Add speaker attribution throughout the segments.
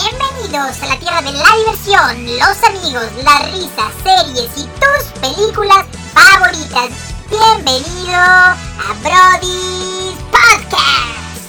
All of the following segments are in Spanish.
Speaker 1: Bienvenidos a la tierra de la diversión, los amigos, las risas, series y tus películas favoritas. Bienvenido a Brody's Podcast.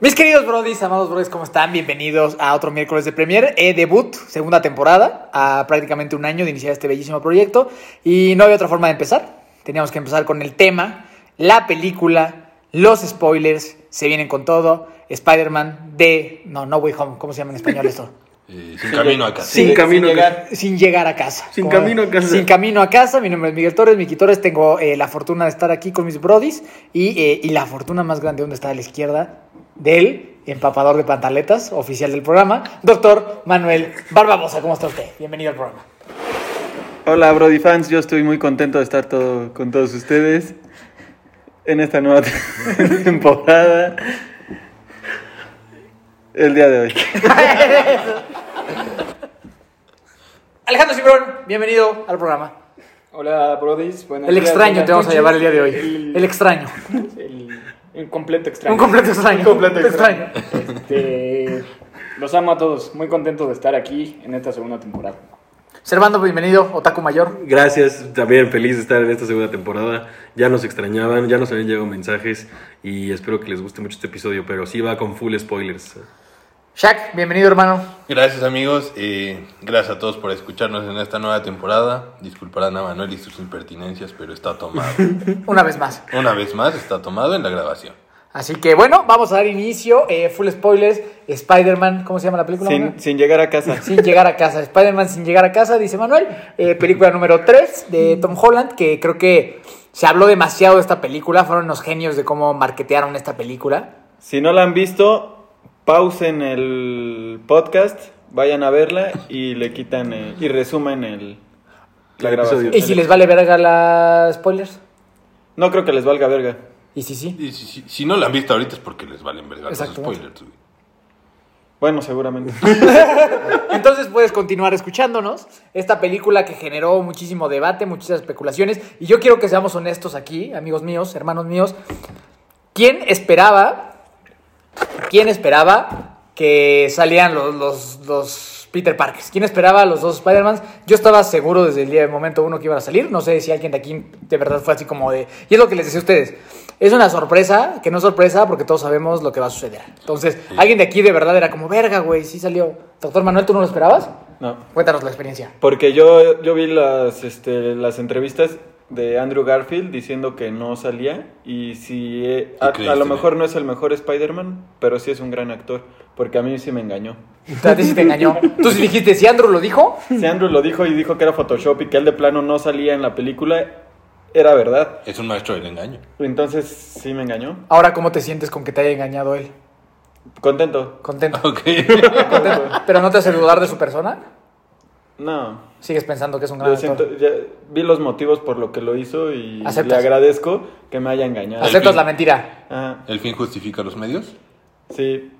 Speaker 2: Mis queridos brodis, amados brodis, ¿cómo están? Bienvenidos a otro miércoles de Premier, eh, debut, segunda temporada, a prácticamente un año de iniciar este bellísimo proyecto y no había otra forma de empezar. Teníamos que empezar con el tema, la película, los spoilers, se vienen con todo, Spider-Man de... No, No Way Home, ¿cómo se llama en español esto?
Speaker 3: Eh, sin camino acá.
Speaker 4: Sin camino a
Speaker 2: llegar, sin llegar a casa.
Speaker 4: Sin camino a casa.
Speaker 2: Sin camino a casa. Mi nombre es Miguel Torres, Miki Torres. Tengo eh, la fortuna de estar aquí con mis brodis y, eh, y la fortuna más grande donde está a la izquierda de él, empapador de pantaletas, oficial del programa, doctor Manuel Barbabosa. ¿Cómo está usted? Bienvenido al programa.
Speaker 4: Hola Brody fans, yo estoy muy contento de estar todo, con todos ustedes en esta nueva te- temporada. El día de hoy.
Speaker 2: Alejandro Cibrón, bienvenido al programa.
Speaker 5: Hola, Brodis. Buenos
Speaker 2: El
Speaker 5: días,
Speaker 2: extraño
Speaker 5: buenas
Speaker 2: te vamos a
Speaker 5: noches.
Speaker 2: llevar el día de hoy.
Speaker 5: El,
Speaker 2: El extraño.
Speaker 5: el- un completo extraño.
Speaker 2: Un completo extraño.
Speaker 5: Un completo
Speaker 2: Un
Speaker 5: extraño. Este, los amo a todos. Muy contento de estar aquí en esta segunda temporada.
Speaker 2: Servando, bienvenido. Otaku Mayor.
Speaker 6: Gracias, también feliz de estar en esta segunda temporada. Ya nos extrañaban, ya nos habían llegado mensajes y espero que les guste mucho este episodio, pero sí va con full spoilers.
Speaker 2: Shaq, bienvenido, hermano.
Speaker 3: Gracias amigos, eh, gracias a todos por escucharnos en esta nueva temporada. Disculparán a Manuel y sus impertinencias, pero está tomado.
Speaker 2: Una vez más.
Speaker 3: Una vez más, está tomado en la grabación.
Speaker 2: Así que bueno, vamos a dar inicio. eh, full spoilers. Spider-Man, ¿cómo se llama la película? Manuel?
Speaker 4: Sin, sin llegar a casa.
Speaker 2: Sin llegar a casa. Spider-Man sin llegar a casa, dice Manuel. Eh, película número 3 de Tom Holland, que creo que se habló demasiado de esta película. Fueron los genios de cómo marketearon esta película.
Speaker 4: Si no la han visto, pausen el podcast, vayan a verla y le quitan el- y resumen el, la
Speaker 6: El
Speaker 4: grabación.
Speaker 6: episodio.
Speaker 2: Y si les vale verga las spoilers.
Speaker 4: No creo que les valga verga.
Speaker 2: Y sí, sí.
Speaker 3: Y si, si- si no la han visto ahorita es porque les valen verga los
Speaker 2: Exactamente.
Speaker 3: spoilers. güey.
Speaker 4: Bueno, seguramente.
Speaker 2: Entonces puedes continuar escuchándonos. Esta película que generó muchísimo debate, muchísimas especulaciones. Y yo quiero que seamos honestos aquí, amigos míos, hermanos míos. ¿Quién esperaba? ¿Quién esperaba que salían los, los, los Peter Parkers? ¿Quién esperaba los dos Spider-Mans? Yo estaba seguro desde el día del momento uno que iban a salir. No sé si alguien de aquí de verdad fue así como de. Y es lo que les decía a ustedes. Es una sorpresa, que no es sorpresa, porque todos sabemos lo que va a suceder. Entonces, alguien de aquí de verdad era como, verga, güey, sí salió. Doctor Manuel, ¿tú no lo esperabas?
Speaker 4: No.
Speaker 2: Cuéntanos la experiencia.
Speaker 4: Porque yo, yo vi las, este, las entrevistas de Andrew Garfield diciendo que no salía y si eh, a,
Speaker 3: ¿Tú creíste,
Speaker 4: a lo
Speaker 3: no?
Speaker 4: mejor no es el mejor Spider-Man, pero sí es un gran actor, porque a mí sí me engañó.
Speaker 2: A ti sí te engañó. Tú sí dijiste, si Andrew lo dijo,
Speaker 4: Si Andrew lo dijo y dijo que era Photoshop y que él de plano no salía en la película, era verdad.
Speaker 3: Es un maestro del engaño.
Speaker 4: Entonces sí me engañó.
Speaker 2: ahora cómo te sientes con que te haya engañado él.
Speaker 4: Contento.
Speaker 2: Contento.
Speaker 3: Ok.
Speaker 2: contento. Pero no te hace dudar de su persona.
Speaker 4: No.
Speaker 2: Sigues pensando que es un gran
Speaker 4: Lo
Speaker 2: actor.
Speaker 4: siento, ya vi los motivos por lo que lo hizo y
Speaker 2: ¿Aceptas?
Speaker 4: le agradezco que me haya engañado.
Speaker 2: Aceptas la mentira.
Speaker 4: Ajá.
Speaker 3: ¿El fin justifica los medios?
Speaker 4: sí,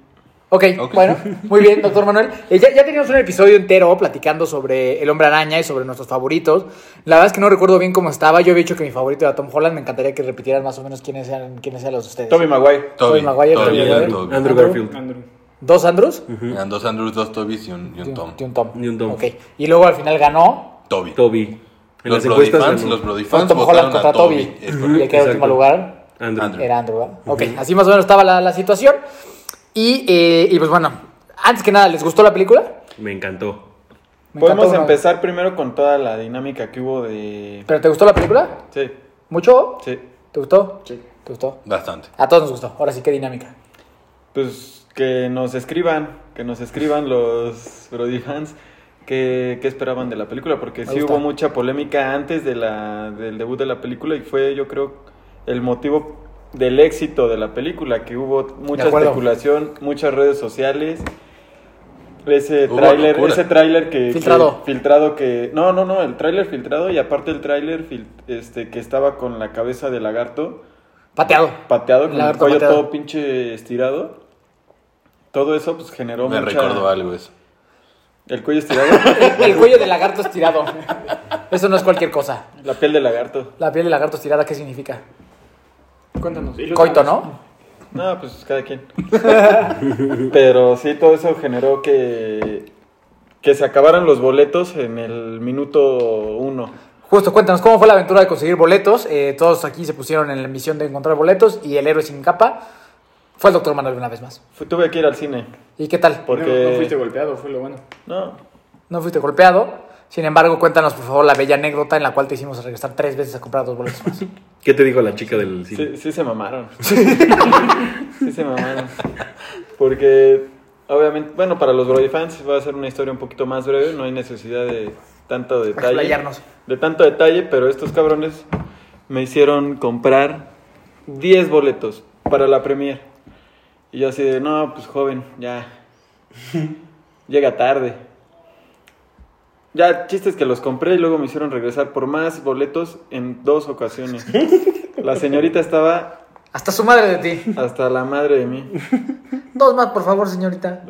Speaker 2: Ok,
Speaker 3: Ok.
Speaker 2: bueno, muy bien, doctor Manuel. Eh, ya, ya teníamos un episodio entero platicando sobre el hombre araña y sobre nuestros favoritos. La verdad es que no recuerdo bien cómo estaba. Yo había dicho que mi favorito era Tom Holland. Me encantaría que repitieran más o menos quiénes eran, quiénes eran los de ustedes.
Speaker 4: Tobey Maguire.
Speaker 3: Toby.
Speaker 2: Tobey Maguire,
Speaker 3: Toby,
Speaker 2: Tobey
Speaker 6: Y
Speaker 3: era
Speaker 2: Maguire.
Speaker 6: Andrew,
Speaker 3: Toby.
Speaker 6: Andrew Garfield.
Speaker 5: Andrews.
Speaker 2: ¿Dos Andrews?
Speaker 3: Eran dos Andrews, dos Tobys y un, y un Tom.
Speaker 2: Y un Tom.
Speaker 6: Y un Tom.
Speaker 2: Ok. Y luego al final ganó.
Speaker 3: Toby.
Speaker 6: Toby. En
Speaker 3: Los
Speaker 6: las
Speaker 3: Brody
Speaker 6: encuestas
Speaker 3: fans,
Speaker 6: ganó
Speaker 3: los Brody
Speaker 2: Fue
Speaker 3: fans
Speaker 2: Tom Holland
Speaker 3: votaron
Speaker 2: contra
Speaker 3: a Toby.
Speaker 2: Toby.
Speaker 3: Es
Speaker 2: Y el que era el
Speaker 6: Exacto.
Speaker 2: último lugar.
Speaker 6: Andrew.
Speaker 3: Andrew.
Speaker 2: Era Andrew, ¿verdad? Ok, así más o menos estaba la, la situación. Y, eh, y pues bueno, antes que nada, ¿les gustó la película?
Speaker 6: Me encantó.
Speaker 2: Me
Speaker 4: Podemos
Speaker 2: encantó, ¿no?
Speaker 4: empezar primero con toda la dinámica que hubo de...
Speaker 2: ¿Pero te gustó la película?
Speaker 4: Sí,
Speaker 2: ¿Mucho?
Speaker 4: sí.
Speaker 2: ¿Te gustó? Sí. ¿Te gustó?
Speaker 3: Bastante.
Speaker 2: A todos nos gustó. Ahora sí, qué dinámica.
Speaker 4: Pues que nos escriban, que nos escriban los Brody fans qué, qué esperaban de la película, porque
Speaker 2: Me
Speaker 4: sí
Speaker 2: gusta.
Speaker 4: hubo mucha polémica antes de la, del debut de la película y fue yo creo el motivo del éxito de la película, que hubo mucha
Speaker 2: De acuerdo.
Speaker 4: especulación, muchas redes sociales. Ese
Speaker 3: Hubo
Speaker 4: tráiler,
Speaker 3: locura.
Speaker 4: ese tráiler que que-
Speaker 2: Filtrado.
Speaker 4: filtrado que no, no, no, el tráiler filtrado y aparte el tráiler fil- este que estaba con la cabeza de lagarto
Speaker 2: Pateado.
Speaker 4: pateado, con el
Speaker 2: Lagarto
Speaker 4: cuello
Speaker 2: pateado.
Speaker 4: todo pinche estirado. Todo eso pues generó
Speaker 3: Me
Speaker 4: mucha-
Speaker 3: recordó algo eso.
Speaker 4: El cuello estirado.
Speaker 2: El cuello de lagarto estirado. Eso no es cualquier cosa.
Speaker 4: La piel de lagarto.
Speaker 2: La piel de lagarto estirada, ¿qué significa?
Speaker 5: Cuéntanos.
Speaker 2: Coito, ¿no?
Speaker 4: No, pues cada quien. Pero sí, todo eso generó que, que se acabaran los boletos en el minuto uno.
Speaker 2: Justo, cuéntanos, ¿cómo fue la aventura de conseguir boletos? Eh, todos aquí se pusieron en la misión de encontrar boletos y el héroe sin capa fue el doctor Manuel una vez más.
Speaker 4: Fui- tuve que ir al cine.
Speaker 2: ¿Y qué tal?
Speaker 4: Porque...
Speaker 5: No, no fuiste golpeado, fue lo bueno.
Speaker 4: No,
Speaker 2: No fuiste golpeado. Sin embargo, cuéntanos, por favor, la bella anécdota en la cual te hicimos regresar tres veces a comprar dos boletos más.
Speaker 6: ¿Qué te dijo la chica del
Speaker 4: sí,
Speaker 6: cine?
Speaker 4: sí se mamaron. sí se mamaron. Porque, obviamente, bueno, para los Brody fans va a ser una historia un poquito más breve. No hay necesidad de tanto detalle.
Speaker 2: Explayarnos.
Speaker 4: De tanto detalle, pero estos cabrones me hicieron comprar 10 boletos para la premier. Y yo así de, no, pues joven, ya. Llega tarde. Ya, chistes que los compré y luego me hicieron regresar por más boletos en dos ocasiones. La señorita estaba
Speaker 2: Hasta su madre de ti.
Speaker 4: hasta la madre de mí.
Speaker 2: Dos más, por favor, señorita.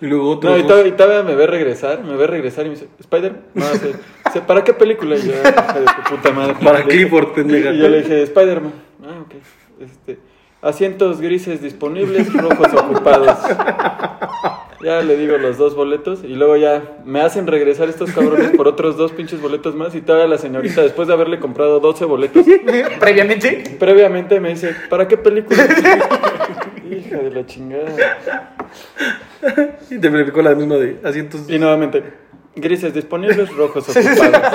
Speaker 6: Y luego
Speaker 4: No,
Speaker 6: otros
Speaker 4: y
Speaker 6: dos.
Speaker 4: todavía, y todavía me ve regresar, me ve regresar y me dice, Spider, no, dice, dice, ¿para qué película? Y yo, "Hija de tu puta madre.
Speaker 6: Para
Speaker 4: Le dije-
Speaker 6: Clifford, pendeja.
Speaker 4: Y yo le dije, Spider-Man. Ah, ok. Este, asientos grises disponibles, rojos ocupados. Ya le digo los dos boletos y luego ya me hacen regresar estos cabrones por otros dos pinches boletos más y todavía la señorita, después de haberle comprado 12 boletos,
Speaker 2: Previamente.
Speaker 4: previamente me dice, ¿para qué película? Hija de la chingada.
Speaker 6: Y te replicó la misma de asientos.
Speaker 4: Y nuevamente, grises disponibles, rojos ocupados.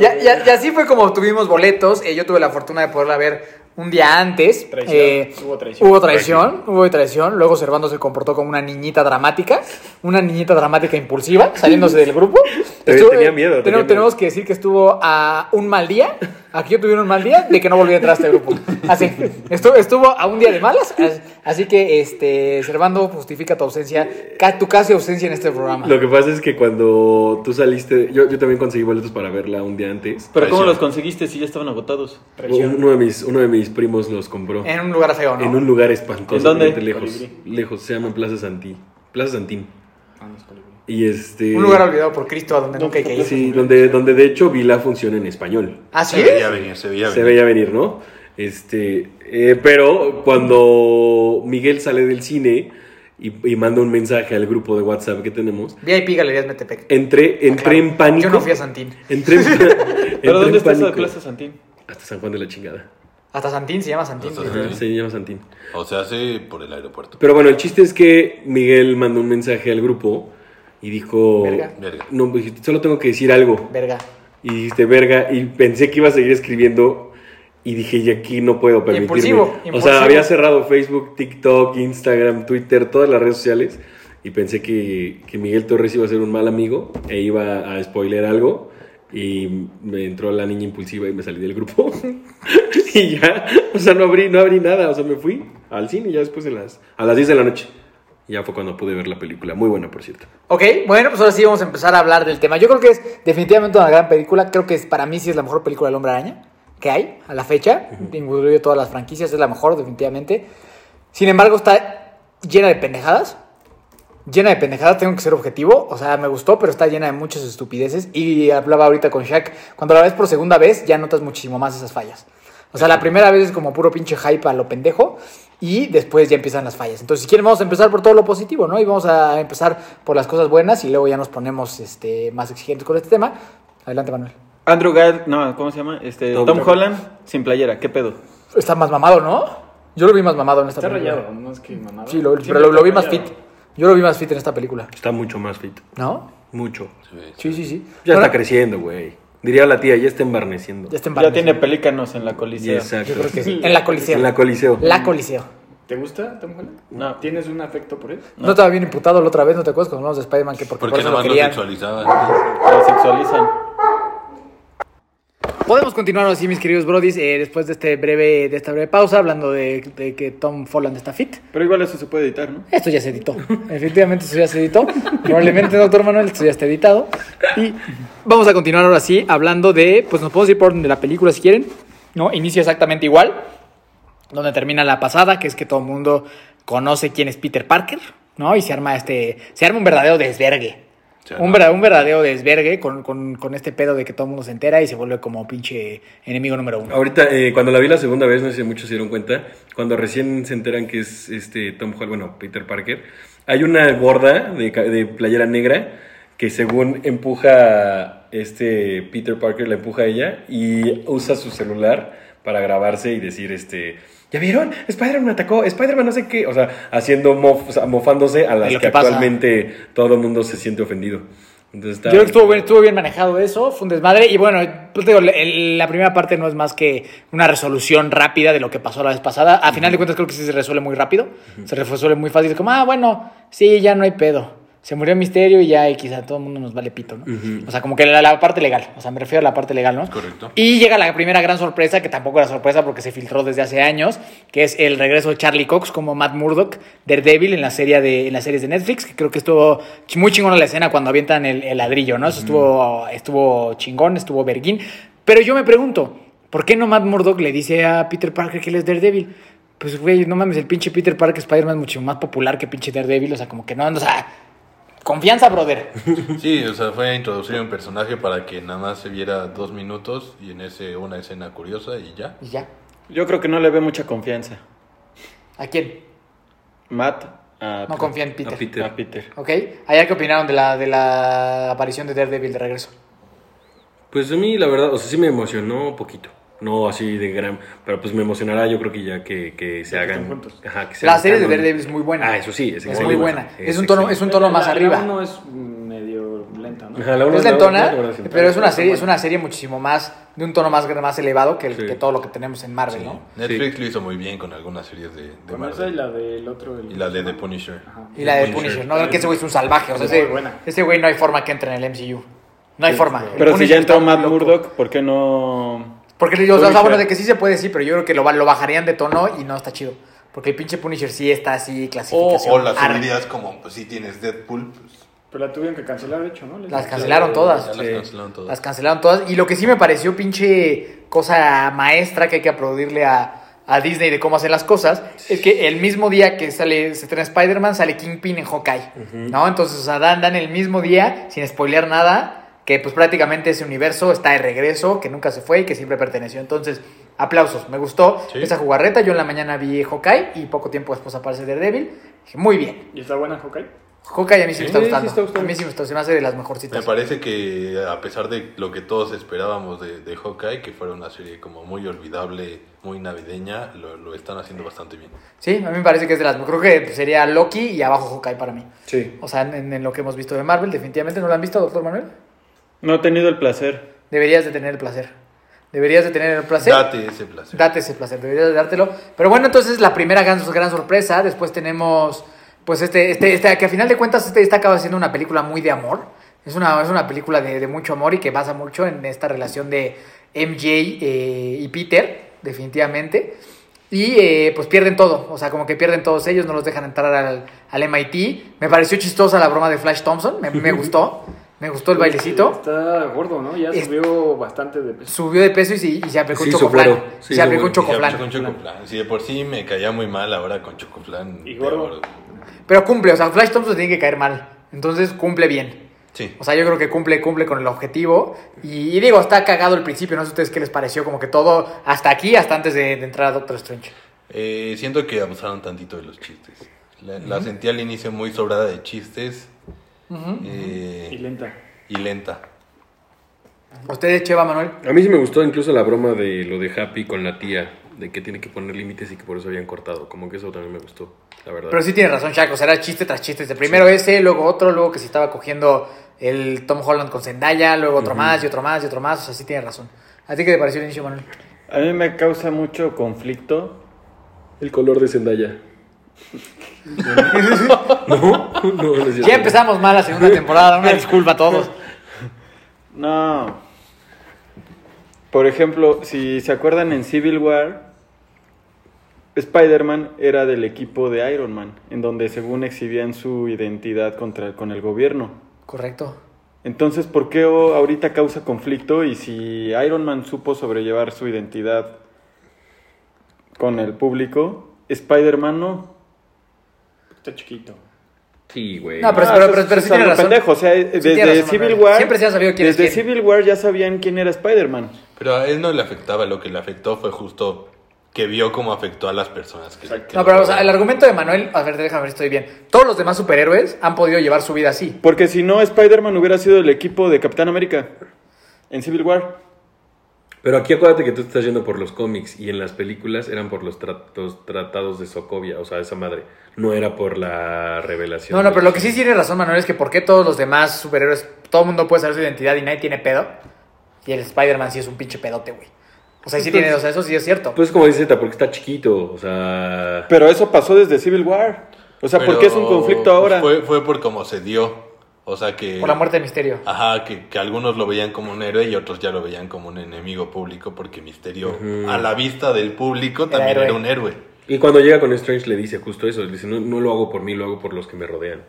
Speaker 2: Ya- ya- Y, así fue como obtuvimos boletos. Eh, yo tuve la fortuna de poderla ver un día antes.
Speaker 5: Traición.
Speaker 2: Eh,
Speaker 5: Hubo traición.
Speaker 2: Hubo traición, hubo traición. Luego Servando se comportó como una niñita dramática, una niñita dramática impulsiva, saliéndose del grupo.
Speaker 6: Te- tenía
Speaker 2: tenemos,
Speaker 6: miedo, tenía miedo.
Speaker 2: tenemos que decir que estuvo a un mal día, aquí yo tuvieron un mal día, de que no volví a entrar a este grupo. Así, estuvo, estuvo a un día de malas. as- Así que, este, Servando justifica tu ausencia, ca- tu casi ausencia en este programa.
Speaker 6: Lo que pasa es que cuando tú saliste, yo, yo también conseguí boletos para verla un día antes.
Speaker 4: Pero ¿cómo los conseguiste si ya estaban agotados?
Speaker 5: Traición.
Speaker 6: Uno de mis, uno de mis primos los compró.
Speaker 2: En un lugar feo, ¿no?
Speaker 6: En un lugar espantoso.
Speaker 4: ¿En dónde?
Speaker 6: realmente Lejos, lejos. Se llama Plaza Santí. Plaza Santín.
Speaker 2: Ah,
Speaker 6: Y este.
Speaker 2: Un lugar olvidado por Cristo a donde nunca hay que ir.
Speaker 6: Sí, donde, donde de hecho vi la función en español.
Speaker 2: ¿Ah, sí?
Speaker 3: Se veía venir, se veía
Speaker 6: Se
Speaker 3: venir.
Speaker 6: veía venir, ¿no? Este, eh, pero cuando Miguel sale del cine y, y manda un mensaje al grupo de WhatsApp que tenemos,
Speaker 2: VIP Galerías Metepec.
Speaker 6: entré, entré
Speaker 2: Ah, Claro.
Speaker 6: en pánico.
Speaker 2: Yo no fui a Santín.
Speaker 6: Entré en,
Speaker 4: ¿Pero dónde está esa
Speaker 6: pánico.
Speaker 4: Plaza Santín?
Speaker 6: Hasta San Juan de la chingada.
Speaker 2: Hasta Santín se llama Santín.
Speaker 3: Hasta
Speaker 2: sí.
Speaker 3: Santín.
Speaker 6: Se llama Santín.
Speaker 3: O sea, sí, por el aeropuerto.
Speaker 6: Pero bueno, el chiste es que Miguel mandó un mensaje al grupo y dijo...
Speaker 2: Verga.
Speaker 3: Verga.
Speaker 6: No, pues, dijiste, solo tengo que decir algo.
Speaker 2: Verga.
Speaker 6: Y dijiste, verga, y pensé que iba a seguir escribiendo y dije, y aquí no puedo permitirme.
Speaker 2: Impulsivo,
Speaker 6: O
Speaker 2: impulsivo.
Speaker 6: sea, había cerrado Facebook, TikTok, Instagram, Twitter, todas las redes sociales y pensé que, que Miguel Torres iba a ser un mal amigo e iba a spoiler algo y me entró la niña impulsiva y me salí del grupo. y ya, o sea, no abrí, no abrí nada, o sea, me fui al cine ya después de las, a las 10 de la noche. Y Ya fue cuando pude ver la película, muy buena por cierto.
Speaker 2: Ok, bueno, pues ahora sí vamos a empezar a hablar del tema. Yo creo que es definitivamente una gran película. Creo que es, para mí sí es la mejor película del Hombre Araña que hay a la fecha. Incluye todas las franquicias, es la mejor, definitivamente. Sin embargo, está llena de pendejadas. Llena de pendejadas, tengo que ser objetivo. O sea, me gustó, pero está llena de muchas estupideces. Y hablaba ahorita con Shaq. Cuando la ves por segunda vez, ya notas muchísimo más esas fallas. O sea, la primera vez es como puro pinche hype a lo pendejo. Y después ya empiezan las fallas. Entonces, si quieren, vamos a empezar por todo lo positivo, ¿no? Y vamos a empezar por las cosas buenas. Y luego ya nos ponemos este, más exigentes con este tema. Adelante, Manuel.
Speaker 4: Andrew Gad, no, ¿cómo se llama? Este,
Speaker 6: Tom
Speaker 4: Tom,
Speaker 6: Holland.
Speaker 4: Holland sin playera, ¿qué pedo?
Speaker 2: Está más mamado, ¿no? Yo lo vi más mamado en esta
Speaker 5: Está
Speaker 2: película.
Speaker 5: rayado, no es que mamada.
Speaker 2: Sí, lo- pero
Speaker 5: Siempre
Speaker 2: lo, lo vi
Speaker 5: está
Speaker 2: más fit.
Speaker 5: rayado.
Speaker 2: Yo lo vi más fit en esta película,
Speaker 6: Está mucho más fit,
Speaker 2: ¿no?
Speaker 6: mucho.
Speaker 2: Sí, sí, sí.
Speaker 6: Ya
Speaker 2: Ahora-
Speaker 6: está creciendo, güey. Diría la tía, ya está embarneciendo.
Speaker 2: Ya está en
Speaker 4: Ya
Speaker 2: Barnes.
Speaker 4: tiene pelícanos en la colisea.
Speaker 6: Exacto.
Speaker 2: Yo creo que sí. En la Coliseo.
Speaker 6: En la Coliseo.
Speaker 2: La Coliseo.
Speaker 5: ¿Te gusta Tom Holland?
Speaker 4: No.
Speaker 5: ¿Tienes un afecto por él?
Speaker 2: No. estaba bien imputado la otra vez, ¿no te acuerdas? Cuando hablamos de Spider-Man, que porque, por
Speaker 3: Porque
Speaker 2: eso
Speaker 3: nada
Speaker 2: lo
Speaker 3: más lo
Speaker 2: querían.
Speaker 3: sexualizaban.
Speaker 4: Lo sexualizan.
Speaker 2: Podemos continuar así, mis queridos brodis, eh, después de, este breve, de esta breve pausa, hablando de, de que Tom Holland está fit.
Speaker 4: Pero igual eso se puede editar, ¿no?
Speaker 2: Esto ya se editó. Efectivamente, esto ya se editó. Probablemente, doctor Manuel, esto ya está editado. Y vamos a continuar ahora sí hablando de. Pues nos podemos ir por la película si quieren. ¿No? Inicia exactamente igual. Donde termina la pasada, que es que todo el mundo conoce quién es Peter Parker, ¿no? Y se arma este. Se arma un verdadero desvergue.
Speaker 3: O sea,
Speaker 2: Un,
Speaker 3: no.
Speaker 2: verdad- un verdadero desvergue con, con- con este pedo de que todo el mundo se entera y se vuelve como pinche enemigo número uno.
Speaker 6: Ahorita, eh, cuando la vi la segunda vez, no sé si muchos se dieron cuenta, cuando recién se enteran que es este Tom Holland, bueno, Peter Parker, hay una gorda de, ca- de playera negra que según empuja este Peter Parker, la empuja a ella y usa su celular para grabarse y decir, este, ¿ya vieron? Spider-Man me atacó, Spider-Man no sé qué, o sea, haciendo mof- o sea, mofándose a las
Speaker 2: lo
Speaker 6: que,
Speaker 2: que pasa.
Speaker 6: actualmente todo el mundo se siente ofendido. Entonces, está-
Speaker 2: Yo creo que estuvo bien, estuvo bien manejado eso, fue un desmadre. Y bueno, pues te digo, el- el- la primera parte no es más que una resolución rápida de lo que pasó la vez pasada. A final de cuentas, creo que sí se resuelve muy rápido. Se resuelve muy fácil. Es como, ah, bueno, sí, ya no hay pedo. Se murió Misterio y ya, y quizá todo el mundo nos vale pito, ¿no? O sea, como que la, la parte legal. O sea, me refiero a la parte legal, ¿no?
Speaker 3: Correcto.
Speaker 2: Y llega la primera gran sorpresa, que tampoco era sorpresa porque se filtró desde hace años, que es el regreso de Charlie Cox como Matt Murdock, Daredevil, en, la serie de, en las series de Netflix, que creo que estuvo ch- muy chingona la escena cuando avientan el, el ladrillo, ¿no? Eso estuvo, estuvo chingón, estuvo verguín. Pero yo me pregunto, ¿por qué no Matt Murdock le dice a Peter Parker que él es Daredevil? Pues, güey, no mames, el pinche Peter Parker Spider-Man es mucho más popular que pinche Daredevil, o sea, como que no, o sea, confianza, brother.
Speaker 3: Sí, o sea, fue introducir un personaje para que nada más se viera dos minutos y en ese una escena curiosa y ya.
Speaker 2: Y ya.
Speaker 4: Yo creo que no le ve mucha confianza.
Speaker 2: ¿A quién?
Speaker 4: Matt a
Speaker 2: No confía en Peter.
Speaker 6: a Peter.
Speaker 4: A Peter.
Speaker 2: Ok, ¿allá qué opinaron de la, de la aparición de Daredevil de regreso?
Speaker 6: Pues a mí, la verdad, o sea, sí me emocionó un poquito. No así de gran. Pero pues me emocionará, yo creo que ya que, que se hagan.
Speaker 5: estén juntos.
Speaker 6: ajá, que se
Speaker 2: La
Speaker 6: hagan
Speaker 2: serie de
Speaker 6: canon.
Speaker 2: Daredevil es muy buena.
Speaker 6: Ah, eso sí, es,
Speaker 2: es
Speaker 6: excelente.
Speaker 2: muy buena. Es, un tono, es un tono más
Speaker 5: La- la
Speaker 2: arriba.
Speaker 5: uno es medio lenta, ¿no?
Speaker 6: Ajá, la uno
Speaker 2: es
Speaker 6: la otra,
Speaker 2: lentona,
Speaker 6: la verdad, sí.
Speaker 2: pero es una serie, es una serie muchísimo más, de un tono más, más elevado que, el-
Speaker 6: Sí.
Speaker 2: que todo lo que tenemos en Marvel,
Speaker 3: Sí.
Speaker 2: ¿no?
Speaker 3: Netflix lo hizo muy bien con algunas series de, de
Speaker 5: Con esa y
Speaker 3: Marvel.
Speaker 5: la del otro. el-
Speaker 3: Y la de The Punisher.
Speaker 5: Ajá.
Speaker 2: Y la de Punisher, ¿no? Que ese güey es un salvaje, o sea,
Speaker 5: Es muy
Speaker 2: ese,
Speaker 5: buena.
Speaker 2: ese güey no hay forma que entre en el MCU. No hay forma. El
Speaker 4: Pero si
Speaker 2: Punisher
Speaker 4: ya
Speaker 2: está
Speaker 4: entró Matt
Speaker 2: loco.
Speaker 4: Murdock, ¿por qué no?
Speaker 2: Porque, o sea,
Speaker 4: Punisher.
Speaker 2: bueno, de que sí se puede, sí, pero yo creo que lo, va- lo bajarían de tono y no está chido. Porque el pinche Punisher sí está así,
Speaker 6: Oh,
Speaker 3: O,
Speaker 2: clasificación.
Speaker 3: o las
Speaker 2: Arre.
Speaker 3: subirías como, pues si tienes Deadpool, pues
Speaker 5: Pero la tuvieron que cancelar, de hecho, ¿no? Les-
Speaker 2: Las cancelaron todas.
Speaker 3: ya las cancelaron todas.
Speaker 2: Las cancelaron todas. Y lo que sí me pareció pinche cosa maestra que hay que aplaudirle a, a Disney de cómo hacer las cosas es que el mismo día que sale, se estrena Spider-Man sale Kingpin en Hawkeye. ¿No? Entonces, o sea, dan, dan el mismo día, sin spoilear nada, que pues prácticamente ese universo está de regreso, que nunca se fue y que siempre perteneció. Entonces, aplausos. Me gustó
Speaker 3: Sí.
Speaker 2: esa jugarreta. Yo en la mañana vi Hawkeye y poco tiempo después aparece Daredevil. Dije, muy bien.
Speaker 5: ¿Y está buena Hawkeye?
Speaker 2: Hawkeye a mí sí, me está
Speaker 6: Sí, sí
Speaker 2: gustando.
Speaker 6: está gustando.
Speaker 2: A mí sí me está, se me hace de las
Speaker 3: Me
Speaker 2: mejorcitas.
Speaker 3: parece que a pesar de lo que todos esperábamos de, de Hawkeye, que fuera una serie como muy olvidable, muy navideña, lo, lo están haciendo bastante bien.
Speaker 2: Sí, a mí me parece que es de las. Creo que sería Loki y abajo Hawkeye para mí.
Speaker 4: Sí.
Speaker 2: O sea, en, en lo que hemos visto de Marvel, definitivamente. ¿No lo han visto, doctor Manuel?
Speaker 4: No he tenido el placer.
Speaker 2: Deberías de tener el placer. Deberías de tener el placer.
Speaker 3: Date ese placer.
Speaker 2: Date ese placer, deberías de dártelo. Pero bueno, entonces la primera gran, gran sorpresa. Después tenemos, pues, este, este, este, que a final de cuentas, este, esta acaba siendo una película muy de amor. Es una, es una película de, de mucho amor y que basa mucho en esta relación de MJ eh, y Peter, definitivamente. Y eh, pues pierden todo, o sea, como que pierden todos ellos, no los dejan entrar al, al MIT. Me pareció chistosa la broma de Flash Thompson, me, me gustó, me gustó el bailecito
Speaker 5: Está gordo, ¿no? Ya
Speaker 2: Es-
Speaker 5: subió bastante de peso.
Speaker 2: subió de peso y, se- y se aplicó un
Speaker 6: Se hizo
Speaker 2: chocoflan.
Speaker 6: güero, se
Speaker 2: se
Speaker 6: hizo
Speaker 2: aplicó un
Speaker 3: Ya,
Speaker 6: güero.
Speaker 2: chocoflan.
Speaker 3: pues, Con Chocoplan. Si de por sí me caía muy mal ahora con Chocoplan.
Speaker 5: Y
Speaker 3: de
Speaker 5: gordo.
Speaker 3: ahora.
Speaker 2: Pero cumple, o sea, Flash Thompson tiene que caer mal. Entonces cumple bien.
Speaker 3: Sí.
Speaker 2: O sea, yo creo que cumple, cumple con el objetivo. Y, y digo, está cagado el principio. No sé ustedes qué les pareció, como que todo hasta aquí, hasta antes de, de entrar a Doctor Strange.
Speaker 3: Eh, siento que abusaron tantito de los chistes. La, la sentí al inicio muy sobrada de chistes eh,
Speaker 5: Y lenta.
Speaker 3: y lenta.
Speaker 2: ¿Ustedes, Cheva, Manuel?
Speaker 6: A mí sí me gustó incluso la broma de lo de Happy con la tía, de que tiene que poner límites y que por eso habían cortado. Como que eso también me gustó, la verdad.
Speaker 2: Pero sí tiene razón, Chaco. O sea, era chiste tras chiste. De primero ese, luego otro, luego que se estaba cogiendo el Tom Holland con Zendaya, luego otro más y otro más y otro más. O sea, sí tiene razón. ¿A ti qué te pareció el inicio, Manuel?
Speaker 4: A mí me causa mucho conflicto.
Speaker 6: El color de Zendaya. no, no, no es cierto.
Speaker 2: Ya empezamos mal la segunda temporada. Una disculpa a todos.
Speaker 4: No. Por ejemplo, si se acuerdan en Civil War, Spider-Man era del equipo de Iron Man, en donde según exhibían su identidad contra, con el gobierno.
Speaker 2: Correcto.
Speaker 4: Entonces, ¿por qué o- ahorita causa conflicto? Y si Iron Man supo sobrellevar su identidad con el público, Spider-Man no.
Speaker 5: Está chiquito.
Speaker 6: Sí, güey.
Speaker 2: No, pero-
Speaker 4: Ah, eso-
Speaker 2: pero
Speaker 4: eso
Speaker 2: sí
Speaker 4: es algo
Speaker 2: tiene razón.
Speaker 4: pendejo, o sea, desde
Speaker 2: tiene razón,
Speaker 4: Civil
Speaker 2: Manuel.
Speaker 4: War.
Speaker 2: Siempre se ha sabido quién es
Speaker 4: Desde
Speaker 2: quién.
Speaker 4: Civil War ya sabían quién era Spider-Man.
Speaker 3: Pero a él no le afectaba, lo que le afectó fue justo que vio cómo afectó a las personas. Que, que
Speaker 2: No, pero o
Speaker 3: lo
Speaker 2: sea, el
Speaker 3: rodeaban.
Speaker 2: argumento de Manuel, a ver, déjame ver si estoy bien. Todos los demás superhéroes han podido llevar su vida así.
Speaker 4: Porque si no, Spider-Man hubiera sido el equipo de Capitán América en Civil War.
Speaker 6: Pero aquí acuérdate que tú estás yendo por los cómics y en las películas eran por los tratos, tratados de Sokovia, o sea, esa madre. No era por la revelación.
Speaker 2: No, no,
Speaker 6: de-
Speaker 2: pero lo que sí tiene razón Manuel es que por qué todos los demás superhéroes, todo el mundo puede saber su identidad y nadie tiene pedo. Y el Spider-Man sí es un pinche pedote, güey. O sea, sí tiene, o sea, eso sí es cierto.
Speaker 6: Pues como dice Zeta, porque está chiquito, o sea...
Speaker 4: Pero eso pasó desde Civil War. O sea, ¿por
Speaker 3: Pero pues,
Speaker 4: qué es un conflicto ahora?
Speaker 3: Fue, fue por cómo se dio. O sea que.
Speaker 2: por la muerte de Misterio.
Speaker 3: Ajá, que, que algunos lo veían como un héroe y otros ya lo veían como un enemigo público porque Misterio, a la vista del público, también
Speaker 2: héroe.
Speaker 3: era un héroe.
Speaker 6: Y cuando llega con Strange le dice justo eso, le dice, no, no lo hago por mí, lo hago por los que me rodean.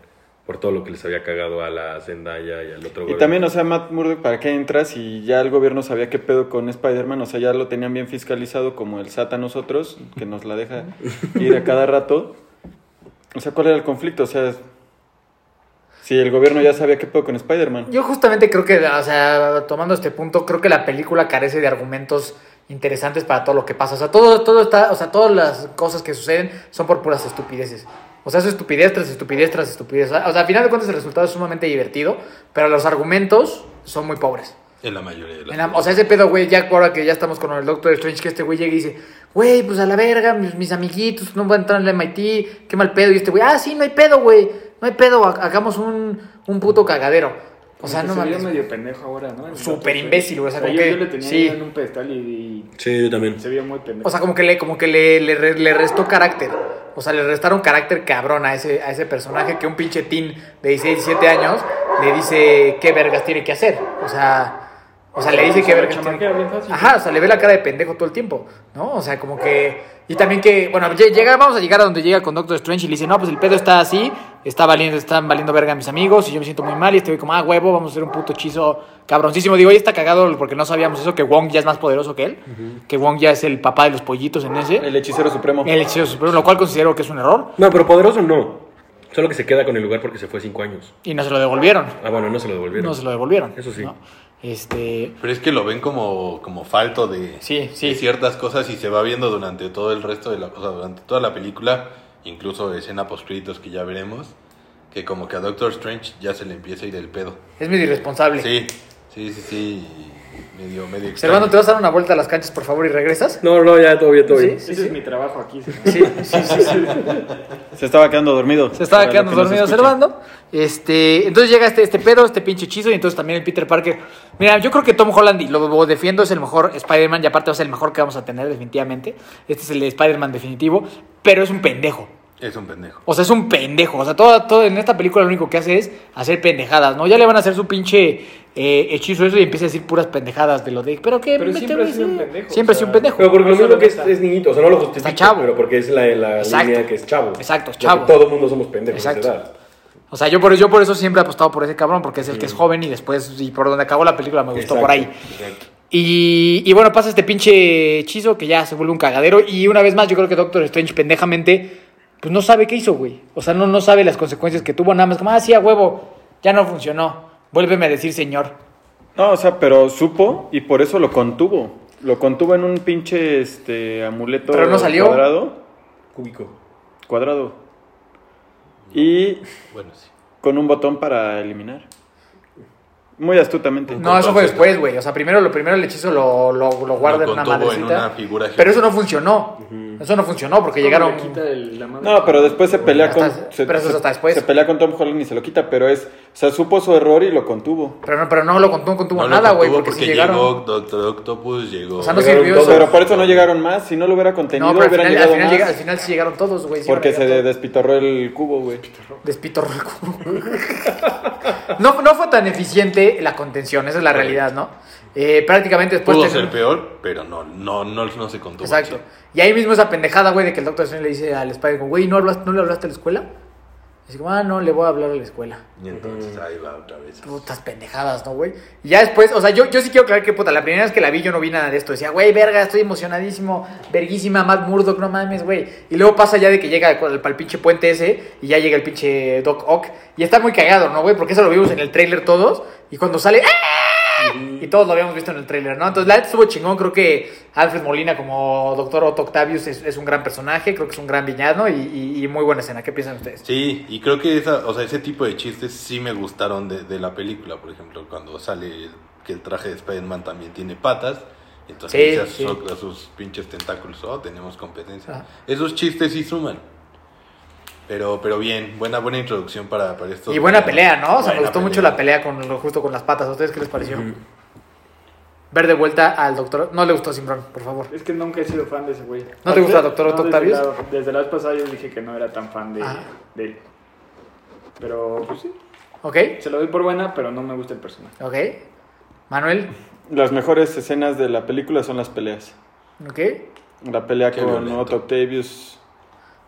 Speaker 6: Por todo lo que les había cagado a la Zendaya y al otro
Speaker 4: Y
Speaker 6: güey.
Speaker 4: también, o sea, Matt Murdock, ¿para qué entras? Y ya el gobierno sabía qué pedo con Spider-Man. O sea, ya lo tenían bien fiscalizado como el SAT a nosotros, que nos la deja ir a cada rato. O sea, ¿cuál era el conflicto? O sea, si el gobierno ya sabía qué pedo con Spider-Man.
Speaker 2: Yo justamente creo que, o sea, tomando este punto, creo que la película carece de argumentos interesantes para todo lo que pasa. O sea, todo, todo está, o sea, todas las cosas que suceden son por puras estupideces. O sea, es estupidez tras estupidez tras estupidez. O sea, al final de cuentas el resultado es sumamente divertido, pero los argumentos son muy pobres.
Speaker 3: En la mayoría de las
Speaker 2: En la- o sea, ese pedo, güey, ya ahora que ya estamos con el Doctor Strange, que este güey llega y dice, güey, pues a la verga, mis, mis amiguitos no van a entrar al MIT, qué mal pedo. Y este güey, ah, sí, no hay pedo, güey, no hay pedo, ha- hagamos un, un puto cagadero. O sea, no
Speaker 5: me
Speaker 2: mames.
Speaker 5: medio pendejo ahora, ¿no? El
Speaker 2: Súper
Speaker 5: Dr.
Speaker 2: imbécil, güey, o sea, como
Speaker 5: yo,
Speaker 2: que-
Speaker 5: yo le tenía
Speaker 2: sí.
Speaker 5: en un pedestal y,
Speaker 6: Sí, yo también.
Speaker 5: y se vio muy pendejo.
Speaker 2: O sea, como que le, como que le, le, re- le restó carácter. O sea, le restaron carácter cabrón a ese, a ese personaje que un pinche teen de 16, 17 años le dice qué vergas tiene que hacer. O sea, o sea, le dice qué
Speaker 5: Se lo
Speaker 2: vergas tiene que
Speaker 5: chamaquea bien fácil.
Speaker 2: Ajá, o sea, le ve la cara de pendejo todo el tiempo, ¿no? O sea, como que... Y también que, bueno, lle- llega, vamos a llegar a donde llega con Doctor Strange y le dice, no, pues el pedo está así, está valiendo, están valiendo verga a mis amigos y yo me siento muy mal y estoy como, ah, huevo, vamos a hacer un puto hechizo cabroncísimo. Digo, ahí está cagado porque no sabíamos eso, que Wong ya es más poderoso que él, que Wong ya es el papá de los pollitos en ese, el,
Speaker 4: El hechicero supremo.
Speaker 2: hechizo supremo, lo cual considero que es un error
Speaker 6: No, pero poderoso no. Solo que se queda con el lugar porque se fue cinco años.
Speaker 2: y no se lo devolvieron,
Speaker 6: Ah, bueno, no se lo devolvieron.
Speaker 2: no se lo devolvieron.
Speaker 6: Eso sí.
Speaker 2: ¿no? Este...
Speaker 3: Pero es que lo ven como, como falto de,
Speaker 2: Sí, sí.
Speaker 3: de ciertas cosas y se va viendo durante todo el resto de la cosa, durante toda la película, incluso escena post créditos que ya veremos, que como que a Doctor Strange ya se le empieza a ir el pedo.
Speaker 2: Es medio irresponsable.
Speaker 3: Sí, sí, sí, sí, y medio, medio
Speaker 2: Servando,
Speaker 3: extraño.
Speaker 2: ¿te vas a dar una vuelta a las canchas, por favor, y regresas?
Speaker 6: No, no, ya, todo bien, todo bien.
Speaker 5: Ese es mi trabajo aquí. señor.
Speaker 2: Sí, sí, sí. sí.
Speaker 4: Se estaba quedando dormido.
Speaker 2: Se estaba
Speaker 4: Para
Speaker 2: quedando
Speaker 4: lo que nos
Speaker 2: dormido
Speaker 4: escucha.
Speaker 2: observando. Este, entonces llega este, este pedo, este pinche hechizo, y entonces también el Peter Parker. Mira, yo creo que Tom Holland, y lo, lo defiendo, es el mejor Spider-Man, y aparte va a ser el mejor que vamos a tener, definitivamente. Este es el Spider-Man definitivo, pero es un pendejo.
Speaker 3: Es un pendejo.
Speaker 2: O sea, es un pendejo. O sea, todo, todo en esta película lo único que hace es hacer pendejadas, ¿no? Ya le van a hacer su pinche eh, hechizo eso y empieza a decir puras pendejadas de lo de. Pero que.
Speaker 5: Pero
Speaker 2: este
Speaker 5: siempre ha
Speaker 2: güey
Speaker 5: sido
Speaker 2: sí-
Speaker 5: un pendejo,
Speaker 2: Siempre ha
Speaker 5: o
Speaker 2: sido un
Speaker 5: sea,
Speaker 2: pendejo.
Speaker 6: Pero porque lo
Speaker 5: No se
Speaker 6: mismo que es,
Speaker 5: nota.
Speaker 6: es niñito, o sea, no lo justifico.
Speaker 2: Está chavo.
Speaker 6: Pero porque es la, la
Speaker 2: Exacto.
Speaker 6: línea que es chavo.
Speaker 2: Exacto,
Speaker 6: De que
Speaker 2: chavo.
Speaker 6: Todo el mundo somos pendejos.
Speaker 2: Exacto.
Speaker 6: de esa edad.
Speaker 2: O sea, yo por, yo por eso siempre he apostado por ese cabrón, porque es el que es joven y después, y por donde acabó la película me gustó
Speaker 6: Exacto,
Speaker 2: por ahí.
Speaker 6: exacto.
Speaker 2: Y, y bueno, pasa este pinche hechizo que ya se vuelve un cagadero. Y una vez más, yo creo que Doctor Strange pendejamente, pues no sabe qué hizo, güey. O sea, no, no sabe las consecuencias que tuvo, nada más como, ah, sí, a huevo, ya no funcionó. Vuélveme a decir, señor.
Speaker 4: No, o sea, pero supo y por eso lo contuvo. Lo contuvo en un pinche este amuleto
Speaker 2: Pero no salió.
Speaker 4: cuadrado.
Speaker 6: Cúbico.
Speaker 4: Cuadrado. Y
Speaker 3: Bueno, sí.
Speaker 4: con un botón para eliminar. Muy astutamente.
Speaker 2: No, eso fue
Speaker 3: Entonces,
Speaker 2: después, güey. O sea, primero, lo primero el hechizo lo, lo, lo guarda en
Speaker 3: Lo
Speaker 2: una
Speaker 3: contuvo en
Speaker 2: madrecita.
Speaker 3: una figura
Speaker 2: pero eso
Speaker 3: gigante.
Speaker 2: no funcionó. Eso no funcionó porque llegaron.
Speaker 5: Le quita el- la mano.
Speaker 4: No, pero después se pelea
Speaker 2: Hasta-
Speaker 4: con.
Speaker 2: pero eso es hasta después.
Speaker 4: se pelea con Tom Holland y se lo quita, pero es. O sea, supo su error y lo contuvo.
Speaker 2: Pero no, pero no lo contuvo, contuvo
Speaker 3: No lo
Speaker 2: nada, güey,
Speaker 3: contuvo
Speaker 2: porque, sí llegaron.
Speaker 3: llegó Doctor Octopus, llegó...
Speaker 2: O sea, no
Speaker 6: Llegaron
Speaker 2: sirvió
Speaker 6: todos,
Speaker 2: eso.
Speaker 4: Pero por eso no llegaron más. Si no lo hubiera contenido,
Speaker 2: No, pero al
Speaker 4: hubieran
Speaker 2: final, al
Speaker 4: llegado
Speaker 2: final
Speaker 4: más.
Speaker 2: llega- al final sí llegaron todos, güey. sí
Speaker 4: porque se
Speaker 2: llegaron todos.
Speaker 4: despitorró el cubo, güey.
Speaker 2: Despito rojo. no, no fue tan eficiente la contención, esa es la realidad, ¿no? Eh, prácticamente después.
Speaker 3: Pudo
Speaker 2: terminó-
Speaker 3: ser peor, pero no, no, no, no se contuvo.
Speaker 2: Exacto.
Speaker 3: sí.
Speaker 2: Y ahí mismo esa pendejada, güey, de que el Doctor Strange le dice al Spider-Man, güey, ¿no, hablas- ¿no le hablaste a la escuela? Así como, ah, no, le voy a hablar a la escuela.
Speaker 3: Y entonces ahí va otra vez.
Speaker 2: Putas pendejadas, ¿no, güey? Y ya después, o sea, yo, yo sí quiero aclarar que, puta, la primera vez que la vi yo no vi nada de esto. Decía, güey, verga, estoy emocionadísimo, verguísima, Matt Murdock, no mames, güey. Y luego pasa ya de que llega con el, pa'l pinche puente ese y ya llega el pinche Doc Ock. Y está muy cagado, ¿no, güey? Porque eso lo vimos en el tráiler todos. Y cuando sale, ¡ah! Y todos lo habíamos visto en el tráiler, ¿no? Entonces, la neta estuvo chingón. Creo que Alfred Molina como Doctor Otto Octavius es, es un gran personaje. Creo que es un gran villano y, y- y muy buena escena. ¿Qué piensan ustedes?
Speaker 3: Sí, y creo que esa, o sea, ese tipo de chistes sí me gustaron de, de la película. Por ejemplo, cuando sale el- que el traje de Spider-Man también tiene patas. Entonces
Speaker 2: Sí,
Speaker 3: dice a sus,
Speaker 2: sí.
Speaker 3: a sus pinches tentáculos, oh, tenemos competencia.
Speaker 2: Ajá.
Speaker 3: Esos chistes sí suman. Pero, pero bien, buena, buena introducción para, para estos.
Speaker 2: Y buena pelea, ¿no? O sea, me
Speaker 3: Buena
Speaker 2: gustó mucho la pelea con justo con las patas. ¿A ustedes qué les pareció? Ver de vuelta al doctor. No le gustó a Simbrón, por favor.
Speaker 5: Es que nunca he sido fan de ese güey.
Speaker 2: ¿No te gusta Dr. Otto
Speaker 5: desde
Speaker 2: Octavius?
Speaker 5: la- Desde la vez pasada yo dije que no era tan fan de,
Speaker 2: Ah.
Speaker 5: de él. Pero pues sí,
Speaker 2: ¿Ok?
Speaker 5: se lo doy por buena, pero no me gusta el personaje.
Speaker 2: ¿Ok? Manuel,
Speaker 4: Las mejores escenas de la película son las peleas.
Speaker 2: ¿ok?
Speaker 4: La pelea
Speaker 3: Qué
Speaker 4: con
Speaker 3: violento.
Speaker 4: Otto Octavius,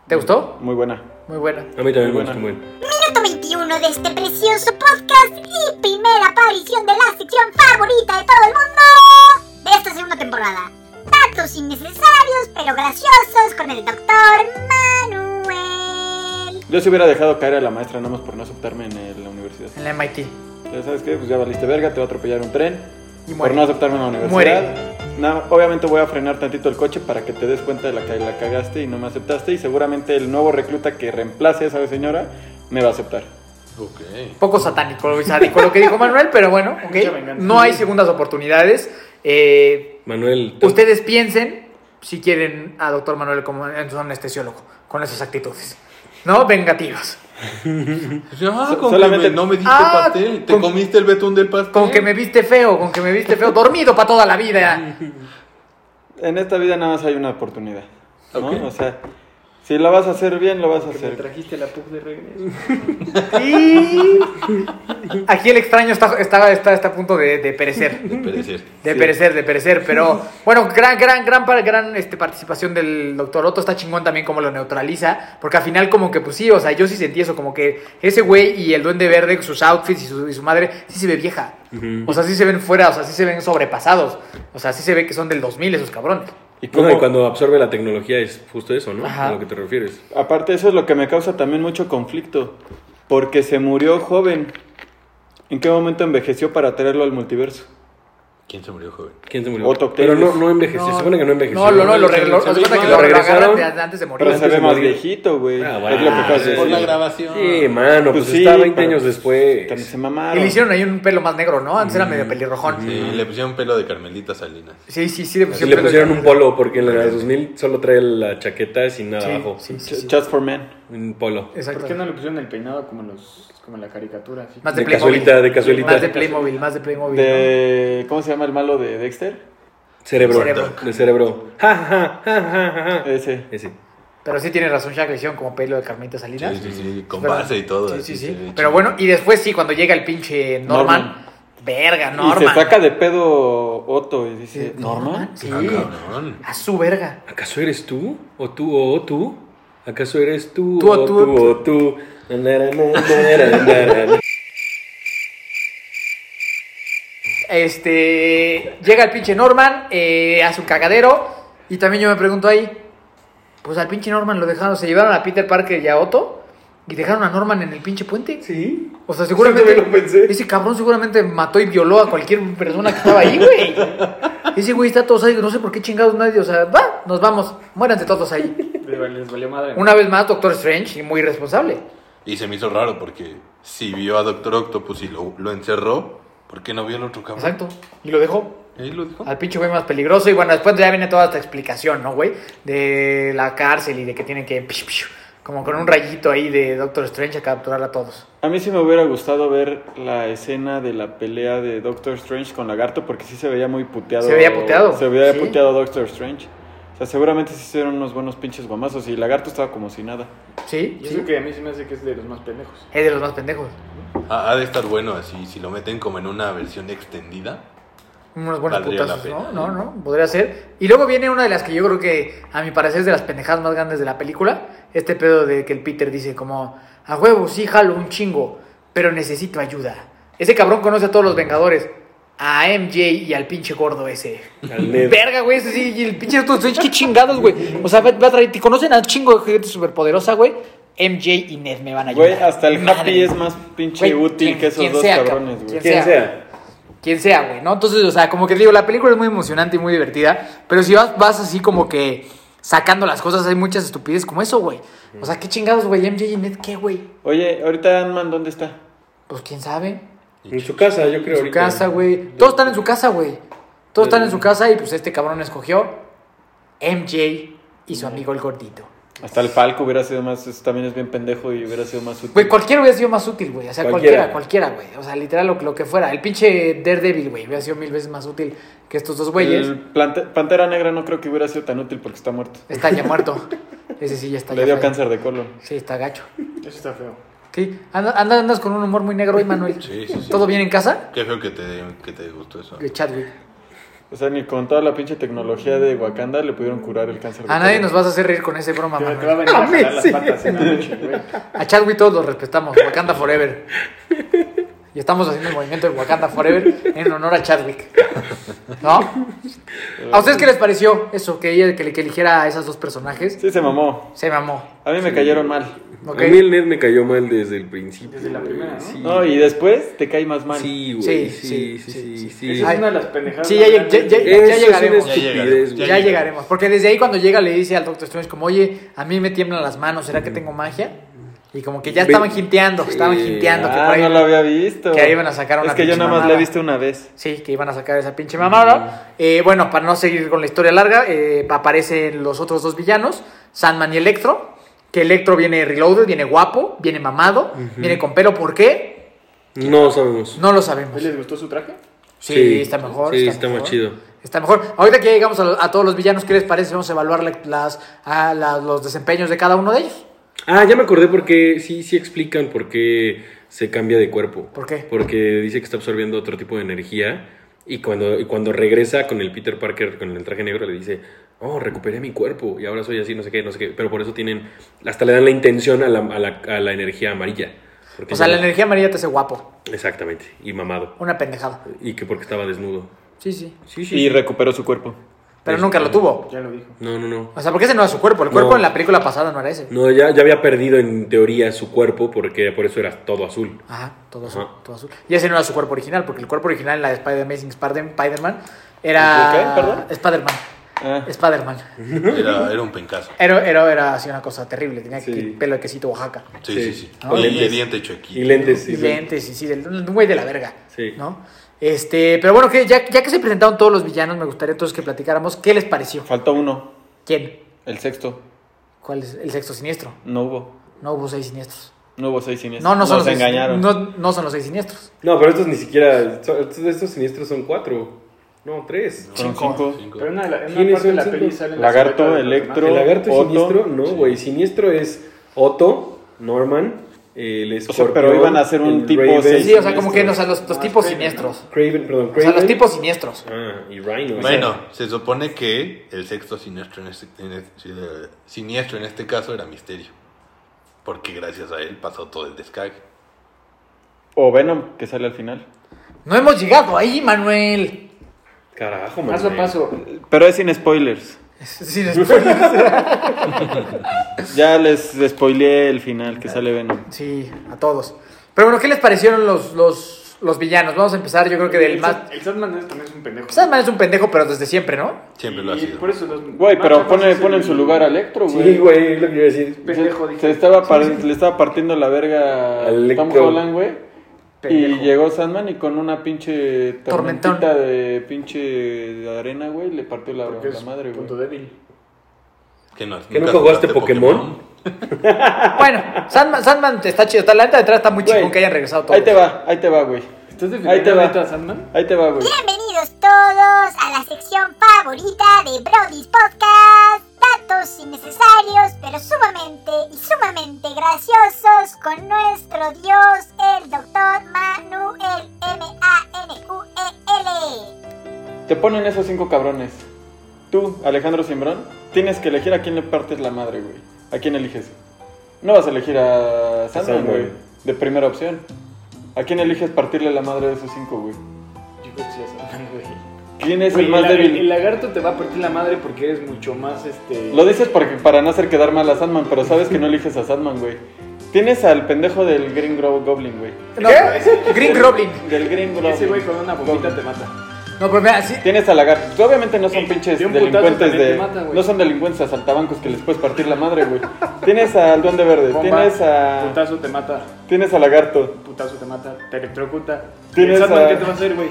Speaker 2: ¿Te gustó?
Speaker 4: muy buena.
Speaker 2: Muy buena.
Speaker 6: A mí también me
Speaker 4: Muy buena.
Speaker 6: gustó muy bien.
Speaker 1: Minuto 21 de este precioso podcast y primera aparición de la sección favorita de todo el mundo de esta segunda temporada. Datos innecesarios pero graciosos con el doctor Manuel.
Speaker 4: Yo se hubiera dejado caer a la maestra nada más por no aceptarme en el- la universidad.
Speaker 2: En la MIT.
Speaker 4: Ya sabes qué, pues ya valiste verga, te va a atropellar un tren.
Speaker 2: Y
Speaker 4: Por
Speaker 2: muere.
Speaker 4: no aceptarme en la universidad. No, obviamente voy a frenar tantito el coche para que te des cuenta de la que la cagaste y no me aceptaste. Y seguramente el nuevo recluta que reemplace a esa señora me va a aceptar.
Speaker 3: Ok.
Speaker 2: Poco satánico, lo sádico, lo que dijo Manuel, pero bueno,
Speaker 5: Mucha
Speaker 2: ¿ok?
Speaker 5: venganza.
Speaker 2: No hay segundas oportunidades. Eh,
Speaker 6: Manuel, te-
Speaker 2: ustedes piensen si quieren a doctor Manuel como en su anestesiólogo, con esas actitudes. ¿No? Vengativas.
Speaker 3: Ah, con
Speaker 4: solamente-
Speaker 3: que me- no me diste
Speaker 2: Ah,
Speaker 3: pastel. Te
Speaker 2: con-
Speaker 3: comiste el betún del pastel.
Speaker 2: Con que me viste feo, con que me viste feo, dormido para toda la vida.
Speaker 4: En esta vida nada más hay una oportunidad. ¿no?
Speaker 3: Ok.
Speaker 4: O sea, si la vas a hacer bien, lo vas a
Speaker 5: Me
Speaker 4: hacer.
Speaker 5: trajiste la pub de regreso.
Speaker 2: Y aquí el extraño está, está, está, está a punto de, de perecer.
Speaker 3: De perecer.
Speaker 2: De
Speaker 4: Sí.
Speaker 2: perecer, de perecer, pero bueno, gran, gran, gran, par- gran este, participación del doctor Otto, está chingón también como lo neutraliza, porque al final como que pues sí, o sea, yo sí sentí eso, como que ese güey y el duende verde, sus outfits y su, y su madre, sí se ve vieja, o sea, sí se ven fuera, o sea, sí se ven sobrepasados, o sea, sí se ve que son del 2000 esos cabrones.
Speaker 4: Y
Speaker 6: No,
Speaker 4: como,
Speaker 6: y cuando absorbe la tecnología es justo eso, ¿no?
Speaker 2: Ajá.
Speaker 6: A lo que te refieres.
Speaker 4: Aparte, eso es lo que me causa también mucho conflicto. Porque se murió joven. ¿En qué momento envejeció para traerlo al multiverso?
Speaker 3: ¿Quién se murió, joven?
Speaker 6: ¿Quién se murió?
Speaker 4: Otto Octavius.
Speaker 6: Pero no, no envejeció, se supone que no envejeció.
Speaker 2: No, no, no, lo,
Speaker 3: Se-
Speaker 2: re- lo-
Speaker 3: se
Speaker 2: haz
Speaker 3: ve
Speaker 2: cuenta que
Speaker 3: igual.
Speaker 2: lo
Speaker 6: Lo
Speaker 2: regresaron
Speaker 6: regresaron.
Speaker 2: de- antes de morir.
Speaker 4: Pero se
Speaker 6: antes
Speaker 4: ve
Speaker 6: de
Speaker 4: más
Speaker 6: morir.
Speaker 4: viejito, güey.
Speaker 6: Ah,
Speaker 4: Es lo que
Speaker 6: bueno,
Speaker 4: pasa.
Speaker 6: sí,
Speaker 3: Por la
Speaker 6: sí.
Speaker 3: grabación.
Speaker 6: Sí, mano, pues,
Speaker 4: Pues sí,
Speaker 6: está 20
Speaker 4: pero
Speaker 6: años después.
Speaker 4: También se mamaron.
Speaker 2: Y le hicieron ahí un pelo más negro, ¿no? Antes era medio pelirrojón.
Speaker 3: Sí, le pusieron pelo de Carmelita Salinas.
Speaker 2: Sí, sí, sí, le
Speaker 6: Sí,
Speaker 2: pusieron,
Speaker 6: le
Speaker 2: pelo-
Speaker 6: pusieron un polo porque en la 2000 solo trae la chaqueta sin nada
Speaker 2: Sí,
Speaker 6: abajo.
Speaker 2: sí, sí,
Speaker 4: Ch-
Speaker 2: sí.
Speaker 4: Just for Men.
Speaker 6: Un polo.
Speaker 2: Exacto.
Speaker 5: ¿Por qué no le pusieron el peinado como los como en la caricatura? así?
Speaker 2: Más
Speaker 6: De
Speaker 2: Playmobil.
Speaker 6: casualita, de casualita.
Speaker 2: Más de Playmobil, más de Playmobil.
Speaker 4: De, ¿Cómo se llama el malo de Dexter?
Speaker 6: Cerebro.
Speaker 2: Cerebro.
Speaker 6: De cerebro. Ja, ja, ja, ja, ja, ja.
Speaker 4: Ese.
Speaker 6: Ese.
Speaker 2: ¿no? Pero sí tiene razón, Shaq le hicieron como pelo de Carmita Salinas.
Speaker 3: Sí, sí, sí, con
Speaker 2: Pero-
Speaker 3: base y todo.
Speaker 2: Sí, sí,
Speaker 3: así se
Speaker 2: sí.
Speaker 3: ve
Speaker 2: Pero
Speaker 3: chido.
Speaker 2: bueno, y después sí, cuando llega el pinche Norman.
Speaker 4: Norman.
Speaker 2: Verga,
Speaker 4: Y
Speaker 2: Norman.
Speaker 4: se saca de pedo Otto y dice,
Speaker 2: Sí,
Speaker 4: ¿Norman?
Speaker 2: Sí.
Speaker 3: Ah, cabrón.
Speaker 2: A su verga.
Speaker 6: ¿Acaso eres tú? ¿O tú? ¿O tú? ¿Acaso eres tú?
Speaker 2: Tú, o
Speaker 6: ¿O
Speaker 2: tú,
Speaker 6: tú?
Speaker 2: o
Speaker 6: ¿O tú? Na, na, na, na, na, na, na.
Speaker 2: Este. Llega el pinche Norman, eh, hace un cagadero. Y también yo me pregunto ahí. Pues al pinche Norman lo dejaron, se llevaron a Peter Parker y a Otto. Y dejaron a Norman en el pinche puente.
Speaker 6: Sí.
Speaker 2: O sea, seguramente.
Speaker 6: Sí, también lo pensé.
Speaker 2: Ese cabrón seguramente mató y violó a cualquier persona que estaba ahí, güey. Ese güey está todo sádico, no sé por qué chingados nadie. O sea, va, nos vamos. Muéranse todos ahí.
Speaker 5: Les valió madre.
Speaker 2: Una vez más, Doctor Strange, y muy irresponsable.
Speaker 3: Y se me hizo raro porque si vio a Doctor Octopus y lo, lo encerró, ¿por qué no vio al otro cabrón?
Speaker 2: Exacto. Y lo dejó.
Speaker 3: Ahí lo dijo.
Speaker 2: Al pinche güey más peligroso. Y bueno, después ya viene toda esta explicación, ¿no, güey? De la cárcel y de que tienen que. pish, pish, Como con un rayito ahí de Doctor Strange a capturar a todos.
Speaker 4: A mí sí me hubiera gustado ver la escena de la pelea de Doctor Strange con Lagarto porque sí se veía muy puteado.
Speaker 2: Se veía puteado,
Speaker 4: Se veía
Speaker 2: sí.
Speaker 4: puteado Doctor Strange. O sea, seguramente se hicieron unos buenos pinches guamazos y Lagarto estaba como si nada.
Speaker 2: ¿Sí?
Speaker 5: Y
Speaker 2: sí.
Speaker 5: eso que a mí se me hace que es de los más pendejos.
Speaker 2: Es de los más pendejos.
Speaker 3: Ah, Ha, ha de estar bueno así, si lo meten como en una versión extendida.
Speaker 2: Unos buenos
Speaker 3: Valdría la
Speaker 2: putazos, ¿no?
Speaker 3: pena.
Speaker 2: No, no, podría ser. Y luego viene una de las que yo creo que, a mi parecer, es de las pendejadas más grandes de la película. Este pedo de que el Peter dice como, a huevo, sí, jalo un chingo, pero necesito ayuda. Ese cabrón conoce a todos los Vengadores. A MJ y al pinche gordo ese.
Speaker 6: Al Ned.
Speaker 2: Verga, güey, ese sí, y el pinche Doctor Strange, qué chingados, güey. O sea, va va a traer, te conocen a un chingo de gente superpoderosa, güey. MJ y Ned me van a ayudar.
Speaker 4: Güey, hasta el
Speaker 2: Madre
Speaker 4: Happy es más pinche
Speaker 2: Güey,
Speaker 4: útil
Speaker 2: quien-
Speaker 4: que esos
Speaker 2: quien
Speaker 4: dos
Speaker 2: sea,
Speaker 4: cabrones,
Speaker 2: cabrón,
Speaker 4: güey.
Speaker 2: quien
Speaker 6: Quien sea.
Speaker 2: quien sea, güey, ¿no? Entonces, o sea, como que te digo, la película es muy emocionante y muy divertida, pero si vas, vas así como que sacando las cosas, hay muchas estupideces como eso, güey. O sea, qué chingados, güey, MJ y Ned, ¿qué, güey?
Speaker 4: Oye, ahorita Ant-Man, ¿dónde está?
Speaker 2: Pues quién sabe.
Speaker 6: En su casa, yo
Speaker 2: En
Speaker 6: creo.
Speaker 2: su
Speaker 6: ahorita.
Speaker 2: casa, güey. Todos están en su casa, güey. Todos están en su casa y pues este cabrón escogió MJ y su amigo el gordito.
Speaker 4: Hasta el Falco hubiera sido más, eso también es bien pendejo y hubiera sido más útil.
Speaker 2: Güey, cualquiera hubiera sido más útil, güey. O sea, cualquiera,
Speaker 6: Cualquiera.
Speaker 2: cualquiera, güey. O sea, literal lo, lo que fuera. El pinche Daredevil, güey, hubiera sido mil veces más útil que estos dos güeyes.
Speaker 4: El plante- Pantera Negra no creo que hubiera sido tan útil porque está muerto.
Speaker 2: Está ya muerto. Ese sí ya está
Speaker 4: Le
Speaker 2: ya
Speaker 4: dio
Speaker 2: fallido.
Speaker 4: cáncer de colon.
Speaker 2: Sí, está gacho.
Speaker 5: Eso está feo.
Speaker 2: ¿Qué? Anda- anda- andas con un humor muy negro hoy, Manuel.
Speaker 3: Sí, sí, sí.
Speaker 2: ¿Todo bien en casa?
Speaker 3: Qué feo que te, que te gustó eso.
Speaker 2: El Chadwick.
Speaker 4: O sea, ni con toda la pinche tecnología de Wakanda le pudieron curar el cáncer de
Speaker 2: A nadie
Speaker 4: colon.
Speaker 2: nos vas a hacer reír con ese broma,
Speaker 5: Te, te
Speaker 2: Manuel.
Speaker 5: va a venir a,
Speaker 2: A mí
Speaker 5: jalar las
Speaker 2: sí.
Speaker 5: patas en la noche, güey.
Speaker 2: A Chadwick todos los respetamos. Wakanda Forever. Y estamos haciendo el movimiento del Wakanda Forever en honor a Chadwick. ¿No? ¿A ustedes qué les pareció eso? Que, ella, que, que eligiera a esos dos personajes.
Speaker 4: Sí, se mamó.
Speaker 2: Se mamó.
Speaker 4: A mí me cayeron mal.
Speaker 2: ¿Ok?
Speaker 6: A mí el Ned me cayó mal desde el principio.
Speaker 5: Desde la
Speaker 6: güey.
Speaker 5: primera, ¿no?
Speaker 6: Sí.
Speaker 4: No, y después te cae más mal.
Speaker 6: Sí,
Speaker 2: Sí, sí,
Speaker 6: güey. Sí, sí, sí.
Speaker 2: sí,
Speaker 6: sí.
Speaker 5: Esa
Speaker 2: Ay.
Speaker 5: es una de las pendejadas.
Speaker 2: Sí,
Speaker 5: más
Speaker 2: ya-
Speaker 5: grandes.
Speaker 2: ya- ya-
Speaker 6: Eso es una
Speaker 2: llegaremos. Ya
Speaker 6: estupidez, güey.
Speaker 2: Ya llegaremos, porque desde ahí cuando llega le dice al Doctor Strange como, oye, a mí me tiemblan las manos, ¿será que tengo magia? Y como que ya estaban
Speaker 6: Ve-
Speaker 2: jinteando, estaban
Speaker 6: Sí.
Speaker 2: jinteando que
Speaker 4: Ah,
Speaker 2: por ahí-
Speaker 4: no lo había visto.
Speaker 2: que ahí iban a sacar una
Speaker 4: Es que yo
Speaker 2: pinche
Speaker 4: nada más
Speaker 2: mamada.
Speaker 4: la he visto una vez.
Speaker 2: Sí, que iban a sacar esa pinche mamada. Eh, bueno, para no seguir con la historia larga, eh, aparecen los otros dos villanos, Sandman y Electro, que Electro viene reloaded, viene guapo, viene mamado, viene con pelo, ¿por qué?
Speaker 6: No sabemos.
Speaker 2: No lo sabemos.
Speaker 5: ¿Les gustó su traje?
Speaker 2: Sí,
Speaker 6: Sí,
Speaker 2: está mejor.
Speaker 6: sí, está más
Speaker 2: mejor.
Speaker 6: chido.
Speaker 2: Está mejor. Ahorita que ya llegamos a, lo- a todos los villanos, ¿qué les parece? Vamos a evaluar la- las, a la- los desempeños de cada uno de ellos.
Speaker 6: Ah, ya me acordé porque sí, sí explican por qué se cambia de cuerpo.
Speaker 2: ¿Por qué?
Speaker 6: Porque dice que está absorbiendo otro tipo de energía y cuando, y cuando regresa con el Peter Parker, con el traje negro, le dice, oh, recuperé mi cuerpo y ahora soy así, no sé qué, no sé qué. Pero por eso tienen, hasta le dan la intención a la, a la, a la energía amarilla. Porque
Speaker 2: O sea,
Speaker 6: ya-
Speaker 2: la energía amarilla te hace guapo.
Speaker 6: Exactamente, y mamado.
Speaker 2: Una pendejada.
Speaker 6: Y que porque estaba desnudo.
Speaker 2: Sí, sí.
Speaker 6: Sí,
Speaker 4: Y recuperó su cuerpo.
Speaker 2: Pero nunca lo tuvo.
Speaker 5: Ya lo dijo.
Speaker 6: No, no, no.
Speaker 2: O sea, porque ese no era su cuerpo. El cuerpo
Speaker 6: No.
Speaker 2: en la película pasada no era ese.
Speaker 6: No, ya, ya había perdido en teoría su cuerpo porque por eso era todo azul.
Speaker 2: Ajá, todo azul,
Speaker 6: Ajá.
Speaker 2: todo azul. Y ese no era su cuerpo original, porque el cuerpo original en la de Spider Amazing Spider- Spider-Man
Speaker 4: ¿El qué?
Speaker 2: era...
Speaker 4: ¿Perdón?
Speaker 2: Spider-Man.
Speaker 4: Ah.
Speaker 2: Spider-Man.
Speaker 3: Era, era un pencazo.
Speaker 2: Era, era, era así una cosa terrible. Tenía
Speaker 4: Sí.
Speaker 2: que- pelo de quesito Oaxaca.
Speaker 3: Sí, sí, sí.
Speaker 6: Con
Speaker 3: Y,
Speaker 6: lentes.
Speaker 3: diente chuequito.
Speaker 6: Y lentes, sí.
Speaker 2: Ah, y
Speaker 6: sí.
Speaker 2: lentes, y sí, del- un güey de la verga.
Speaker 6: Sí.
Speaker 2: ¿No? Este, pero bueno, que ya, ya que se presentaron todos los villanos, me gustaría entonces que platicáramos qué les pareció.
Speaker 4: Faltó uno,
Speaker 2: ¿Quién?
Speaker 4: el sexto.
Speaker 2: ¿Cuál es el sexto siniestro?
Speaker 4: No hubo.
Speaker 2: No hubo seis siniestros.
Speaker 4: No hubo seis siniestros.
Speaker 2: No, no son
Speaker 4: Nos
Speaker 2: los seis-
Speaker 4: engañaron.
Speaker 2: No, no son los seis siniestros.
Speaker 6: No, pero estos ni siquiera. son- Estos, estos siniestros son cuatro. No, tres.
Speaker 4: Fueron
Speaker 2: Cinco.
Speaker 4: cinco.
Speaker 3: Cinco.
Speaker 5: Pero en una, de la- en una
Speaker 6: ¿Quiénes
Speaker 5: parte de
Speaker 6: son
Speaker 5: la
Speaker 6: cinco?
Speaker 5: peli salen las
Speaker 4: Lagarto,
Speaker 5: siluetas de los
Speaker 4: Electro.
Speaker 6: ¿El
Speaker 5: demás.
Speaker 6: lagarto es
Speaker 4: Otto.
Speaker 6: siniestro? No, güey. Siniestro es Otto, Norman, el
Speaker 4: sea,
Speaker 6: escorpión.
Speaker 4: pero iban a hacer un
Speaker 6: el
Speaker 4: tipo
Speaker 6: Raven,
Speaker 4: seis
Speaker 2: Sí, o sea, como
Speaker 4: siniestros.
Speaker 2: que no, o sea, los, los
Speaker 5: Ah,
Speaker 2: tipos
Speaker 5: Kraven, ¿no?
Speaker 2: siniestros.
Speaker 6: Craven, perdón,
Speaker 2: O sea,
Speaker 6: Craven.
Speaker 2: los tipos siniestros.
Speaker 6: Ah, y Rhino.
Speaker 3: Bueno, se supone que el sexto siniestro en, este, en este- eh, siniestro en este caso era Misterio. Porque gracias a él pasó todo el descague.
Speaker 4: O Venom, que sale al final.
Speaker 2: No hemos llegado ahí, Manuel.
Speaker 6: Carajo, man.
Speaker 5: Paso a paso.
Speaker 4: Pero es sin spoilers.
Speaker 2: Sin spoilers.
Speaker 4: Ya les spoileé el final, que sale Venom.
Speaker 2: Sí, a todos. Pero bueno, ¿qué les parecieron los, los, los villanos? Vamos a empezar, yo creo que del
Speaker 5: el,
Speaker 2: más.
Speaker 5: Sa- el Sandman es- también es un pendejo.
Speaker 2: Sandman es un pendejo, pero desde siempre, ¿no?
Speaker 3: Siempre lo ha
Speaker 5: Y
Speaker 3: sido.
Speaker 5: Por eso los
Speaker 4: Güey, pero
Speaker 5: más
Speaker 4: pone,
Speaker 5: chafas es
Speaker 4: pone en
Speaker 5: el-
Speaker 4: su lugar a Electro, güey.
Speaker 6: Sí, güey, es lo que yo iba a decir.
Speaker 5: Pendejo, dije.
Speaker 4: Se estaba par- le estaba partiendo la verga a
Speaker 6: Al
Speaker 4: Tom
Speaker 6: Electro.
Speaker 4: Holland, güey. Y
Speaker 2: Pendejo.
Speaker 4: llegó Sandman y con una pinche
Speaker 2: Tormentón.
Speaker 4: tormentita de pinche arena, güey, le partió la,
Speaker 5: Porque
Speaker 4: la
Speaker 5: es
Speaker 4: madre, güey.
Speaker 5: punto débil.
Speaker 3: ¿Qué no,
Speaker 6: ¿Que nunca jugaste Pokémon?
Speaker 2: Bueno, Sandman, Sandman está chido. Está, la neta detrás está muy
Speaker 4: Güey,
Speaker 2: chingón que hayan regresado todos.
Speaker 4: Ahí te va, ahí te va, güey. Ahí
Speaker 5: ¿Estás
Speaker 4: te
Speaker 5: defendiendo
Speaker 4: va.
Speaker 5: neta a Sandman?
Speaker 4: Ahí te va, güey.
Speaker 1: Bienvenidos todos a la sección favorita de Brody's Podcast. Datos innecesarios, pero sumamente y sumamente graciosos con nuestro E dios, el doctor Manuel M-A-N-U-E-L.
Speaker 4: Te ponen esos cinco cabrones. Tú, Alejandro Simbrón, tienes que elegir a quién le partes la madre, güey. ¿A quién eliges? No vas a elegir a Sandman,
Speaker 6: Sandman.
Speaker 4: güey. De primera opción. ¿A quién eliges partirle la madre de esos cinco, güey?
Speaker 5: Yo creo que sí, ya saben, güey.
Speaker 4: ¿Quién es
Speaker 5: Güey,
Speaker 4: el más
Speaker 5: la-
Speaker 4: débil?
Speaker 5: El lagarto te va a partir la madre porque eres mucho más este.
Speaker 4: Lo dices porque, para no hacer quedar mal a Sandman, pero sabes que no eliges a Sandman, güey. Tienes al pendejo del Green Gro- Goblin, güey.
Speaker 2: No, Green Goblin.
Speaker 4: Del Green Goblin.
Speaker 5: Ese güey con una boquita
Speaker 4: Goblin.
Speaker 5: te mata.
Speaker 2: No, pero mira, sí,
Speaker 4: Tienes al lagarto. Que Obviamente no son
Speaker 5: Eh,
Speaker 4: pinches
Speaker 5: de un putazo
Speaker 4: delincuentes
Speaker 5: también
Speaker 4: de.
Speaker 5: te mata, güey.
Speaker 4: no son delincuentes asaltabancos que les puedes partir la madre, güey. tienes al Duende Verde.
Speaker 5: Bomba,
Speaker 4: Tienes a.
Speaker 5: Putazo te mata.
Speaker 4: Tienes al lagarto.
Speaker 5: Putazo te mata. Te electrocuta.
Speaker 4: Tienes
Speaker 5: ¿Tienes
Speaker 4: a-
Speaker 5: ¿Qué te va a hacer, güey?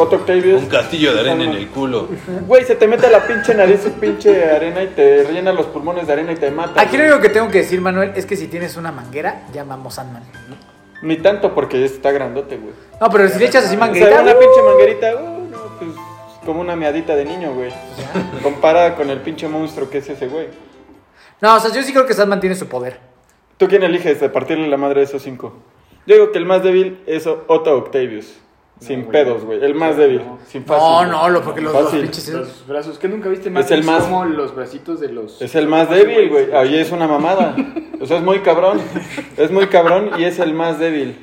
Speaker 4: Otto Octavius.
Speaker 3: Un castillo de arena en el culo.
Speaker 4: Güey, se te mete la pinche nariz su pinche arena y te rellena los pulmones de arena y te mata.
Speaker 2: Aquí lo
Speaker 4: güey.
Speaker 2: único que tengo que decir, Manuel, es que si tienes una manguera, llamamos Sandman.
Speaker 4: Ni tanto porque está grandote, güey.
Speaker 2: No, pero si le echas así
Speaker 4: O sea,
Speaker 2: manguerita.
Speaker 4: una
Speaker 2: uh,
Speaker 4: pinche manguerita, uh, no, pues como una meadita de niño, güey. Comparada con el pinche monstruo que es ese, güey.
Speaker 2: No, o sea, yo sí creo que Sandman tiene su poder.
Speaker 4: ¿Tú quién eliges de partirle la madre a esos cinco? Yo digo que el más débil es O- Otto Octavius. Sin
Speaker 5: güey.
Speaker 4: pedos, güey. El más débil.
Speaker 5: No.
Speaker 4: Sin fácil.
Speaker 2: No,
Speaker 4: güey.
Speaker 2: no, lo, porque los, los
Speaker 4: Fácil.
Speaker 2: pinches.
Speaker 5: Los brazos. ¿Qué nunca viste más?
Speaker 4: Es el más-
Speaker 5: como los bracitos de los.
Speaker 4: Es el más débil, güey. Ahí es una mamada. O sea, es muy cabrón. Es muy cabrón y es el más débil.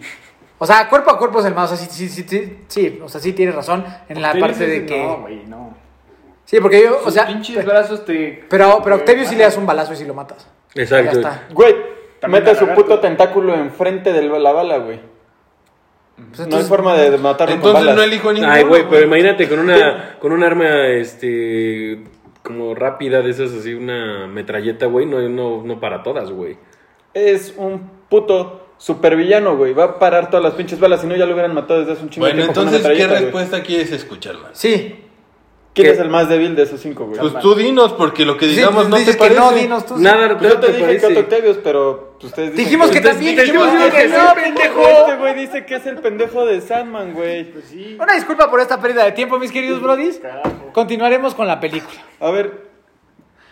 Speaker 2: O sea, cuerpo a cuerpo es el más. O sea, sí, sí, sí, sí, sí, o sea, sí tienes razón en la
Speaker 5: Te
Speaker 2: parte
Speaker 5: dices,
Speaker 2: de que.
Speaker 5: No, güey, no.
Speaker 2: sí, porque yo, o sea.
Speaker 5: pinches brazos te.
Speaker 2: Pero, pero a Octavio sí le das un balazo y si lo matas. Ya
Speaker 6: Exacto.
Speaker 2: está.
Speaker 4: Güey,
Speaker 5: También
Speaker 4: mete
Speaker 5: al
Speaker 4: su
Speaker 5: lagarto.
Speaker 4: puto tentáculo enfrente de la bala, güey.
Speaker 2: Pues
Speaker 4: No hay
Speaker 2: entonces-
Speaker 4: forma de matarlo con
Speaker 3: Entonces
Speaker 4: balas.
Speaker 3: no elijo ninguno.
Speaker 6: Ay, güey, pero imagínate con una con un arma este como rápida de esas así una metralleta, güey, no no no para todas, güey.
Speaker 4: es un puto supervillano, güey. Va a parar todas las pinches balas, si no ya lo hubieran matado desde hace un chingo de
Speaker 3: Bueno,
Speaker 4: tiempo. con una
Speaker 3: entonces, ¿qué
Speaker 4: metralleta, güey.
Speaker 3: respuesta quieres escuchar, man?
Speaker 2: Sí.
Speaker 4: ¿Quién
Speaker 6: ¿Qué?
Speaker 4: es el más débil de esos cinco, güey?
Speaker 3: Pues tú dinos, porque lo que
Speaker 2: Sí,
Speaker 3: digamos
Speaker 2: tú
Speaker 3: no te
Speaker 2: dices
Speaker 3: parece.
Speaker 2: que no, dinos tú. sí.
Speaker 6: Nada,
Speaker 4: Pues yo te
Speaker 6: ¿te
Speaker 4: dije
Speaker 6: parece?
Speaker 4: que Otto Octavius, pero pues, ustedes dicen
Speaker 2: Dijimos que
Speaker 4: Ustedes
Speaker 2: también.
Speaker 4: dicen
Speaker 2: Dijimos
Speaker 4: que-
Speaker 2: que no, pendejo.
Speaker 4: Este güey dice que es el pendejo de Sandman, güey.
Speaker 5: Pues sí.
Speaker 2: Una disculpa por esta pérdida de tiempo, mis queridos brodis. Continuaremos con la película.
Speaker 4: A ver,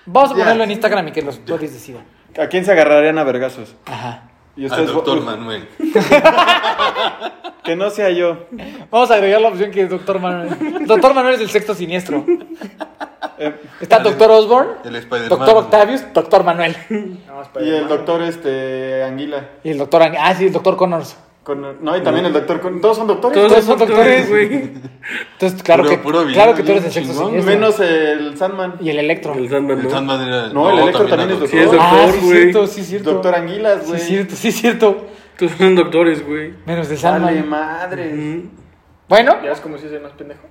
Speaker 2: Vamos a ponerlo en Instagram y que los brodis decidan.
Speaker 4: ¿a quién se agarrarían a vergazos?
Speaker 2: Ajá.
Speaker 3: Al
Speaker 4: Y ustedes
Speaker 3: doctor Manuel.
Speaker 4: que no sea yo.
Speaker 2: Vamos a agregar la opción que es Doctor Manuel. Doctor Manuel es el sexto siniestro.
Speaker 4: Eh,
Speaker 2: Está Doctor Osborne,
Speaker 3: El Spider-Man.
Speaker 2: Doctor Octavius, Doctor Manuel.
Speaker 5: No, es para
Speaker 4: y el
Speaker 5: hermano.
Speaker 4: doctor este Anguila.
Speaker 2: Y el Doctor... Ang- Ah, sí, el Doctor Connors.
Speaker 4: Con- no, y también el doctor con todos son doctores.
Speaker 2: Todos
Speaker 4: güey.
Speaker 2: son doctores, güey. Entonces, claro,
Speaker 3: Puro-
Speaker 2: que,
Speaker 3: puro villano,
Speaker 2: claro que tú
Speaker 3: bien
Speaker 2: eres el sexto
Speaker 3: chingón,
Speaker 2: siniestro.
Speaker 4: menos el Sandman.
Speaker 2: Y el Electro.
Speaker 6: El Sandman,
Speaker 3: El
Speaker 6: ¿no?
Speaker 3: Sandman era-
Speaker 4: No, el Electro
Speaker 3: era
Speaker 4: también es
Speaker 6: Sí, es
Speaker 4: doctor.
Speaker 2: ah,
Speaker 6: doctor,
Speaker 2: sí,
Speaker 6: güey.
Speaker 2: cierto, sí, cierto.
Speaker 4: Doctor Anguilas,
Speaker 2: Sí,
Speaker 4: güey.
Speaker 2: cierto, sí, cierto.
Speaker 6: Todos son doctores, güey.
Speaker 2: Menos de
Speaker 4: Dale
Speaker 2: Sandman.
Speaker 4: madre.
Speaker 6: Mm.
Speaker 2: Bueno,
Speaker 5: ¿Ya ves cómo si es el más pendejo?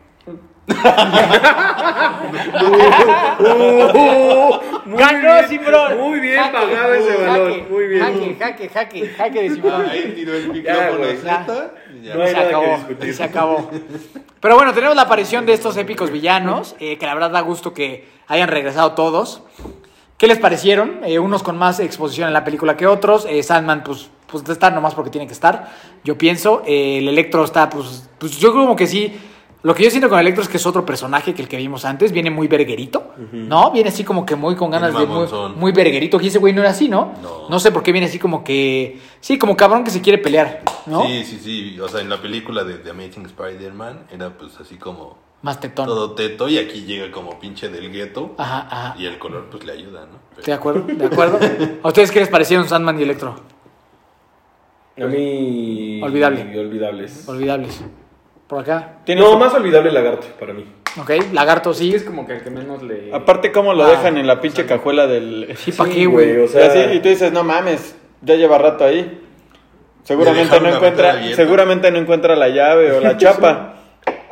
Speaker 2: ganó Simbrón.
Speaker 6: Oh, Muy bien
Speaker 2: Jaque.
Speaker 6: pagado ese
Speaker 2: Jaque,
Speaker 6: balón. Muy bien.
Speaker 2: Jaque, jaque, jaque, jaque de
Speaker 3: Ah,
Speaker 2: Simbrón.
Speaker 3: Ahí tiró el micrófono
Speaker 6: güey,
Speaker 2: ya.
Speaker 3: Z, y ya.
Speaker 6: No hay
Speaker 2: se
Speaker 6: nada que
Speaker 2: acabó,
Speaker 6: discutir.
Speaker 2: se acabó. Pero bueno, tenemos la aparición de estos épicos villanos, eh, que la verdad da gusto que hayan regresado todos. ¿Qué les parecieron? Eh, unos con más exposición en la película que otros. Eh, Sandman, pues, pues está nomás porque tiene que estar, yo pienso. Eh, el Electro está, pues, pues yo como que sí. Lo que yo siento con Electro es que es otro personaje que el que vimos antes. Viene muy verguerito, ¿no? Viene así como que muy con ganas de... Muy,
Speaker 3: mamonzón.
Speaker 2: muy verguerito. Y ese güey no era así, ¿no?
Speaker 3: No.
Speaker 2: sé por qué viene así como que... Sí, como cabrón que se quiere pelear, ¿no?
Speaker 3: Sí, sí, sí. O sea, en la película de The Amazing Spider-Man era pues así como
Speaker 2: Más tetón.
Speaker 3: todo teto y aquí llega como pinche del gueto
Speaker 2: Ajá, ajá.
Speaker 3: y el color pues le ayuda, ¿no? Pero-
Speaker 2: De acuerdo, de acuerdo. ¿A ustedes qué les parecieron Sandman y Electro?
Speaker 6: A mí
Speaker 2: Olvidable.
Speaker 6: Olvidables.
Speaker 2: Olvidables. Por acá.
Speaker 6: No, más olvidable el lagarto para mí.
Speaker 2: Ok, Lagarto
Speaker 5: Sí,
Speaker 2: sí.
Speaker 5: es como que el que menos le.
Speaker 4: Aparte, cómo lo
Speaker 2: Ah,
Speaker 4: dejan en la pinche cajuela del.
Speaker 2: Sí, ¿pa' qué, güey?
Speaker 6: O
Speaker 4: Y
Speaker 6: sea,
Speaker 4: así, y tú dices, no mames, ya lleva rato ahí.
Speaker 3: Le
Speaker 4: Seguramente
Speaker 3: dejaron
Speaker 4: no
Speaker 3: la ventana
Speaker 4: encuentra,
Speaker 3: abierta.
Speaker 4: seguramente no encuentra la llave o la chapa.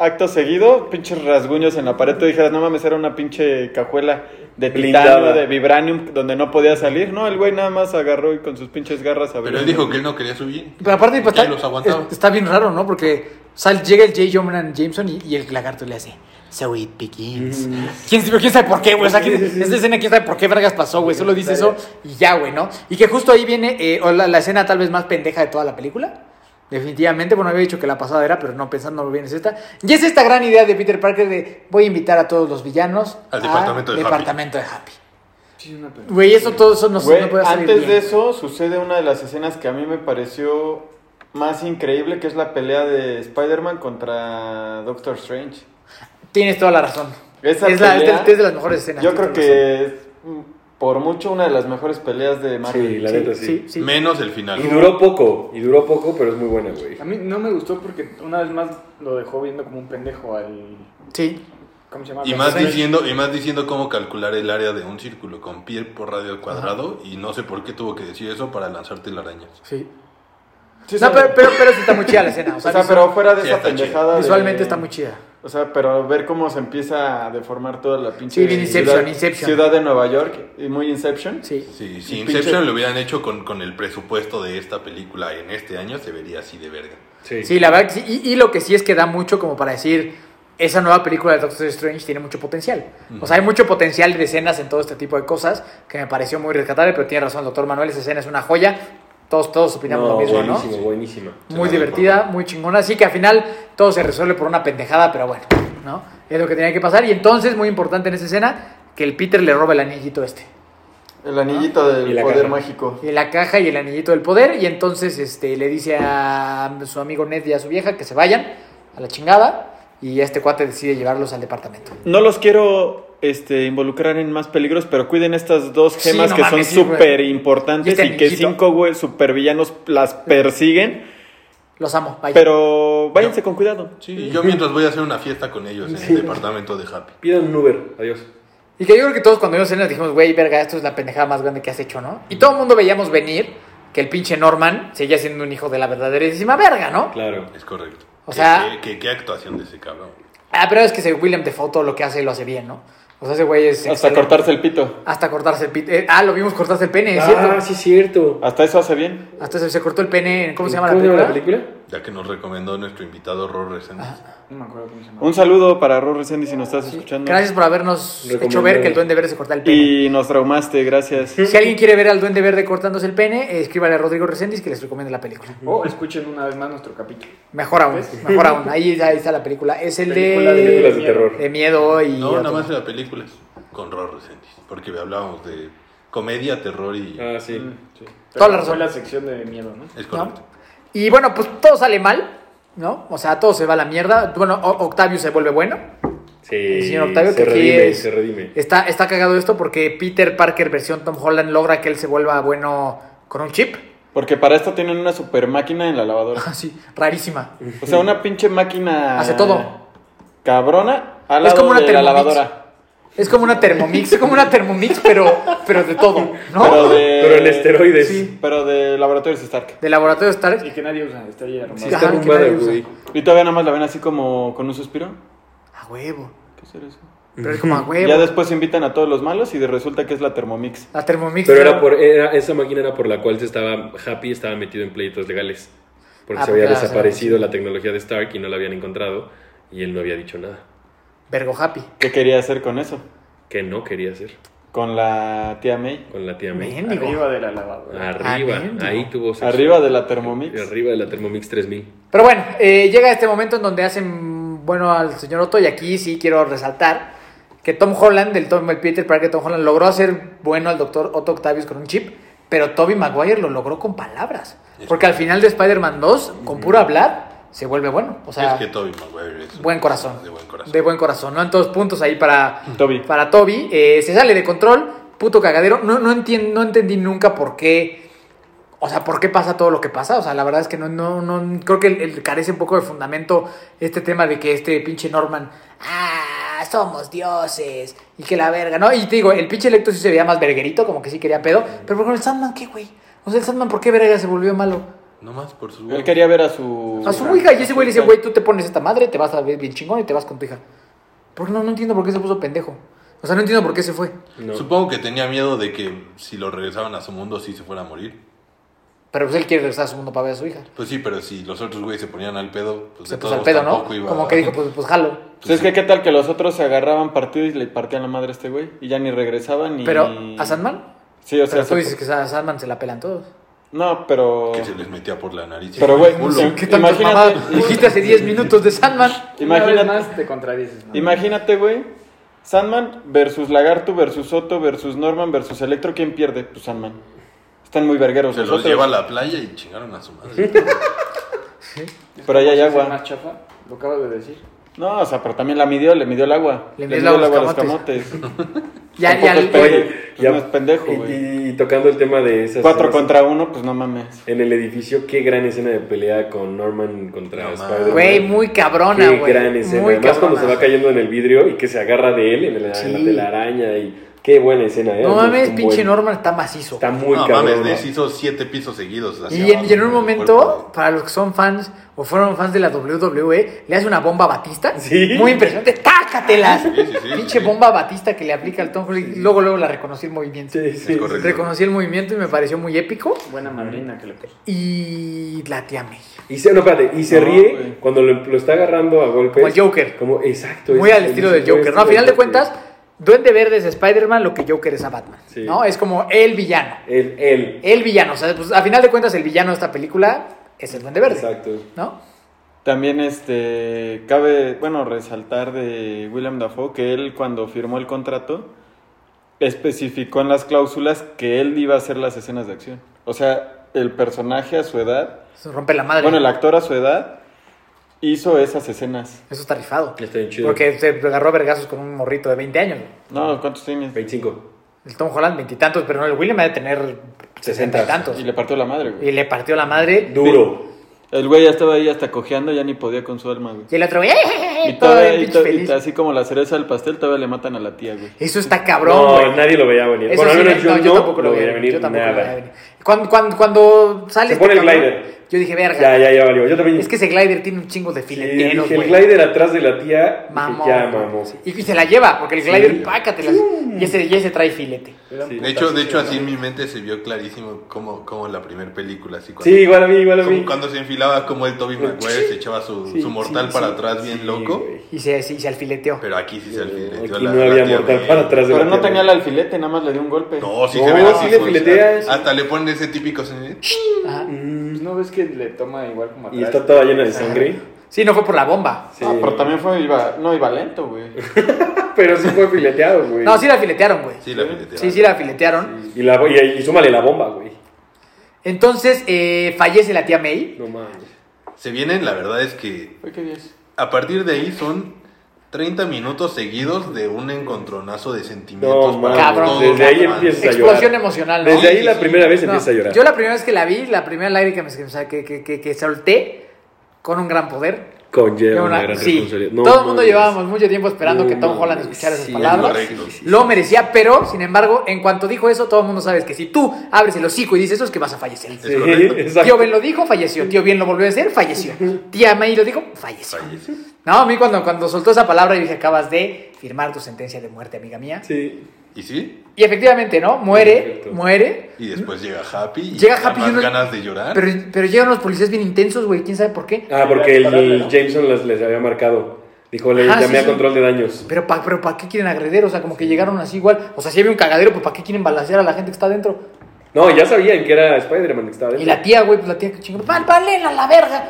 Speaker 4: Acto seguido, pinches rasguños en la pared. Tú dijeras, no mames, era una pinche cajuela de titanio,
Speaker 6: Blindada.
Speaker 4: de vibranium, donde no podía salir. No, el güey nada más agarró y con sus pinches garras abrió.
Speaker 3: Pero él dijo que él no quería subir.
Speaker 2: Pero aparte pues,
Speaker 3: Ya
Speaker 2: está,
Speaker 3: los aguantaba.
Speaker 2: es- está bien raro, ¿no? Porque sal, llega el J. Joman Jameson y, y el Lagarto le hace. So it begins.
Speaker 4: Mm.
Speaker 2: ¿Quién, pero quién sabe por qué, güey? O sea, ¿quién- esta escena, ¿quién sabe por qué vergas pasó, güey? Solo dice eso y ya, güey, ¿no? Y que justo ahí viene eh, o la, la escena tal vez más pendeja de toda la película. Definitivamente, bueno, había dicho que la pasada era, pero no pensando bien es esta. Y es esta gran idea de Peter Parker de voy a invitar a todos los villanos
Speaker 3: Al departamento de Happy".
Speaker 2: departamento de Happy.
Speaker 5: Sí, una pendeja.
Speaker 2: Güey, eso todo eso no, se-
Speaker 4: Güey,
Speaker 2: no puede salir
Speaker 4: antes
Speaker 2: bien.
Speaker 4: de eso sucede una de las escenas que a mí me pareció más increíble, que es la pelea de Spider-Man contra Doctor Strange.
Speaker 2: Tienes toda la razón.
Speaker 4: Esa
Speaker 2: es, la-
Speaker 4: pelea-
Speaker 2: es de- es de las mejores escenas.
Speaker 4: Yo creo
Speaker 2: tienes
Speaker 4: que es mm, por mucho una de las mejores peleas de Marvel.
Speaker 6: Sí, la
Speaker 2: razón.
Speaker 6: neta
Speaker 2: Sí,
Speaker 6: sí.
Speaker 2: sí, sí.
Speaker 3: Menos el
Speaker 6: Y
Speaker 3: final.
Speaker 6: duró poco, y duró poco, pero es muy buena, güey.
Speaker 5: A mí no me gustó porque una vez más lo dejó viendo como un pendejo al.
Speaker 2: Sí.
Speaker 5: ¿Cómo se llama?
Speaker 3: Y más
Speaker 2: Sí.
Speaker 3: diciendo, y más diciendo cómo calcular el área de un círculo con pie por radio al cuadrado, y no sé por qué tuvo que decir eso para lanzarte telarañas.
Speaker 2: Sí.
Speaker 4: Sí,
Speaker 2: No,
Speaker 4: sí.
Speaker 2: pero, pero, pero sí está muy chida la escena. O
Speaker 4: O
Speaker 2: sea,
Speaker 4: sea, pero fuera de
Speaker 3: Sí,
Speaker 4: esa
Speaker 3: está chida.
Speaker 4: pendejada. de-
Speaker 2: visualmente está muy chida.
Speaker 4: O sea, pero ver cómo se empieza a deformar toda la pinche
Speaker 2: Sí, bien Inception,
Speaker 4: ciudad,
Speaker 2: Inception.
Speaker 4: ciudad de Nueva York y muy Inception.
Speaker 2: Sí.
Speaker 3: Sí,
Speaker 4: Y
Speaker 3: si
Speaker 4: pinche-
Speaker 3: Inception lo hubieran hecho con, con el presupuesto de esta película en este año, se vería así de verga.
Speaker 6: Sí.
Speaker 2: Sí, la verdad que sí. Y, y lo que sí es que da mucho como para decir, esa nueva película de Doctor Strange tiene mucho potencial. O sea, hay mucho potencial de escenas en todo este tipo de cosas que me pareció muy rescatable, pero tiene razón, doctor Manuel, esa escena es una joya. Todos, todos opinamos
Speaker 6: No,
Speaker 2: lo mismo, ¿no?
Speaker 6: buenísima, buenísima.
Speaker 2: Muy
Speaker 3: Se la
Speaker 2: divertida,
Speaker 3: recuerdo.
Speaker 2: muy chingona. Así que al final todo se resuelve por una pendejada, pero bueno, ¿no? Es lo que tenía que pasar. Y entonces, muy importante en esa escena, que el Peter le roba el anillito este.
Speaker 4: El anillito
Speaker 6: Ah. Y
Speaker 4: del
Speaker 6: la
Speaker 4: poder
Speaker 6: caja.
Speaker 4: mágico.
Speaker 2: Y la caja y el anillito del poder. Y entonces este, le dice a su amigo Ned y a su vieja que se vayan a la chingada. Y este cuate decide llevarlos al departamento.
Speaker 4: No los quiero este, involucrar en más peligros, pero cuiden estas dos
Speaker 2: Sí,
Speaker 4: gemas
Speaker 2: no
Speaker 4: que
Speaker 2: mames, sí,
Speaker 4: son
Speaker 2: güey.
Speaker 4: súper importantes
Speaker 2: Y este
Speaker 4: y, que
Speaker 2: anillito.
Speaker 4: cinco güey, supervillanos las persiguen.
Speaker 2: Los amo, bye.
Speaker 4: Pero váyanse con cuidado.
Speaker 3: Sí, yo mientras voy a hacer una fiesta con ellos en el departamento de Happy.
Speaker 6: Pidan un Uber, adiós.
Speaker 2: Y que yo creo que todos cuando vimos escenas dijimos, güey, verga, esto es la pendejada más grande que has hecho, ¿no? Y todo el mundo veíamos venir que el pinche Norman seguía siendo un hijo de la verdaderísima verga, ¿no?
Speaker 6: Claro.
Speaker 3: Es correcto.
Speaker 2: O sea-
Speaker 3: ¿Qué, qué- qué actuación de ese cabrón?
Speaker 2: Ah, pero es que ese William Defoe todo lo que hace lo hace bien, ¿no? O sea, ese güey es.
Speaker 4: Hasta
Speaker 2: excelente.
Speaker 4: cortarse el pito.
Speaker 2: Hasta cortarse el pito. Eh, ah, lo vimos cortarse el pene, es
Speaker 6: Ah,
Speaker 2: cierto.
Speaker 6: sí, es cierto.
Speaker 4: Hasta eso hace bien.
Speaker 2: Hasta se, se cortó el pene. en- ¿Cómo se llama la película?
Speaker 6: película?
Speaker 3: Ya que nos recomendó nuestro invitado Ror Reséndiz.
Speaker 5: No me acuerdo cómo se llama.
Speaker 4: Un saludo para Ror Resendi si nos estás escuchando.
Speaker 2: Gracias por habernos hecho
Speaker 6: Recomendado.
Speaker 2: ver que el Duende Verde se corta el pene.
Speaker 4: Y nos traumaste, gracias.
Speaker 2: Si alguien quiere ver al Duende Verde cortándose el pene, eh, escríbale a Rodrigo Reséndiz que les recomiende la película.
Speaker 5: O Oh, escuchen una vez más nuestro capítulo.
Speaker 2: Mejor aún, mejor aún. Ahí, ahí está la película. Es el
Speaker 5: Película
Speaker 2: de...
Speaker 6: Películas de terror.
Speaker 2: de miedo y...
Speaker 3: No, nada más era películas con Ror Reséndiz. Porque hablábamos de comedia, terror y...
Speaker 6: Ah, sí.
Speaker 2: Mm. Toda la razón.
Speaker 5: Fue la sección de miedo, ¿no?
Speaker 3: Es correcto.
Speaker 2: Y bueno, pues todo sale mal, ¿no? O sea, todo se va a la mierda. Bueno, O- Octavio se vuelve bueno.
Speaker 6: Sí.
Speaker 2: El señor Octavio,
Speaker 6: se
Speaker 2: que aquí
Speaker 6: redime,
Speaker 2: es- Eh,
Speaker 6: se redime.
Speaker 2: Está, está cagado esto porque Peter Parker versión Tom Holland logra que él se vuelva bueno con un chip.
Speaker 4: Porque para esto tienen una super máquina en la lavadora.
Speaker 2: Así, rarísima.
Speaker 4: O sea, una pinche máquina.
Speaker 2: Hace todo.
Speaker 4: Cabrona. Al
Speaker 2: Es
Speaker 4: lado
Speaker 2: como una
Speaker 4: de la
Speaker 2: Thermomix.
Speaker 4: lavadora.
Speaker 2: Es como una Thermomix, es como una Thermomix, pero, pero de todo, ¿no?
Speaker 4: Pero de.
Speaker 6: Pero en esteroides.
Speaker 2: Sí.
Speaker 4: Pero de laboratorios Stark.
Speaker 2: De laboratorio Stark.
Speaker 5: Y que nadie usa, está ahí armado.
Speaker 6: Sí,
Speaker 2: Ajá,
Speaker 6: está
Speaker 2: que
Speaker 6: arrumbada,
Speaker 2: nadie usa.
Speaker 6: güey.
Speaker 4: Y todavía nada más la ven así como con un suspiro.
Speaker 2: A huevo.
Speaker 4: ¿Qué será eso?
Speaker 2: Pero es como a
Speaker 4: Ya
Speaker 2: huevo.
Speaker 4: después invitan a todos los malos y de- resulta que es la Thermomix.
Speaker 2: La Thermomix.
Speaker 6: Pero era por, era, esa máquina era por la cual se estaba Happy estaba metido en pleitos legales. Porque
Speaker 2: Ah,
Speaker 6: se había
Speaker 2: porque la-
Speaker 6: desaparecido la tecnología de Stark y no la habían encontrado. Y él no había dicho nada.
Speaker 2: Vergo Happy.
Speaker 4: ¿Qué quería hacer con eso?
Speaker 6: Que no quería hacer
Speaker 4: Con la tía May.
Speaker 6: con la tía May.
Speaker 2: Mendigo.
Speaker 5: Arriba de la lavadora.
Speaker 6: Arriba,
Speaker 2: Ah, mendigo.
Speaker 6: ahí tuvo sexo.
Speaker 4: Arriba de la Thermomix.
Speaker 6: Arriba de la Thermomix 3000.
Speaker 2: Pero bueno, eh, llega este momento en donde hacen bueno al señor Otto y aquí sí quiero resaltar que Tom Holland, del Tom, el Peter Parker, Tom Holland logró hacer bueno al doctor Otto Octavius con un chip, pero Toby Maguire lo logró con palabras. Porque al final de Spider-Man 2, con puro hablar, se vuelve bueno. O sea,
Speaker 3: es que Toby Maguire es... un-
Speaker 2: buen corazón.
Speaker 3: De buen corazón.
Speaker 2: De buen corazón, ¿no? Entonces, puntos ahí para,
Speaker 4: Toby.
Speaker 2: para Toby. Eh, se sale de control, puto cagadero. No, no, entien- no entendí nunca por qué. O sea, ¿por qué pasa todo lo que pasa? O sea, la verdad es que no, no, no, creo que el- el carece un poco de fundamento este tema de que este pinche Norman, ah, somos dioses, y que la verga, ¿no? Y te digo, el pinche Electro sí se veía más verguerito, como que sí quería pedo, pero por ejemplo, el Sandman, ¿qué, güey? O sea, el Sandman, ¿por qué verga se volvió malo?
Speaker 3: No más por su...
Speaker 4: Él quería ver a su.
Speaker 2: A su hija, y ese güey le dice, güey, tú te pones esta madre, te vas a ver bien chingón y te vas con tu hija. Porque no, no entiendo por qué se puso pendejo. O sea, no entiendo por qué se fue.
Speaker 6: No.
Speaker 3: Supongo que tenía miedo de que si lo regresaban a su mundo sí se fuera a morir.
Speaker 2: Pero pues él quiere regresar a su mundo para ver a su hija.
Speaker 3: Pues sí, pero si los otros güeyes se ponían al pedo, pues
Speaker 2: Se
Speaker 3: de
Speaker 2: puso al
Speaker 3: todos
Speaker 2: pedo, ¿no?
Speaker 3: tampoco iba
Speaker 2: Como que dijo, pues, pues jalo.
Speaker 4: Pues es que qué tal que los otros se agarraban partido y le partían la madre a este güey. Y ya ni regresaban ni.
Speaker 2: Pero, ¿a Sandman?
Speaker 4: Mm. Sí, o sea.
Speaker 2: Pero tú
Speaker 4: se-
Speaker 2: dices que a Sandman se la pelan todos.
Speaker 4: No, pero.
Speaker 3: Que se les metía por la nariz. y
Speaker 4: Pero,
Speaker 3: por el
Speaker 4: güey,
Speaker 3: culo.
Speaker 4: sí.
Speaker 2: ¿Qué tantas
Speaker 4: Imagínate-
Speaker 2: mamadas dijiste hace 10 minutos de Sandman?
Speaker 4: Imagínate,
Speaker 5: Una vez más te contradices. ¿no?
Speaker 4: imagínate, güey. Sandman versus Lagarto versus Otto versus Norman versus Electro. ¿Quién pierde? Pues Sandman. Están muy vergueros
Speaker 3: Se
Speaker 4: los
Speaker 3: los
Speaker 4: otros.
Speaker 3: lleva a la playa y chingaron a su madre.
Speaker 4: Pero ahí hay
Speaker 5: ¿Cómo se hace
Speaker 4: agua.
Speaker 5: más chafa? Lo acabas de decir.
Speaker 4: No, o sea, pero también la midió, le midió el agua.
Speaker 2: Le midió el agua a los Ya,
Speaker 4: Tampoco
Speaker 2: ya, ya-
Speaker 4: es pendejo, pues no es pendejo,
Speaker 6: y-
Speaker 4: güey.
Speaker 6: y, y tocando el tema de esas.
Speaker 4: 4
Speaker 6: esas-
Speaker 4: contra 1, pues no mames.
Speaker 6: En el edificio, qué gran escena de pelea con Norman contra
Speaker 3: No mames.
Speaker 6: Spider-Man.
Speaker 2: Güey, muy cabrona,
Speaker 6: Qué
Speaker 2: güey.
Speaker 6: gran escena.
Speaker 2: Muy
Speaker 6: Además, cuando
Speaker 2: cabrona.
Speaker 6: se va cayendo en el vidrio y que se agarra de él en la, en la
Speaker 2: Sí.
Speaker 6: telaraña. Y qué buena escena, ¿eh?
Speaker 2: No
Speaker 6: Me
Speaker 2: mames,
Speaker 6: gustó un
Speaker 2: pinche
Speaker 6: buen.
Speaker 2: Norman está macizo.
Speaker 6: Está muy
Speaker 3: no
Speaker 6: cabrón.
Speaker 3: mames,
Speaker 6: ¿no?
Speaker 3: Ness hizo siete pisos seguidos. hacia
Speaker 2: Y en,
Speaker 3: abajo
Speaker 2: y en un
Speaker 3: del
Speaker 2: momento,
Speaker 3: cuerpo.
Speaker 2: para los que son fans o fueron fans de la WWE, le hace una bomba a Batista.
Speaker 6: Sí.
Speaker 2: Muy impresionante. ¡Tácatelas!
Speaker 3: Sí, sí, sí,
Speaker 2: Pinche
Speaker 3: sí.
Speaker 2: bomba a Batista que le aplica al Tom Holland. y Luego, luego la reconocí el movimiento.
Speaker 6: Sí, sí.
Speaker 3: correcto.
Speaker 2: Reconocí el movimiento y me pareció muy épico.
Speaker 5: Buena madrina que le puso.
Speaker 2: Y la tía May.
Speaker 6: Y se, no, espérate, y se
Speaker 4: No,
Speaker 6: ríe
Speaker 4: güey.
Speaker 6: cuando lo, lo está agarrando a golpes.
Speaker 2: Como el Joker.
Speaker 6: Como, exacto.
Speaker 2: Muy
Speaker 6: es-
Speaker 2: al estilo del
Speaker 6: muy al
Speaker 2: Joker. No, a
Speaker 6: estilo
Speaker 2: final de
Speaker 6: del Joker.
Speaker 2: cuentas, Duende Verde es a Spider-Man, lo que Joker es a Batman.
Speaker 6: Sí.
Speaker 2: ¿No? Es como el villano.
Speaker 6: Él, él.
Speaker 2: El villano. O sea, pues, a final de cuentas, el villano de esta película es el Duende Verde.
Speaker 6: Exacto.
Speaker 2: ¿No?
Speaker 4: También este cabe, bueno, resaltar de William Dafoe que él cuando firmó el contrato especificó en las cláusulas que él iba a hacer las escenas de acción. O sea, el personaje a su edad,
Speaker 2: Se rompe la madre.
Speaker 4: bueno, el actor a su edad hizo esas escenas.
Speaker 2: Eso está rifado.
Speaker 6: Está bien chido.
Speaker 2: Porque se agarró a vergazos con un morrito de 20 años.
Speaker 4: No, ¿cuántos tienes?
Speaker 6: 25.
Speaker 2: El Tom Holland, veintitantos, pero no, el William ha de tener 60 y tantos.
Speaker 4: Y le partió la madre,
Speaker 2: Y
Speaker 4: güey.
Speaker 2: le partió la madre.
Speaker 6: Duro.
Speaker 4: El güey ya estaba ahí hasta cojeando, ya ni podía con su alma, güey.
Speaker 2: Y el otro, ¡eh!
Speaker 4: Y
Speaker 2: Todo el
Speaker 4: todavía, y
Speaker 2: pinche
Speaker 4: to- y
Speaker 2: feliz.
Speaker 4: así como la cereza del pastel, todavía le matan a la tía, güey.
Speaker 2: Eso está
Speaker 6: No,
Speaker 2: cabrón, güey.
Speaker 6: nadie lo veía venir.
Speaker 2: Eso
Speaker 6: bueno,
Speaker 2: sí,
Speaker 6: al menos
Speaker 2: no,
Speaker 6: yo,
Speaker 2: yo
Speaker 6: no
Speaker 2: tampoco lo veía venir.
Speaker 6: venir
Speaker 2: Yo tampoco
Speaker 6: nada.
Speaker 2: lo veía venir. Cuando, cuando, cuando sale
Speaker 6: Se
Speaker 2: este
Speaker 6: pone el
Speaker 2: cabrón,
Speaker 6: glider.
Speaker 2: yo dije, verga.
Speaker 6: Ya, ya, ya valió. Yo también.
Speaker 2: Es que ese glider tiene un chingo de
Speaker 6: Sí,
Speaker 2: fileteros,
Speaker 6: dije, el
Speaker 2: güey.
Speaker 6: glider atrás de la tía. dije,
Speaker 2: Mamón.
Speaker 6: Ya, vamos.
Speaker 2: Y, y se la lleva, porque el glider, pácatelas. Y ese, y ese trae filete.
Speaker 3: De hecho, de hecho así en mi mente se vio clarísimo como, como en la primera película. Así cuando,
Speaker 6: Sí, igual a mí, igual a
Speaker 3: como
Speaker 6: mí.
Speaker 3: cuando se enfilaba como el Toby Maguire se echaba su,
Speaker 6: Sí,
Speaker 3: su mortal
Speaker 6: sí,
Speaker 3: para
Speaker 6: sí,
Speaker 3: atrás bien
Speaker 6: sí,
Speaker 3: loco.
Speaker 6: güey.
Speaker 2: Y se, y se alfileteó.
Speaker 3: Pero aquí sí se alfileteó
Speaker 6: Aquí
Speaker 3: la-
Speaker 6: no
Speaker 3: la
Speaker 6: había
Speaker 3: tía
Speaker 6: mortal
Speaker 3: May.
Speaker 6: para atrás de
Speaker 4: Pero
Speaker 6: la
Speaker 4: no
Speaker 6: tía
Speaker 4: tenía
Speaker 6: May.
Speaker 4: el alfilete, nada más le dio un golpe. Ah,
Speaker 3: No, sí se
Speaker 6: No,
Speaker 3: ve así.
Speaker 6: sí le
Speaker 3: full.
Speaker 6: fileteas.
Speaker 3: Hasta le ponen ese típico señor.
Speaker 2: Ajá.
Speaker 5: Pues no ves que le toma igual como atrás.
Speaker 6: Mm, Y está toda llena de sangre.
Speaker 2: Sí, no fue por la bomba.
Speaker 6: Sí. Ah,
Speaker 4: Ah, pero también fue, iba, no iba lento, güey.
Speaker 6: Pero sí fue fileteado, güey.
Speaker 2: No, sí la filetearon, güey.
Speaker 3: Sí, la filetea.
Speaker 2: Sí, sí la filetearon.
Speaker 6: Y, la, y, y súmale la bomba, güey.
Speaker 2: Entonces, eh, fallece la tía May.
Speaker 6: No mames.
Speaker 3: Se vienen, la verdad es que
Speaker 4: Fue que 10.
Speaker 3: a partir de ahí son 30 minutos seguidos de un encontronazo de sentimientos.
Speaker 6: No
Speaker 3: para
Speaker 2: Cabrón.
Speaker 3: todos
Speaker 6: Desde
Speaker 3: los
Speaker 6: ahí
Speaker 3: fans.
Speaker 6: empiezas a llorar.
Speaker 2: Explosión emocional, ¿no?
Speaker 6: Desde ahí
Speaker 3: Sí,
Speaker 6: la
Speaker 3: sí,
Speaker 6: primera vez
Speaker 2: No,
Speaker 6: empiezas a llorar.
Speaker 2: Yo la primera vez que la vi, la primera lágrima que, me- o sea, que, que, que, que solté con un gran poder.
Speaker 6: Conlleva
Speaker 2: Yo
Speaker 6: una
Speaker 2: una-
Speaker 6: gran
Speaker 2: sí,
Speaker 6: responsabilidad. No
Speaker 2: todo el mundo
Speaker 6: mames.
Speaker 2: llevábamos mucho tiempo esperando
Speaker 6: No
Speaker 2: que Tom Holland
Speaker 6: mames,
Speaker 2: escuchara esas
Speaker 6: sí,
Speaker 2: palabras.
Speaker 3: correcto.
Speaker 2: Lo merecía, pero, sin embargo, en cuanto dijo eso, todo el mundo sabe que si tú abres el hocico y dices eso, es que vas a fallecer.
Speaker 3: Es correcto.
Speaker 6: exacto.
Speaker 2: Tío Ben lo dijo, falleció. Tío Bien lo volvió a decir, falleció. Tía May lo dijo, falleció.
Speaker 3: Fallece.
Speaker 2: No, a mí cuando, cuando soltó esa palabra y dije, acabas de firmar tu sentencia de muerte, amiga mía.
Speaker 6: Sí.
Speaker 3: ¿Y sí?
Speaker 2: Y efectivamente, ¿no? Muere,
Speaker 6: Perfecto.
Speaker 2: muere.
Speaker 3: Y después llega Happy. Y
Speaker 2: Llega
Speaker 3: te da
Speaker 2: Happy y
Speaker 3: Más
Speaker 2: uno-
Speaker 3: ganas de llorar.
Speaker 2: Pero, pero llegan los policías bien intensos, güey, quién sabe por qué.
Speaker 6: Ah, porque el, el Jameson las- les había marcado. Dijo, le
Speaker 2: Ah, sí,
Speaker 6: llamé a
Speaker 2: sí.
Speaker 6: control de daños.
Speaker 2: Pero ¿para pero pa qué quieren agredir? O sea, como que llegaron así igual. O sea, si había un cagadero, pues ¿para qué quieren balasear a la gente que está adentro?
Speaker 6: No, ya sabían que era Spider-Man que estaba
Speaker 2: Y
Speaker 6: dentro.
Speaker 2: la tía, güey, pues la tía que chingón. ¡Pal, palela, la verga!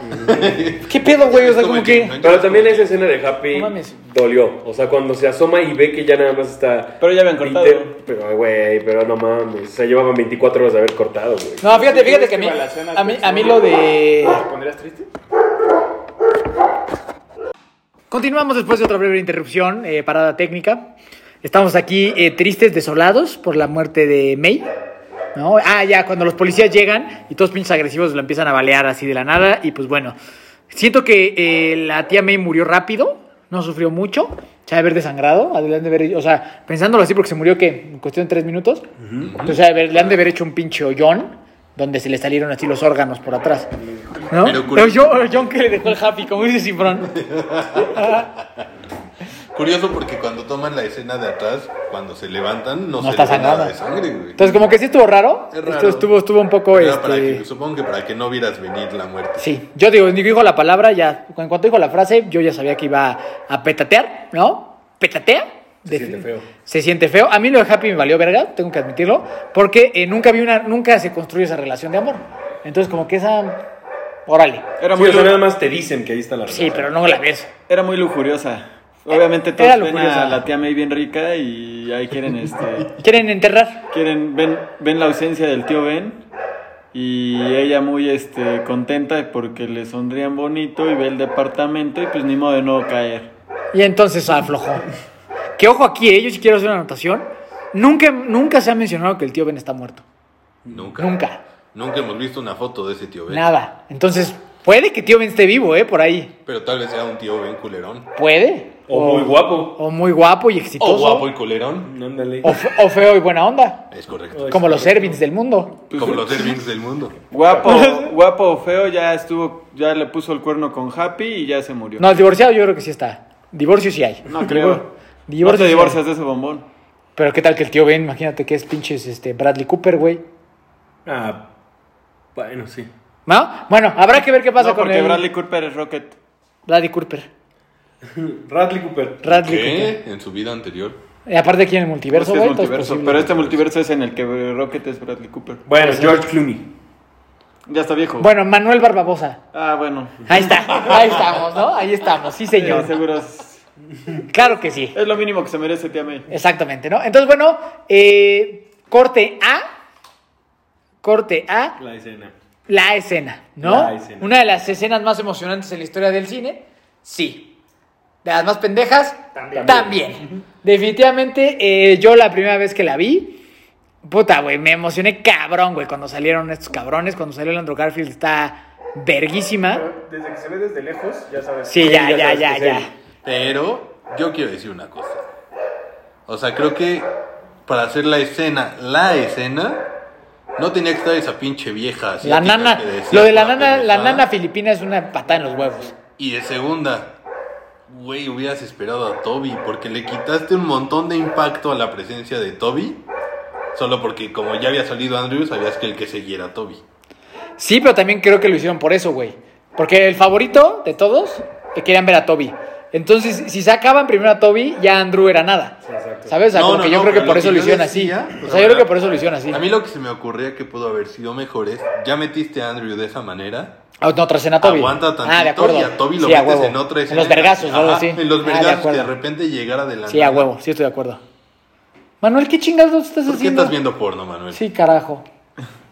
Speaker 2: ¿Qué pedo, güey? O sea, como que.
Speaker 6: Pero también esa escena de Happy
Speaker 2: No mames.
Speaker 6: dolió. O sea, cuando se asoma y ve que ya nada más está.
Speaker 4: Pero ya habían cortado.
Speaker 6: Peter- Pero, güey, pero no mames. O sea, llevaban 24 horas de haber cortado, güey.
Speaker 2: No, fíjate, fíjate
Speaker 5: ¿Quieres
Speaker 2: que a mí,
Speaker 5: balacean
Speaker 2: a mí, a mí
Speaker 5: Spider-Man?
Speaker 2: lo de.
Speaker 5: ¿Te pondrías triste?
Speaker 2: Continuamos después de otra breve interrupción, eh, parada técnica. Estamos aquí eh, tristes, desolados por la muerte de May. ¿no? Ah, ya, cuando los policías llegan y todos pinches agresivos lo empiezan a balear así de la nada. Y pues bueno, siento que eh, la tía May murió rápido, no sufrió mucho. Se ha de haber desangrado, ha de- le han de haber- o sea, pensándolo así porque se murió, ¿qué? En cuestión de tres minutos. Entonces ha de haber- le han de haber hecho un pinche hoyón donde se le salieron así los órganos por atrás. ¿no?
Speaker 3: Pero curioso-
Speaker 2: Pero yo, John que le dejó el happy, como dice Cifrón.
Speaker 3: Curioso porque cuando toman la escena de atrás, cuando se levantan, no,
Speaker 2: No
Speaker 3: se
Speaker 2: está
Speaker 3: le ve nada
Speaker 2: sangrada.
Speaker 3: de sangre, güey.
Speaker 2: Entonces, como que sí estuvo raro.
Speaker 3: Es raro.
Speaker 2: Esto estuvo, estuvo un poco.
Speaker 3: Era
Speaker 2: este...
Speaker 3: para que- supongo que para que no vieras venir la muerte.
Speaker 2: Sí, yo digo, dijo la palabra, ya. En cuanto dijo la frase, yo ya sabía que iba a petatear, ¿no? ¿Petatea? Se
Speaker 6: siente feo.
Speaker 2: Se siente feo. A mí lo de Happy me valió verga, tengo que admitirlo, porque eh, nunca vi una, nunca se construye esa relación de amor. Entonces, como que esa. Órale.
Speaker 4: Era
Speaker 6: Sí,
Speaker 4: muy,
Speaker 6: o sea,
Speaker 4: lu-
Speaker 6: nada más te dicen que ahí está la
Speaker 2: Sí,
Speaker 6: relación.
Speaker 2: pero no la ves.
Speaker 4: era muy lujuriosa. Obviamente todos
Speaker 2: Era
Speaker 4: ven
Speaker 2: lujuriosa.
Speaker 4: a la tía May bien rica y ahí quieren este
Speaker 2: Quieren enterrar.
Speaker 4: quieren ven ven la ausencia del tío Ben Y ella muy este, contenta porque le sonrían bonito y ve el departamento y pues ni modo de no caer.
Speaker 2: Y entonces aflojó. Que ojo aquí, eh, yo sí quiero hacer una anotación. Nunca, nunca se ha mencionado que el tío Ben está muerto.
Speaker 3: Nunca.
Speaker 2: Nunca.
Speaker 3: Nunca hemos visto una foto de ese tío Ben.
Speaker 2: Nada. Entonces, puede que tío Ben esté vivo, ¿eh? Por ahí.
Speaker 3: Pero tal vez sea un tío Ben culerón.
Speaker 2: Puede.
Speaker 6: O muy guapo.
Speaker 2: O muy guapo y
Speaker 3: O
Speaker 2: exitoso.
Speaker 3: guapo y culerón.
Speaker 6: Ándale.
Speaker 2: O, fe- o feo y buena onda.
Speaker 3: Es correcto.
Speaker 4: Pues
Speaker 2: Como los servings del mundo.
Speaker 3: Como los servings del mundo.
Speaker 4: Guapo, guapo o feo, ya estuvo, ya le puso el cuerno con Happy y ya se murió.
Speaker 2: No, divorciado yo creo que sí está. Divorcio sí hay.
Speaker 4: No creo. No
Speaker 2: Divorcio
Speaker 4: te
Speaker 2: sí hay.
Speaker 4: divorcias de ese bombón.
Speaker 2: Pero qué tal que el tío Ben, imagínate que es pinches este Bradley Cooper, güey.
Speaker 6: Ah, bueno, sí.
Speaker 2: ¿No? Bueno, habrá que ver qué pasa
Speaker 4: No,
Speaker 2: con
Speaker 4: porque
Speaker 2: el-
Speaker 4: Bradley Cooper es Rocket.
Speaker 2: Bradley Cooper.
Speaker 6: Radley Cooper.
Speaker 2: Bradley
Speaker 3: ¿Qué? En su vida anterior.
Speaker 2: Cooper. Y aparte aquí en el multiverso,
Speaker 4: Es que
Speaker 2: güey.
Speaker 4: es
Speaker 2: todo es
Speaker 4: multiverso,
Speaker 2: posible.
Speaker 4: pero este multiverso es en el que Rocket es Bradley Cooper.
Speaker 6: Bueno, George Clooney.
Speaker 4: Ya está viejo.
Speaker 2: Bueno, Manuel Barbabosa.
Speaker 4: Ah, bueno.
Speaker 2: Ahí está. Ahí estamos, ¿no? Ahí estamos. Sí,
Speaker 4: Eh,
Speaker 2: señor.
Speaker 4: seguro es,
Speaker 2: Claro que sí.
Speaker 4: es lo mínimo que se merece, tía May.
Speaker 2: Exactamente, ¿no? Entonces, bueno, eh, corte A. Corte A.
Speaker 6: La escena.
Speaker 2: La escena, ¿no?
Speaker 6: La escena.
Speaker 2: Una de las escenas más emocionantes en la historia del cine, sí. De las más pendejas, también. Definitivamente, eh, yo la primera vez que la vi, puta, güey, me emocioné cabrón, güey, cuando salieron estos cabrones, cuando salió el Andrew Garfield, está verguísima.
Speaker 5: Pero Desde que se ve desde lejos, ya sabes.
Speaker 2: Sí, ya, ya, ya, ya.
Speaker 3: Pero yo quiero decir una cosa. O sea, creo que para hacer la escena, la escena, no tenía que estar esa pinche vieja.
Speaker 2: La
Speaker 3: asiática
Speaker 2: nana,
Speaker 3: que decía
Speaker 2: lo de la
Speaker 3: una
Speaker 2: nana, la
Speaker 3: pendejada.
Speaker 2: nana filipina es una patada en los huevos.
Speaker 3: Y de segunda, güey, hubieras esperado a Toby porque le quitaste un montón de impacto a la presencia de Toby. Solo porque como ya había salido Andrew, sabías que el que seguía era Toby.
Speaker 2: Sí, pero también creo que lo hicieron por eso, güey. Porque el favorito de todos eh, querían ver a Toby. Entonces, si sacaban primero a Toby, ya Andrew era nada. ¿Sabes? O sea,
Speaker 3: No,
Speaker 2: como
Speaker 3: no,
Speaker 2: que yo
Speaker 3: no,
Speaker 2: creo que
Speaker 3: pero
Speaker 2: por
Speaker 3: lo
Speaker 2: eso
Speaker 3: que
Speaker 2: lo
Speaker 3: yo
Speaker 2: hicieron
Speaker 3: decía,
Speaker 2: así.
Speaker 3: o
Speaker 2: O sea,
Speaker 3: sea,
Speaker 2: yo creo que
Speaker 3: ¿verdad?
Speaker 2: por eso lo hicieron así.
Speaker 3: A mí lo que se me ocurría que pudo haber sido mejor es, ya metiste a Andrew de esa manera,
Speaker 2: Ah, no, otra escena a Toby.
Speaker 3: Aguanta tantito
Speaker 2: ah, de acuerdo.
Speaker 3: y a Toby lo
Speaker 2: Sí, a
Speaker 3: metes
Speaker 2: huevo.
Speaker 3: en otra escena.
Speaker 2: los vergazos,
Speaker 3: Ajá,
Speaker 2: algo así.
Speaker 3: En los
Speaker 2: Ah,
Speaker 3: vergazos que
Speaker 2: de
Speaker 3: de
Speaker 2: acuerdo.
Speaker 3: repente llegara de la
Speaker 2: Sí, a
Speaker 3: nada.
Speaker 2: huevo, sí estoy de acuerdo. Manuel, ¿qué chingados estás
Speaker 3: ¿Por qué
Speaker 2: haciendo?
Speaker 3: estás viendo porno, Manuel?
Speaker 2: Sí, carajo.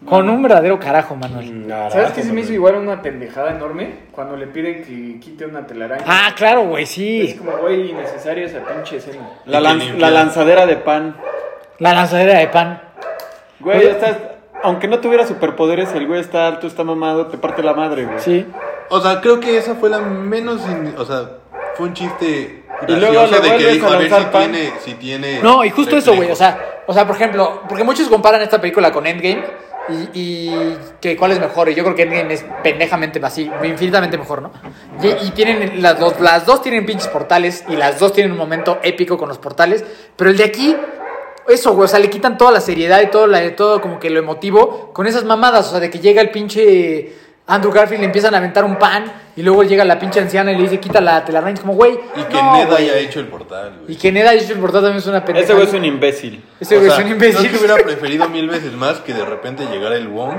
Speaker 2: Con un verdadero carajo,
Speaker 3: Mm.
Speaker 2: Manuel.
Speaker 6: Mm,
Speaker 5: ¿Sabes qué se me hizo igual una pendejada enorme? Cuando le piden que quite una telaraña.
Speaker 2: Ah, claro, güey, sí.
Speaker 5: Es como, güey, innecesaria esa pinche escena.
Speaker 4: La,
Speaker 3: Y que
Speaker 4: lan-
Speaker 3: limpia.
Speaker 4: la lanzadera de pan.
Speaker 2: La lanzadera de pan.
Speaker 4: Güey, ya estás. Aunque no tuviera superpoderes, el güey está alto, está mamado, te parte la madre, güey.
Speaker 2: Sí.
Speaker 3: O sea, creo que esa fue la menos. in- O sea, fue un chiste.
Speaker 4: Y luego
Speaker 3: gracioso
Speaker 4: le
Speaker 3: de que
Speaker 4: vuelves
Speaker 3: dijo,
Speaker 4: a
Speaker 3: a ver
Speaker 4: lanzar
Speaker 3: si
Speaker 4: pan.
Speaker 3: tiene, si tiene.
Speaker 2: No, y justo eso, güey. O
Speaker 3: reflejos.
Speaker 2: sea, o sea, por ejemplo, porque muchos comparan esta película con Endgame y, y que cuál es mejor. Y yo creo que Endgame es pendejamente así, infinitamente mejor, ¿no? Y, y tienen las dos, las dos tienen pinches portales y las dos tienen un momento épico con los portales, pero el de aquí. Eso, güey, o sea, le quitan toda la seriedad y todo, la, todo como que lo emotivo con esas mamadas, o sea, de que llega el pinche Andrew Garfield, le empiezan a aventar un pan y luego llega la pinche anciana y le dice, quita la telaraña, es como, güey.
Speaker 3: Y que
Speaker 2: no,
Speaker 3: Ned
Speaker 2: güey.
Speaker 3: haya hecho el portal,
Speaker 2: Y
Speaker 3: güey.
Speaker 2: que Ned haya hecho el portal también es una pendeja.
Speaker 4: Ese güey es un imbécil.
Speaker 2: Ese
Speaker 3: O
Speaker 2: güey es
Speaker 3: sea,
Speaker 2: un imbécil.
Speaker 3: Creo que hubiera preferido mil veces más que de repente llegara el Wong.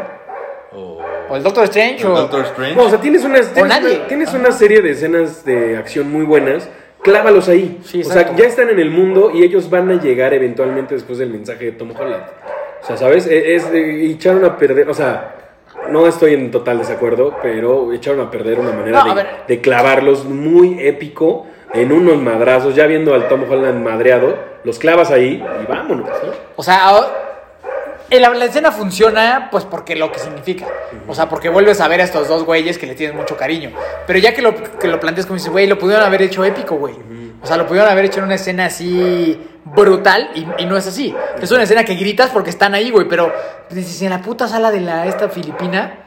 Speaker 3: O.
Speaker 2: O el Pues- Doctor Strange
Speaker 3: el
Speaker 2: o.
Speaker 3: Doctor Strange.
Speaker 6: No, o sea, tienes, unas, tienes,
Speaker 2: ¿Eh? nadie.
Speaker 6: una, tienes una serie de escenas de acción muy buenas. Clávalos ahí.
Speaker 2: Sí,
Speaker 6: o sea,
Speaker 2: exacto.
Speaker 6: ya están en el mundo y ellos van a llegar eventualmente después del mensaje de Tom Holland. O sea, ¿sabes? E- Es, de- y echaron a perder. O sea, no estoy en total desacuerdo, pero echaron a perder una manera
Speaker 2: No, a
Speaker 6: de,
Speaker 2: ver.
Speaker 6: de clavarlos muy épico en unos madrazos. Ya viendo al Tom Holland madreado, los clavas ahí y vámonos. ¿no?
Speaker 2: O sea, ahora- el- la escena funciona, pues porque lo que significa. O sea, porque vuelves a ver a estos dos güeyes que le tienen mucho cariño. Pero ya que lo, que lo planteas como dices, güey, lo pudieron haber hecho épico, güey. O sea, lo pudieron haber hecho en una escena así brutal y, y no es así. Es una escena que gritas porque están ahí, güey. Pero pues, dices, en la puta sala de la, esta filipina.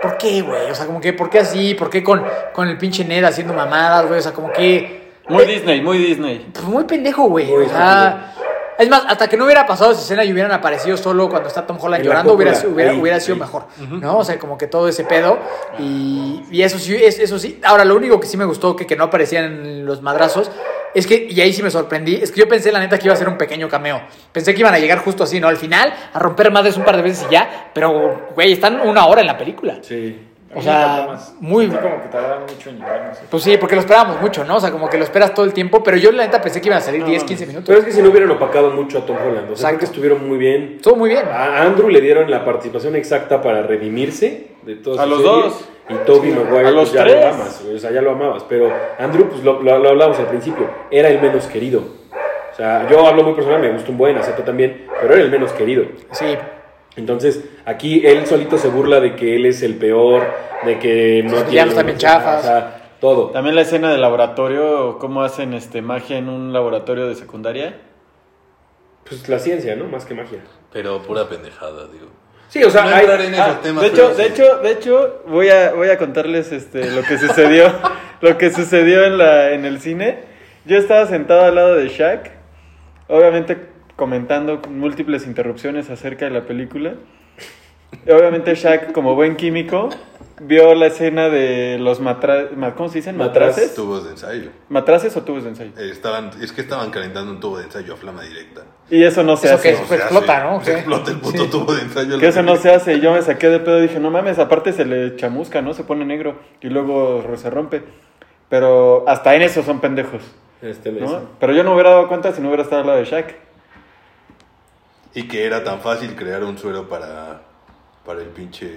Speaker 2: ¿Por qué, güey? O sea, como que, ¿por qué así? ¿Por qué con, con el pinche Ned haciendo mamadas, güey? O sea, como que.
Speaker 4: Muy Disney, muy Disney.
Speaker 2: Pues muy pendejo, güey.
Speaker 6: Muy
Speaker 2: O sea, es más, hasta que no hubiera pasado esa escena y hubieran aparecido solo cuando está Tom Holland
Speaker 6: En la
Speaker 2: llorando, hubiera,
Speaker 6: cúpula,
Speaker 2: hubiera,
Speaker 6: ahí,
Speaker 2: hubiera sido
Speaker 6: ahí.
Speaker 2: mejor, ¿no? O sea, como que todo ese pedo. Y, y eso sí, es- eso sí. Ahora, lo único que sí me gustó que, que no aparecían los madrazos es que, y ahí sí me sorprendí, es que yo pensé, la neta, que iba a ser un pequeño cameo. Pensé que iban a llegar justo así, ¿no? Al final, a romper madres un par de veces y ya. Pero, güey, están una hora en la película.
Speaker 6: Sí.
Speaker 5: A
Speaker 2: O
Speaker 5: mí me
Speaker 2: sea,
Speaker 5: faltó más.
Speaker 2: muy-
Speaker 5: Fue como que tardaron mucho en llegar, no sé.
Speaker 2: Pues sí, porque lo esperábamos mucho, ¿no? O sea, como que lo esperas todo el tiempo, pero yo la neta pensé que iban a salir 10, 15 minutos.
Speaker 6: Pero es que si no hubieran opacado mucho a Tom Holland, o sea, creo
Speaker 2: Exacto.
Speaker 6: que estuvieron muy bien.
Speaker 2: Estuvo muy bien.
Speaker 6: A Andrew le dieron la participación exacta para redimirse de todas
Speaker 4: A
Speaker 6: sus
Speaker 4: los
Speaker 6: series.
Speaker 4: dos.
Speaker 6: Y Toby Maguire
Speaker 4: a los
Speaker 6: pues, ya
Speaker 4: tres.
Speaker 6: lo amas, güey, o sea, ya lo amabas. Pero Andrew, pues lo, lo- lo hablamos al principio, era el menos querido. O sea, yo hablo muy personal, me gusta un buen, acepto también, pero era el menos querido.
Speaker 2: Sí.
Speaker 6: Entonces, aquí él solito se burla de que él es el peor, de que no
Speaker 2: Sus villanos también chafas.
Speaker 6: O sea, todo.
Speaker 4: También la escena del laboratorio, cómo hacen este magia en un laboratorio de secundaria.
Speaker 6: Pues la ciencia, ¿no? Más que magia.
Speaker 3: Pero pura pendejada, digo.
Speaker 6: Sí, o sea,
Speaker 3: No
Speaker 6: hay-
Speaker 3: entrar en esos
Speaker 4: Ah,
Speaker 3: temas.
Speaker 4: de
Speaker 3: pero
Speaker 4: hecho, de
Speaker 3: sí.
Speaker 4: hecho, de hecho, voy a, voy a contarles este lo que sucedió, lo que sucedió en la, en el cine. Yo estaba sentado al lado de Shaq, obviamente comentando con múltiples interrupciones acerca de la película. Y obviamente Shaq, como buen químico, vio la escena de los matraces, ¿cómo se dicen?
Speaker 6: Matraz.
Speaker 4: Matraces.
Speaker 3: Tubos de ensayo.
Speaker 4: ¿Matraces o tubos de ensayo?
Speaker 3: Eh, Estaban, es que estaban calentando un tubo de ensayo a flama directa.
Speaker 4: Y eso no se
Speaker 2: ¿Eso
Speaker 4: hace.
Speaker 2: qué es? Pues
Speaker 3: se
Speaker 2: explota, ¿no? Sí.
Speaker 3: Se explota el puto tubo de ensayo.
Speaker 4: Que eso no se hace. Y yo me saqué de pedo y dije, no mames, aparte se le chamusca, ¿no? Se pone negro y luego se rompe. Pero hasta en eso son pendejos,
Speaker 6: Este me dice.
Speaker 4: ¿no? Pero yo no me hubiera dado cuenta si no hubiera estado al lado de Shaq.
Speaker 3: Y que era tan fácil crear un suero para, para el pinche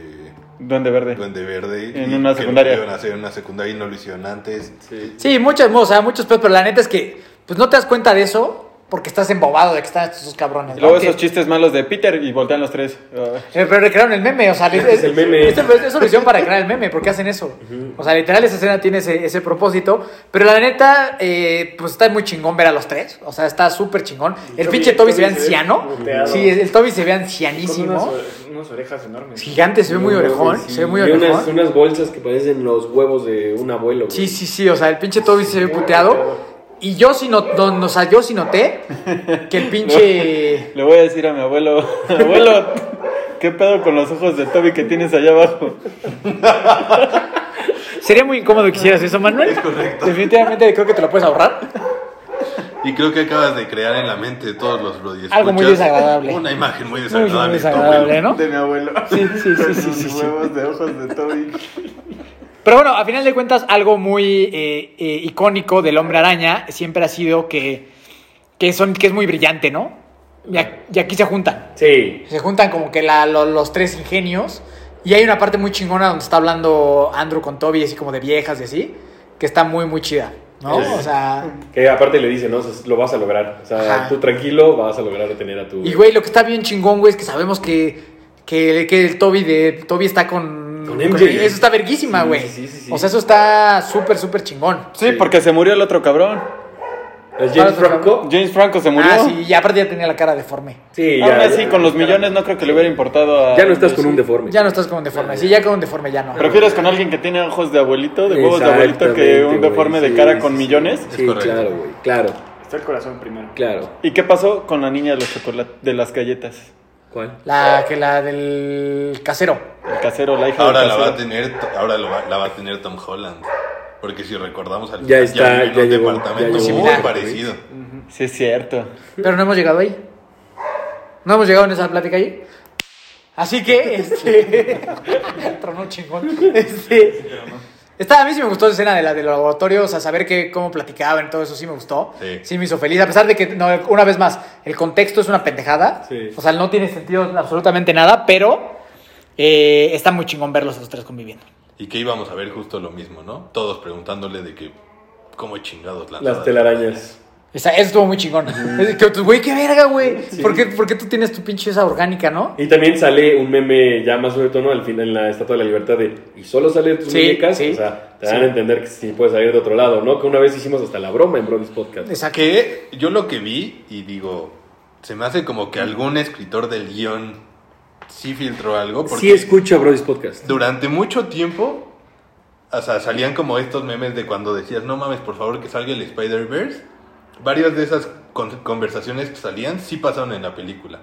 Speaker 4: Duende verde.
Speaker 3: duende verde.
Speaker 4: En
Speaker 3: y
Speaker 4: una
Speaker 3: que
Speaker 4: secundaria.
Speaker 3: Lo iban a hacer en una secundaria y no lo hicieron antes.
Speaker 2: Sí, muchas, o sea, muchos pedos, pero la neta es que, pues no te das cuenta de eso porque estás embobado de que están estos cabrones.
Speaker 4: Y
Speaker 2: ¿no?
Speaker 4: luego
Speaker 2: Que-
Speaker 4: esos chistes malos de Peter y voltean los tres. Ah.
Speaker 2: Eh, Pero recrearon el meme, o sea, le-
Speaker 6: Es el meme.
Speaker 2: Esto- eso lo hicieron para crear el meme, porque hacen eso. O sea, literal, esa escena tiene ese, ese propósito. Pero la neta, eh, pues está muy chingón ver a los tres. O sea, está súper chingón. El
Speaker 5: Toby-
Speaker 2: pinche Toby, se ve
Speaker 5: Toby se ve
Speaker 2: anciano.
Speaker 5: puteado.
Speaker 2: Sí, el Toby se ve
Speaker 5: Con unas,
Speaker 2: ancianísimo.
Speaker 5: ore- unas orejas enormes.
Speaker 2: Gigante, se ve muy
Speaker 6: No,
Speaker 2: orejón.
Speaker 6: güey, sí.
Speaker 2: Se ve muy
Speaker 6: Vi unas,
Speaker 2: orejón.
Speaker 6: unas bolsas que parecen los huevos de un abuelo. güey.
Speaker 2: Sí, sí, sí. O sea, el pinche Toby se ve puteado. Y yo sí, no, no- no, o sea, yo sí noté que el pinche.
Speaker 4: Le voy a decir a mi abuelo, abuelo, ¿qué pedo con los ojos de Toby que tienes allá abajo?
Speaker 2: Sería muy incómodo que hicieras eso, Manuel. Definitivamente creo que te lo puedes ahorrar.
Speaker 3: Y creo que acabas de crear en la mente de todos los brodies.
Speaker 2: Algo muy desagradable.
Speaker 3: Una imagen
Speaker 2: Muy,
Speaker 3: muy desagradable.
Speaker 2: muy desagradable, ¿no?
Speaker 4: mi abuelo.
Speaker 2: Sí, sí, sí, sí, sí, sí.
Speaker 4: huevos de ojos de Toby.
Speaker 2: Pero bueno, a final de cuentas, algo muy eh, eh, icónico del hombre araña siempre ha sido que, que, son, que es muy brillante, ¿no? Y, ac- y aquí se juntan.
Speaker 6: Sí.
Speaker 2: Se juntan como que la- lo- los tres ingenios. Y hay una parte muy chingona donde está hablando Andrew con Toby, así como de viejas y así, que está muy, muy chida, ¿no?
Speaker 6: Sí.
Speaker 2: O sea.
Speaker 6: Que aparte le dice, no, Entonces, lo vas a lograr. O sea,
Speaker 2: Ajá.
Speaker 6: tú tranquilo vas a lograr tener a tu.
Speaker 2: Y güey, lo que está bien chingón, güey, es que sabemos que, que, que el Toby de Toby está con.
Speaker 6: Con MJ.
Speaker 2: eso está verguísima,
Speaker 6: Sí,
Speaker 2: güey.
Speaker 6: sí, sí, sí.
Speaker 2: O sea, eso está súper, súper chingón.
Speaker 4: Sí, porque se murió el otro cabrón.
Speaker 6: ¿Es James
Speaker 2: Ahora,
Speaker 6: Franco?
Speaker 4: James Franco se murió.
Speaker 2: Ah, sí, y aparte ya tenía la cara deforme.
Speaker 6: Sí,
Speaker 4: Aún
Speaker 6: ya.
Speaker 4: así,
Speaker 6: ya.
Speaker 4: con los millones no creo que le hubiera importado a...
Speaker 6: Ya no estás con un deforme.
Speaker 2: Ya no estás con deforme, sí, ya con deforme ya no.
Speaker 4: ¿Prefieres con alguien que tiene ojos de abuelito, de huevos de abuelito, que un
Speaker 6: Exactamente,
Speaker 4: deforme
Speaker 6: güey,
Speaker 4: de
Speaker 6: sí,
Speaker 4: cara
Speaker 6: sí,
Speaker 4: con
Speaker 6: sí.
Speaker 4: millones?
Speaker 6: Sí,
Speaker 3: Es correcto.
Speaker 6: claro, güey. Claro,
Speaker 5: Está el corazón primero.
Speaker 6: claro.
Speaker 4: ¿Y qué pasó con la niña de los chocolates, de las galletas?
Speaker 6: ¿Cuál?
Speaker 2: La que la del casero.
Speaker 4: El casero, la hija
Speaker 3: Ahora
Speaker 4: del
Speaker 3: la
Speaker 4: casero.
Speaker 3: va a tener, ahora lo va- la va a tener Tom Holland. Porque si recordamos al
Speaker 6: Ya está,
Speaker 3: vivió en
Speaker 6: ya
Speaker 3: un
Speaker 6: llegó,
Speaker 3: departamento
Speaker 2: llegó.
Speaker 6: ya
Speaker 3: muy
Speaker 2: Similar.
Speaker 3: parecido.
Speaker 4: Sí, es cierto.
Speaker 2: Pero no hemos llegado ahí. No hemos llegado en esa plática ahí. Así que, este. Tronó chingón. Este. Esta, a mí sí me gustó la escena de la del laboratorio, o sea, saber que, cómo platicaban y todo eso sí me gustó.
Speaker 3: Sí.
Speaker 2: me hizo feliz, a pesar de que, no, una vez más, el contexto es una pendejada.
Speaker 6: Sí.
Speaker 2: O sea, no tiene sentido absolutamente nada, pero eh, está muy chingón verlos a los tres conviviendo.
Speaker 3: Y que íbamos a ver justo lo mismo, ¿no? Todos preguntándole de que cómo chingados
Speaker 6: Las
Speaker 3: lanzaban.
Speaker 6: telarañas.
Speaker 2: Esa, eso estuvo muy chingón. Es que, pues, Güey, qué verga, güey. ¿Por, qué, por qué tú tienes tu pinche esa orgánica, no?
Speaker 6: Y también sale un meme ya más sobre tono al final en la Estatua de la Libertad de y solo sale de tus
Speaker 2: Sí,
Speaker 6: muñecas.
Speaker 2: sí.
Speaker 6: O sea, te dan a entender que sí puedes salir de otro lado, ¿no? Que una vez hicimos hasta la broma en Brody's Podcast.
Speaker 2: Exacto.
Speaker 3: Que yo lo que vi y digo, se me hace como que algún escritor del guión sí filtró algo. Porque
Speaker 6: Sí escucho Brody's Podcast.
Speaker 3: durante mucho tiempo, o sea, salían como estos memes de cuando decías, no mames, por favor que salga el Spider-Verse. Varias de esas con- conversaciones que salían sí pasaron en la película.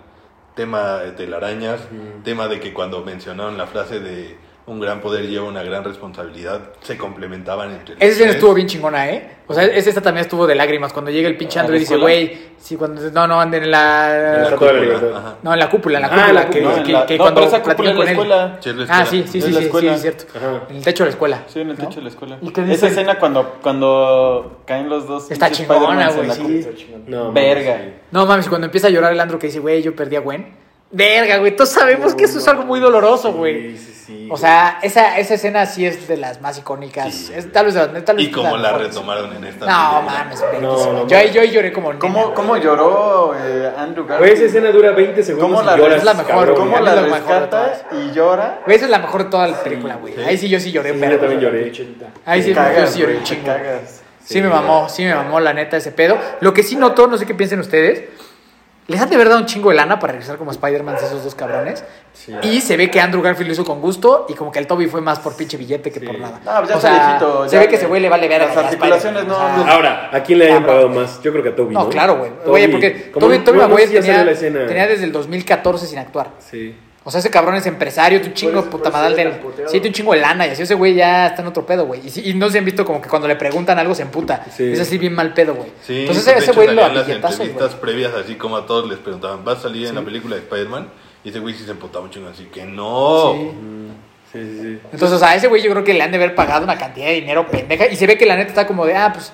Speaker 3: Tema de telarañas, tema de que cuando mencionaron la frase de Un gran poder lleva una gran responsabilidad. Se complementaban entre los
Speaker 2: Esa escena
Speaker 3: tres.
Speaker 2: estuvo bien chingona, ¿eh? O sea, es- esta también estuvo de lágrimas. Cuando llega el pinche
Speaker 5: ¿A la
Speaker 2: Andrew y dice,
Speaker 5: escuela?
Speaker 2: güey, sí, cuando. No, no, anden en
Speaker 3: En
Speaker 2: Ah, la.
Speaker 3: la
Speaker 5: Estatua de la
Speaker 3: cúpula,
Speaker 5: Libertad.
Speaker 3: ajá.
Speaker 2: No, en la cúpula, en la
Speaker 6: Ah,
Speaker 2: cúpula.
Speaker 6: la
Speaker 2: que que,
Speaker 6: cúpula.
Speaker 4: No, en la-
Speaker 2: que
Speaker 4: no,
Speaker 2: cuando
Speaker 4: pero esa cúpula
Speaker 2: platican
Speaker 4: es la
Speaker 2: con él.
Speaker 4: escuela.
Speaker 3: Sí, es la
Speaker 2: Ah,
Speaker 3: escuela.
Speaker 2: sí, sí,
Speaker 4: Es
Speaker 2: sí, sí,
Speaker 4: la
Speaker 2: sí,
Speaker 4: escuela.
Speaker 2: es cierto.
Speaker 5: Ajá.
Speaker 2: En el techo de la escuela.
Speaker 4: Sí, en el
Speaker 2: ¿no?
Speaker 4: techo de la escuela.
Speaker 2: ¿Y qué dice?
Speaker 4: Esa escena cuando, cuando caen los dos.
Speaker 2: Está
Speaker 4: pinches
Speaker 2: chingona,
Speaker 4: Spider-Mans en
Speaker 2: güey,
Speaker 4: la
Speaker 2: sí.
Speaker 4: cúpula.
Speaker 6: No, mames,
Speaker 4: Verga.
Speaker 6: sí.
Speaker 2: No mames, cuando empieza a llorar el Andrew que dice, güey, yo perdí a Gwen. Verga, güey, todos sabemos que eso pues es algo muy doloroso, güey.
Speaker 6: Sí, sí, sí.
Speaker 2: O sea, esa, esa escena sí es de las más icónicas.
Speaker 3: Sí.
Speaker 2: Es tal vez, de las- tal vez
Speaker 3: Y como la
Speaker 2: mejor.
Speaker 3: retomaron en esta.
Speaker 2: No
Speaker 4: ¿eh?
Speaker 3: película.
Speaker 2: mames, verguísima.
Speaker 6: no
Speaker 2: yo, ahí- yo ahí lloré como.
Speaker 4: ¿Cómo,
Speaker 2: nena.
Speaker 4: cómo lloró eh, Andrew Garfield?
Speaker 6: Güey, esa escena dura 20 segundos
Speaker 4: ¿Cómo
Speaker 6: y
Speaker 4: la
Speaker 6: lloras,
Speaker 4: res-
Speaker 2: Es la mejor,
Speaker 6: cabrón.
Speaker 4: ¿Cómo
Speaker 2: güey,
Speaker 4: la
Speaker 2: es la mejor de
Speaker 4: rescata y llora?
Speaker 2: Güey, esa es la mejor de toda la película, güey.
Speaker 3: sí.
Speaker 2: Ahí sí yo sí lloré,
Speaker 6: Sí,
Speaker 2: pero.
Speaker 6: yo también lloré.
Speaker 5: Chinita.
Speaker 2: Ahí sí,
Speaker 4: Te
Speaker 2: yo sí lloré
Speaker 4: güey,
Speaker 2: un
Speaker 4: te
Speaker 2: chingo.
Speaker 4: cagas.
Speaker 2: Sí, me mamó, sí me mamó la neta ese pedo. Lo que sí notó, no sé qué piensen ustedes, les han de verdad un chingo de lana para regresar como Spider-Man esos dos cabrones. Y se ve que Andrew Garfield lo hizo con gusto y como que el Toby fue más por pinche billete que por nada.
Speaker 4: No, pues ya
Speaker 2: O
Speaker 4: está
Speaker 2: sea,
Speaker 4: viejito,
Speaker 2: se
Speaker 4: ya
Speaker 2: ve que
Speaker 4: le-
Speaker 2: ese güey le vale ver
Speaker 4: las articulaciones no-
Speaker 2: Ah.
Speaker 4: no-
Speaker 6: Ahora, ¿a quién le hayan
Speaker 2: Cabrón.
Speaker 6: pagado más? Yo creo que a Ah, Toby.
Speaker 2: no,
Speaker 6: ¿no?
Speaker 2: claro, güey. Oye, porque
Speaker 6: ¿Cómo?
Speaker 2: Toby, Toby
Speaker 6: No, no
Speaker 2: Maguire
Speaker 6: sé si ya salió
Speaker 2: tenía,
Speaker 6: la escena.
Speaker 2: tenía desde el 2014 sin actuar.
Speaker 6: Sí.
Speaker 2: O sea, ese cabrón es empresario, tiene un chingo
Speaker 5: Por
Speaker 2: de
Speaker 5: eso-
Speaker 2: puta
Speaker 5: por eso
Speaker 2: madal
Speaker 5: era
Speaker 2: de.
Speaker 5: tan puteado.
Speaker 2: Sí, tiene un chingo de lana y así ese güey ya está en otro pedo, güey. Y, sí- y no se han visto como que cuando le preguntan algo se emputa.
Speaker 6: Sí.
Speaker 2: Es así bien mal pedo, güey.
Speaker 3: Sí,
Speaker 2: Entonces
Speaker 3: de
Speaker 2: ese
Speaker 3: hecho,
Speaker 2: güey lo
Speaker 3: salían las
Speaker 2: apilletazos, güey.
Speaker 3: entrevistas previas, así como a todos les preguntaban, ¿vas a salir en la película de Spider-Man? Y ese güey sí se emputaba un chingo, así que no.
Speaker 6: Sí, sí, sí.
Speaker 2: Entonces, o sea, a ese güey yo creo que le han de haber pagado una cantidad de dinero pendeja. Y se ve que la neta está como de, ah, pues.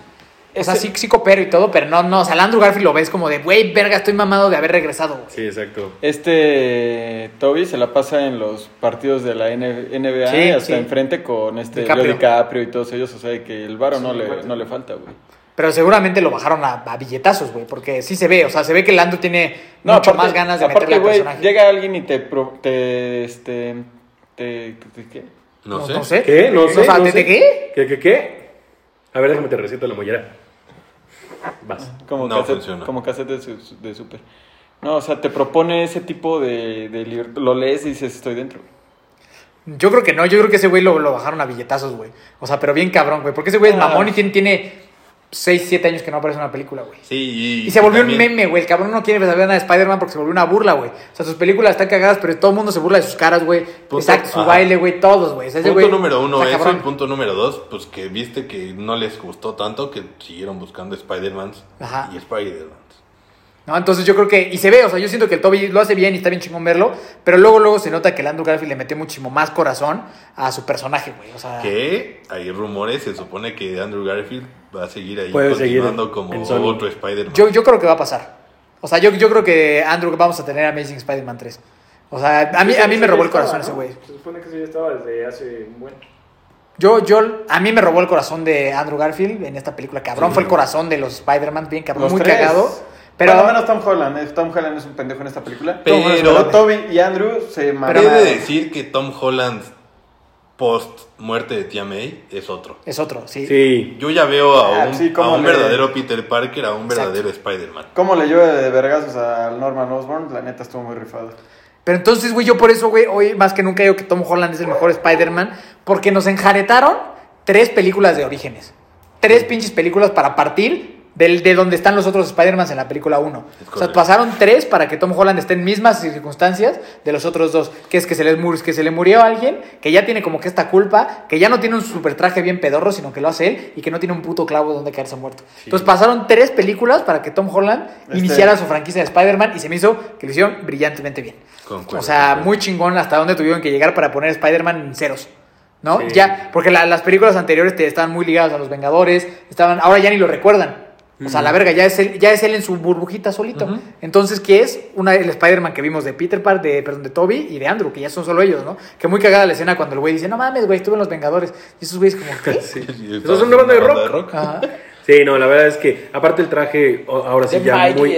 Speaker 2: O sea, sí, sí coopero y todo, pero no, no. O sea, al Andrew Garfield lo ves como de, güey, verga, estoy mamado de haber regresado, güey.
Speaker 6: Sí, exacto.
Speaker 4: Este Toby se la pasa en los partidos de la N- NBA
Speaker 2: Sí,
Speaker 4: hasta
Speaker 2: sí.
Speaker 4: enfrente con este
Speaker 2: DiCaprio.
Speaker 4: DiCaprio. DiCaprio y todos ellos, o sea, de que el varo no, le, no le falta, güey.
Speaker 2: Pero seguramente lo bajaron a, a billetazos, güey, porque sí se ve. O sea, se ve que el Andrew tiene
Speaker 4: No,
Speaker 2: mucho
Speaker 4: aparte-
Speaker 2: más ganas de
Speaker 4: aparte,
Speaker 2: meterle al
Speaker 4: güey,
Speaker 2: personaje.
Speaker 4: Llega alguien y te pro- te este te, te- ¿qué?
Speaker 3: No, sé.
Speaker 2: No sé.
Speaker 6: ¿Qué? No sé.
Speaker 2: O sea,
Speaker 6: no
Speaker 2: ¿desde
Speaker 6: sé.
Speaker 2: qué?
Speaker 6: ¿Qué, qué, qué? A ver, déjame te receto la mollera. Vas.
Speaker 4: Como
Speaker 3: No
Speaker 4: cassette,
Speaker 3: funciona.
Speaker 4: como cassette de, su- de super. No, o sea, te propone ese tipo de, de liber- lo lees y dices estoy dentro.
Speaker 2: Yo creo que no, yo creo que ese güey lo, lo bajaron a billetazos, güey. O sea, pero bien cabrón, güey. Porque ese
Speaker 3: Ah.
Speaker 2: güey es mamón y tiene, tiene 6, 7 años que no aparece en una película, güey.
Speaker 3: Sí, y,
Speaker 2: Y se volvió
Speaker 3: también-
Speaker 2: un meme, güey. El cabrón no quiere saber nada de Spider-Man porque se volvió una burla, güey. O sea, sus películas están cagadas, pero todo el mundo se burla de sus caras, güey.
Speaker 3: Punto-
Speaker 2: Exacto, su
Speaker 3: ajá.
Speaker 2: baile, güey, todos, güey. O sea, ese
Speaker 3: Punto
Speaker 2: güey
Speaker 3: número uno
Speaker 2: está
Speaker 3: eso,
Speaker 2: cabrón.
Speaker 3: y punto número dos, pues que viste que no les gustó tanto que siguieron buscando Spider-Man
Speaker 2: Ajá.
Speaker 3: y Spider-Man.
Speaker 2: ¿No? Entonces yo creo que. Y se ve, o sea, yo siento que el Toby lo hace bien y está bien chingón verlo. Pero luego, luego se nota que el Andrew Garfield le metió muchísimo más corazón a su personaje, güey. O sea.
Speaker 3: Que hay rumores, se supone que Andrew Garfield va a seguir ahí
Speaker 6: Puede seguir
Speaker 3: continuando
Speaker 6: en-
Speaker 3: como
Speaker 6: en Sony.
Speaker 3: otro Spider-Man.
Speaker 2: Yo, yo creo que va a pasar. O sea, yo, yo creo que Andrew vamos a tener Amazing Spider-Man 3. O sea, a mí, a mí me robó el corazón ese güey.
Speaker 5: Se supone que eso ya estaba desde hace un buen.
Speaker 2: Yo, yo, a mí me robó el corazón de Andrew Garfield en esta película. Cabrón, fue el corazón de los Spider-Man, bien cabrón,
Speaker 4: Los
Speaker 2: muy
Speaker 4: tres.
Speaker 2: cagado. Pero,
Speaker 4: Por lo menos Tom Holland, eh, Tom Holland es un pendejo en esta película.
Speaker 3: Pero-
Speaker 4: Toby y Andrew se
Speaker 3: He
Speaker 4: mamaron.
Speaker 3: de decir que Tom Holland post muerte de tía May es otro.
Speaker 2: es otro, sí.
Speaker 6: Sí.
Speaker 3: Yo ya veo a
Speaker 4: Ah,
Speaker 3: un,
Speaker 4: sí,
Speaker 3: a
Speaker 4: cómo
Speaker 3: un
Speaker 4: le-
Speaker 3: verdadero Peter Parker, a un
Speaker 2: Exacto.
Speaker 3: verdadero Spider-Man.
Speaker 4: ¿Cómo le llueve de vergazos al Norman Osborn? La neta estuvo muy rifado.
Speaker 2: Pero entonces, güey, yo por eso, güey, hoy más que nunca digo que Tom Holland es el mejor Spider-Man, porque nos enjaretaron tres películas de orígenes. Tres pinches películas para partir del, de donde están los otros Spider-Man en la película 1. O
Speaker 3: Es
Speaker 2: sea,
Speaker 3: correcto.
Speaker 2: pasaron tres para que Tom Holland esté en mismas circunstancias de los otros dos, que es que se, les mur- que se le murió a alguien, que ya tiene como que esta culpa, que ya no tiene un super traje bien pedorro, sino que lo hace él, y que no tiene un puto clavo donde caerse muerto. Entonces pasaron tres películas para que Tom Holland
Speaker 4: Este-
Speaker 2: iniciara su franquicia de Spider-Man, y se me hizo que lo hicieron brillantemente bien.
Speaker 3: Concuerdo,
Speaker 2: o sea,
Speaker 3: concuerdo.
Speaker 2: muy chingón hasta dónde tuvieron que llegar para poner Spider-Man en ceros. ¿No? Ya, porque la- las películas anteriores te estaban muy ligadas a los Vengadores, estaban, ahora ya ni lo recuerdan. O sea, la verga, ya es él, ya es él en su burbujita solito. Entonces, ¿qué es? Una, el Spider-Man que vimos de Peter Park, de, perdón, de Toby y de Andrew, que ya son solo ellos, ¿no? Que muy cagada la escena cuando el güey dice, no mames, güey, estuve en los Vengadores. Y esos güeyes como, ¿qué?
Speaker 6: Sí.
Speaker 3: Y
Speaker 6: Eso es una banda de rock.
Speaker 2: Ajá.
Speaker 6: Sí, no, la verdad es que aparte el traje o- ahora sí ya muy,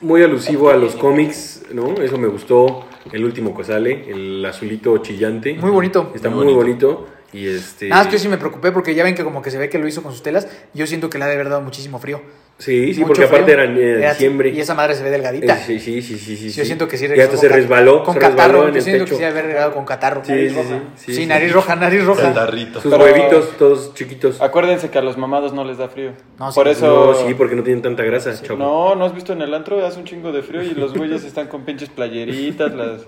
Speaker 6: muy alusivo a los cómics, ¿no? Eso me gustó. El último que sale, el azulito chillante.
Speaker 2: Muy bonito.
Speaker 6: Está
Speaker 3: Muy
Speaker 6: muy bonito. Y este...
Speaker 2: Nada más que yo sí me preocupé porque ya ven que como que se ve que lo hizo con sus telas. y Yo siento que le ha de haber dado muchísimo frío.
Speaker 6: Sí, sí,
Speaker 2: Mucho
Speaker 6: porque aparte
Speaker 2: frío.
Speaker 6: era eh,
Speaker 2: Era-
Speaker 6: diciembre.
Speaker 2: Y esa madre se ve delgadita.
Speaker 6: Eh, Sí, sí, sí, sí, sí.
Speaker 2: Yo
Speaker 6: sí.
Speaker 2: siento que sí
Speaker 6: Y
Speaker 2: regresó
Speaker 6: hasta se
Speaker 2: ca-
Speaker 6: resbaló.
Speaker 2: Con
Speaker 6: se
Speaker 2: catarro.
Speaker 6: resbaló en
Speaker 2: yo
Speaker 6: el
Speaker 2: siento
Speaker 6: techo.
Speaker 2: que sí haber regresado con catarro.
Speaker 6: Sí,
Speaker 2: nariz
Speaker 6: sí,
Speaker 2: roja.
Speaker 6: sí, sí, sí,
Speaker 2: nariz
Speaker 6: sí.
Speaker 2: roja, nariz roja.
Speaker 3: Saldarrito.
Speaker 6: Sus
Speaker 4: Pero-
Speaker 6: huevitos todos chiquitos.
Speaker 4: Acuérdense que a los mamados no les da frío.
Speaker 2: No, sí,
Speaker 4: Ah, Por
Speaker 2: no,
Speaker 4: eso.
Speaker 6: No, sí, porque no tienen tanta grasa, chavo.
Speaker 4: No, ¿no has visto en el antro? Hace un chingo de frío y los güeyes están con pinches playeritas, las,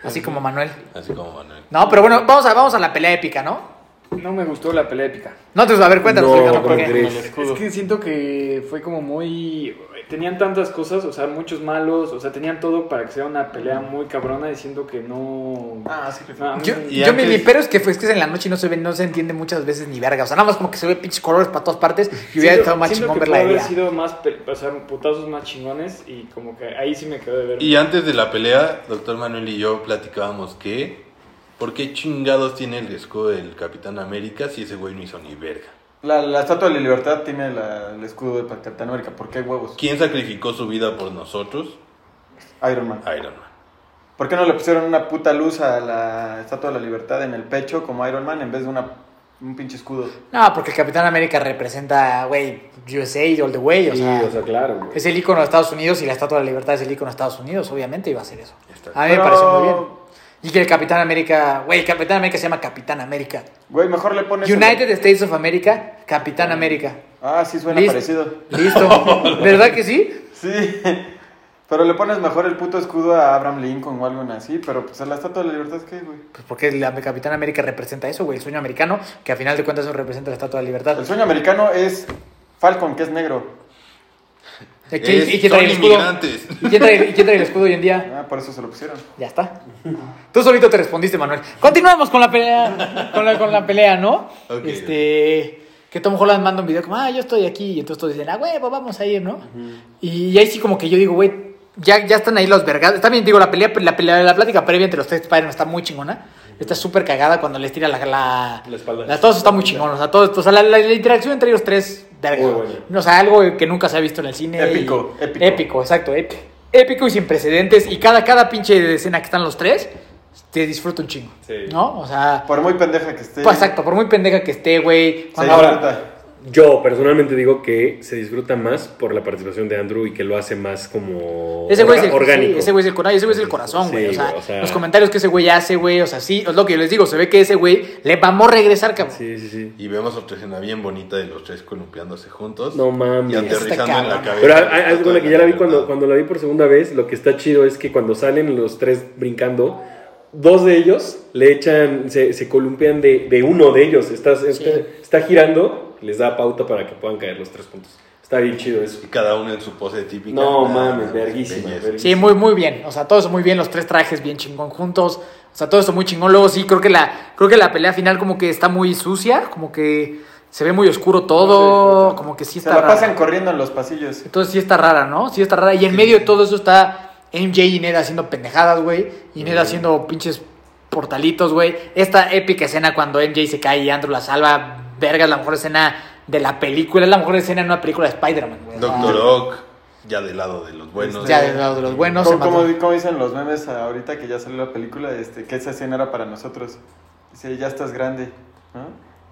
Speaker 2: Así como Manuel.
Speaker 3: Así como Manuel.
Speaker 2: No, pero bueno, vamos a, vamos a la pelea épica, ¿no?
Speaker 5: No me gustó la pelea épica.
Speaker 2: No te a ver, cuéntanos,
Speaker 6: No,
Speaker 2: explícanos por
Speaker 6: ¿cómo
Speaker 2: qué.
Speaker 6: crees?
Speaker 4: Con el
Speaker 5: Es
Speaker 4: escudo.
Speaker 5: que siento que fue como muy... Tenían tantas cosas, o sea, muchos malos, o sea, tenían todo para que sea una pelea muy cabrona y siento que no...
Speaker 4: Ah, sí,
Speaker 5: No, a mí
Speaker 2: Yo,
Speaker 5: me-
Speaker 3: Y
Speaker 2: yo me
Speaker 3: antes-
Speaker 2: libero es que fue, es que es en la noche y no se ve, no se entiende muchas veces ni verga. O sea, nada más como que se ve pinches colores para todas partes y hubiera
Speaker 5: Siento-
Speaker 2: estado más
Speaker 5: siento
Speaker 2: chingón
Speaker 5: que
Speaker 2: ver la
Speaker 5: pudo haber
Speaker 2: idea.
Speaker 5: sido más, pe- o sea, putazos más chingones y como que ahí sí me quedó de ver.
Speaker 3: Y antes de la pelea, doctor Manuel y yo platicábamos que. ¿Por qué chingados tiene el escudo del Capitán América si ese güey no hizo ni verga?
Speaker 4: La, la estatua de la libertad tiene la- el escudo de Capitán América. ¿Por qué huevos?
Speaker 3: ¿Quién sacrificó su vida por nosotros?
Speaker 4: Iron Man.
Speaker 3: Iron Man.
Speaker 4: ¿Por qué no le pusieron una puta luz a la estatua de la libertad en el pecho como Iron Man en vez de una, un pinche escudo?
Speaker 2: No, porque el Capitán América representa, güey, USA all the way. O
Speaker 6: Sí,
Speaker 2: sea,
Speaker 6: o sea, claro, güey.
Speaker 2: es el icono de Estados Unidos y la Estatua de la Libertad es el icono de Estados Unidos. Obviamente iba a ser eso.
Speaker 3: Está.
Speaker 2: A mí me
Speaker 4: Pero-
Speaker 2: pareció muy bien. Y que el Capitán América, güey, el Capitán América se llama Capitán América.
Speaker 4: Güey, mejor le pones.
Speaker 2: United States of America, Capitán América.
Speaker 4: Ah, sí, suena
Speaker 2: Listo.
Speaker 4: parecido.
Speaker 2: Listo. ¿Verdad que sí?
Speaker 4: Sí. Pero le pones mejor el puto escudo a Abraham Lincoln o algo así. Pero pues a la estatua de la libertad, ¿qué, güey?
Speaker 2: Pues porque la Capitán América representa eso, güey, el sueño americano, que a final de cuentas eso representa la Estatua de la Libertad.
Speaker 4: El sueño americano es Falcon, que es negro.
Speaker 2: ¿Y quién-
Speaker 3: Es-
Speaker 2: ¿Y quién
Speaker 3: son
Speaker 2: trae el escudo?
Speaker 3: inmigrantes.
Speaker 2: ¿Y quién trae- y quién trae el escudo hoy en día?
Speaker 4: Ah, por eso se lo pusieron.
Speaker 2: Ya está. Tú solito te respondiste, Manuel. Continuamos con la pelea, con la, con la pelea, ¿no?
Speaker 3: Ok.
Speaker 2: Este, que Tom Holland manda un video como, ah, yo estoy aquí, y entonces todos dicen, ah, huevo, vamos a ir, ¿no? Y ahí sí como que yo digo, güey, ya, ya están ahí los vergados. También digo, la pelea, la pelea, la plática previa entre los tres Spider-Man está muy chingona. Está súper cagada cuando les tira la... La,
Speaker 6: La espalda.
Speaker 2: todo eso está muy chingón, o sea, todo esto, o sea, la, la- la interacción entre ellos tres, verga.
Speaker 6: Muy buena.
Speaker 2: O sea, algo que nunca se ha visto en el cine.
Speaker 4: Épico,
Speaker 2: y-
Speaker 4: épico.
Speaker 2: Épico épico, exacto, ép- épico y sin precedentes. Y cada, cada pinche escena que están los tres, te disfruta un chingo.
Speaker 6: Sí.
Speaker 2: ¿No? O sea,
Speaker 4: Por muy pendeja que esté.
Speaker 2: pues, exacto, por muy pendeja que esté, güey.
Speaker 4: Se
Speaker 2: cuando-
Speaker 4: disfruta.
Speaker 6: Yo personalmente digo que se disfruta más por la participación de Andrew y que lo hace más como
Speaker 2: Ese güey es
Speaker 6: orga-
Speaker 2: el,
Speaker 6: orgánico.
Speaker 2: sí, ese güey es el cora- ese güey es el corazón, güey.
Speaker 6: Sí,
Speaker 2: o, sea,
Speaker 6: güey, o sea-
Speaker 2: los comentarios que ese güey hace, güey. O sea, sí, es lo que yo les digo. Se ve que ese güey le vamos a regresar, cabrón.
Speaker 6: Sí, sí, sí.
Speaker 3: Y vemos otra escena bien bonita de los tres columpiándose juntos.
Speaker 6: No mames.
Speaker 3: Y aterrizando
Speaker 2: Está
Speaker 3: en la
Speaker 2: cabrón.
Speaker 3: cabeza.
Speaker 6: Pero hay,
Speaker 3: de la
Speaker 6: hay
Speaker 3: Estatua
Speaker 6: alguna
Speaker 3: de
Speaker 6: que ya la vi
Speaker 3: Libertad.
Speaker 6: cuando, cuando la vi por segunda vez, lo que está chido es que cuando salen los tres brincando, dos de ellos le echan, se, se columpian de, de uno de ellos. Está, está, está girando, les da pauta para que puedan caer los tres puntos. Está bien chido eso.
Speaker 3: Y cada uno en su pose típica.
Speaker 6: No
Speaker 3: Ah,
Speaker 6: mames, verguísima.
Speaker 3: belleza.
Speaker 6: verguísima.
Speaker 2: Sí, muy, muy bien. O sea, todo eso muy bien. Los tres trajes bien chingón juntos. O sea, todo eso muy chingón. Luego sí, creo que la, creo que la pelea final como que está muy sucia. Como que se ve muy oscuro todo. Como que sí
Speaker 4: Se
Speaker 2: está
Speaker 4: la
Speaker 2: rara.
Speaker 4: pasan corriendo en los pasillos.
Speaker 2: Entonces sí está rara, ¿no? Sí está rara. Y en medio de todo eso está MJ y Ned haciendo pendejadas, güey. Y Ned haciendo pinches portalitos, güey. Esta épica escena cuando MJ se cae y Andrew la salva. Verga, es la mejor escena de la película. Es la mejor escena en una película de Spider-Man, güey. Ah.
Speaker 3: Doctor Ock, ya del lado de los buenos.
Speaker 2: Ya de los, de los buenos. se
Speaker 4: Como,
Speaker 2: mató.
Speaker 4: como di- como dicen los memes ahorita que ya salió la película, este, que esa escena era para nosotros. Dice, ya estás grande, ¿no?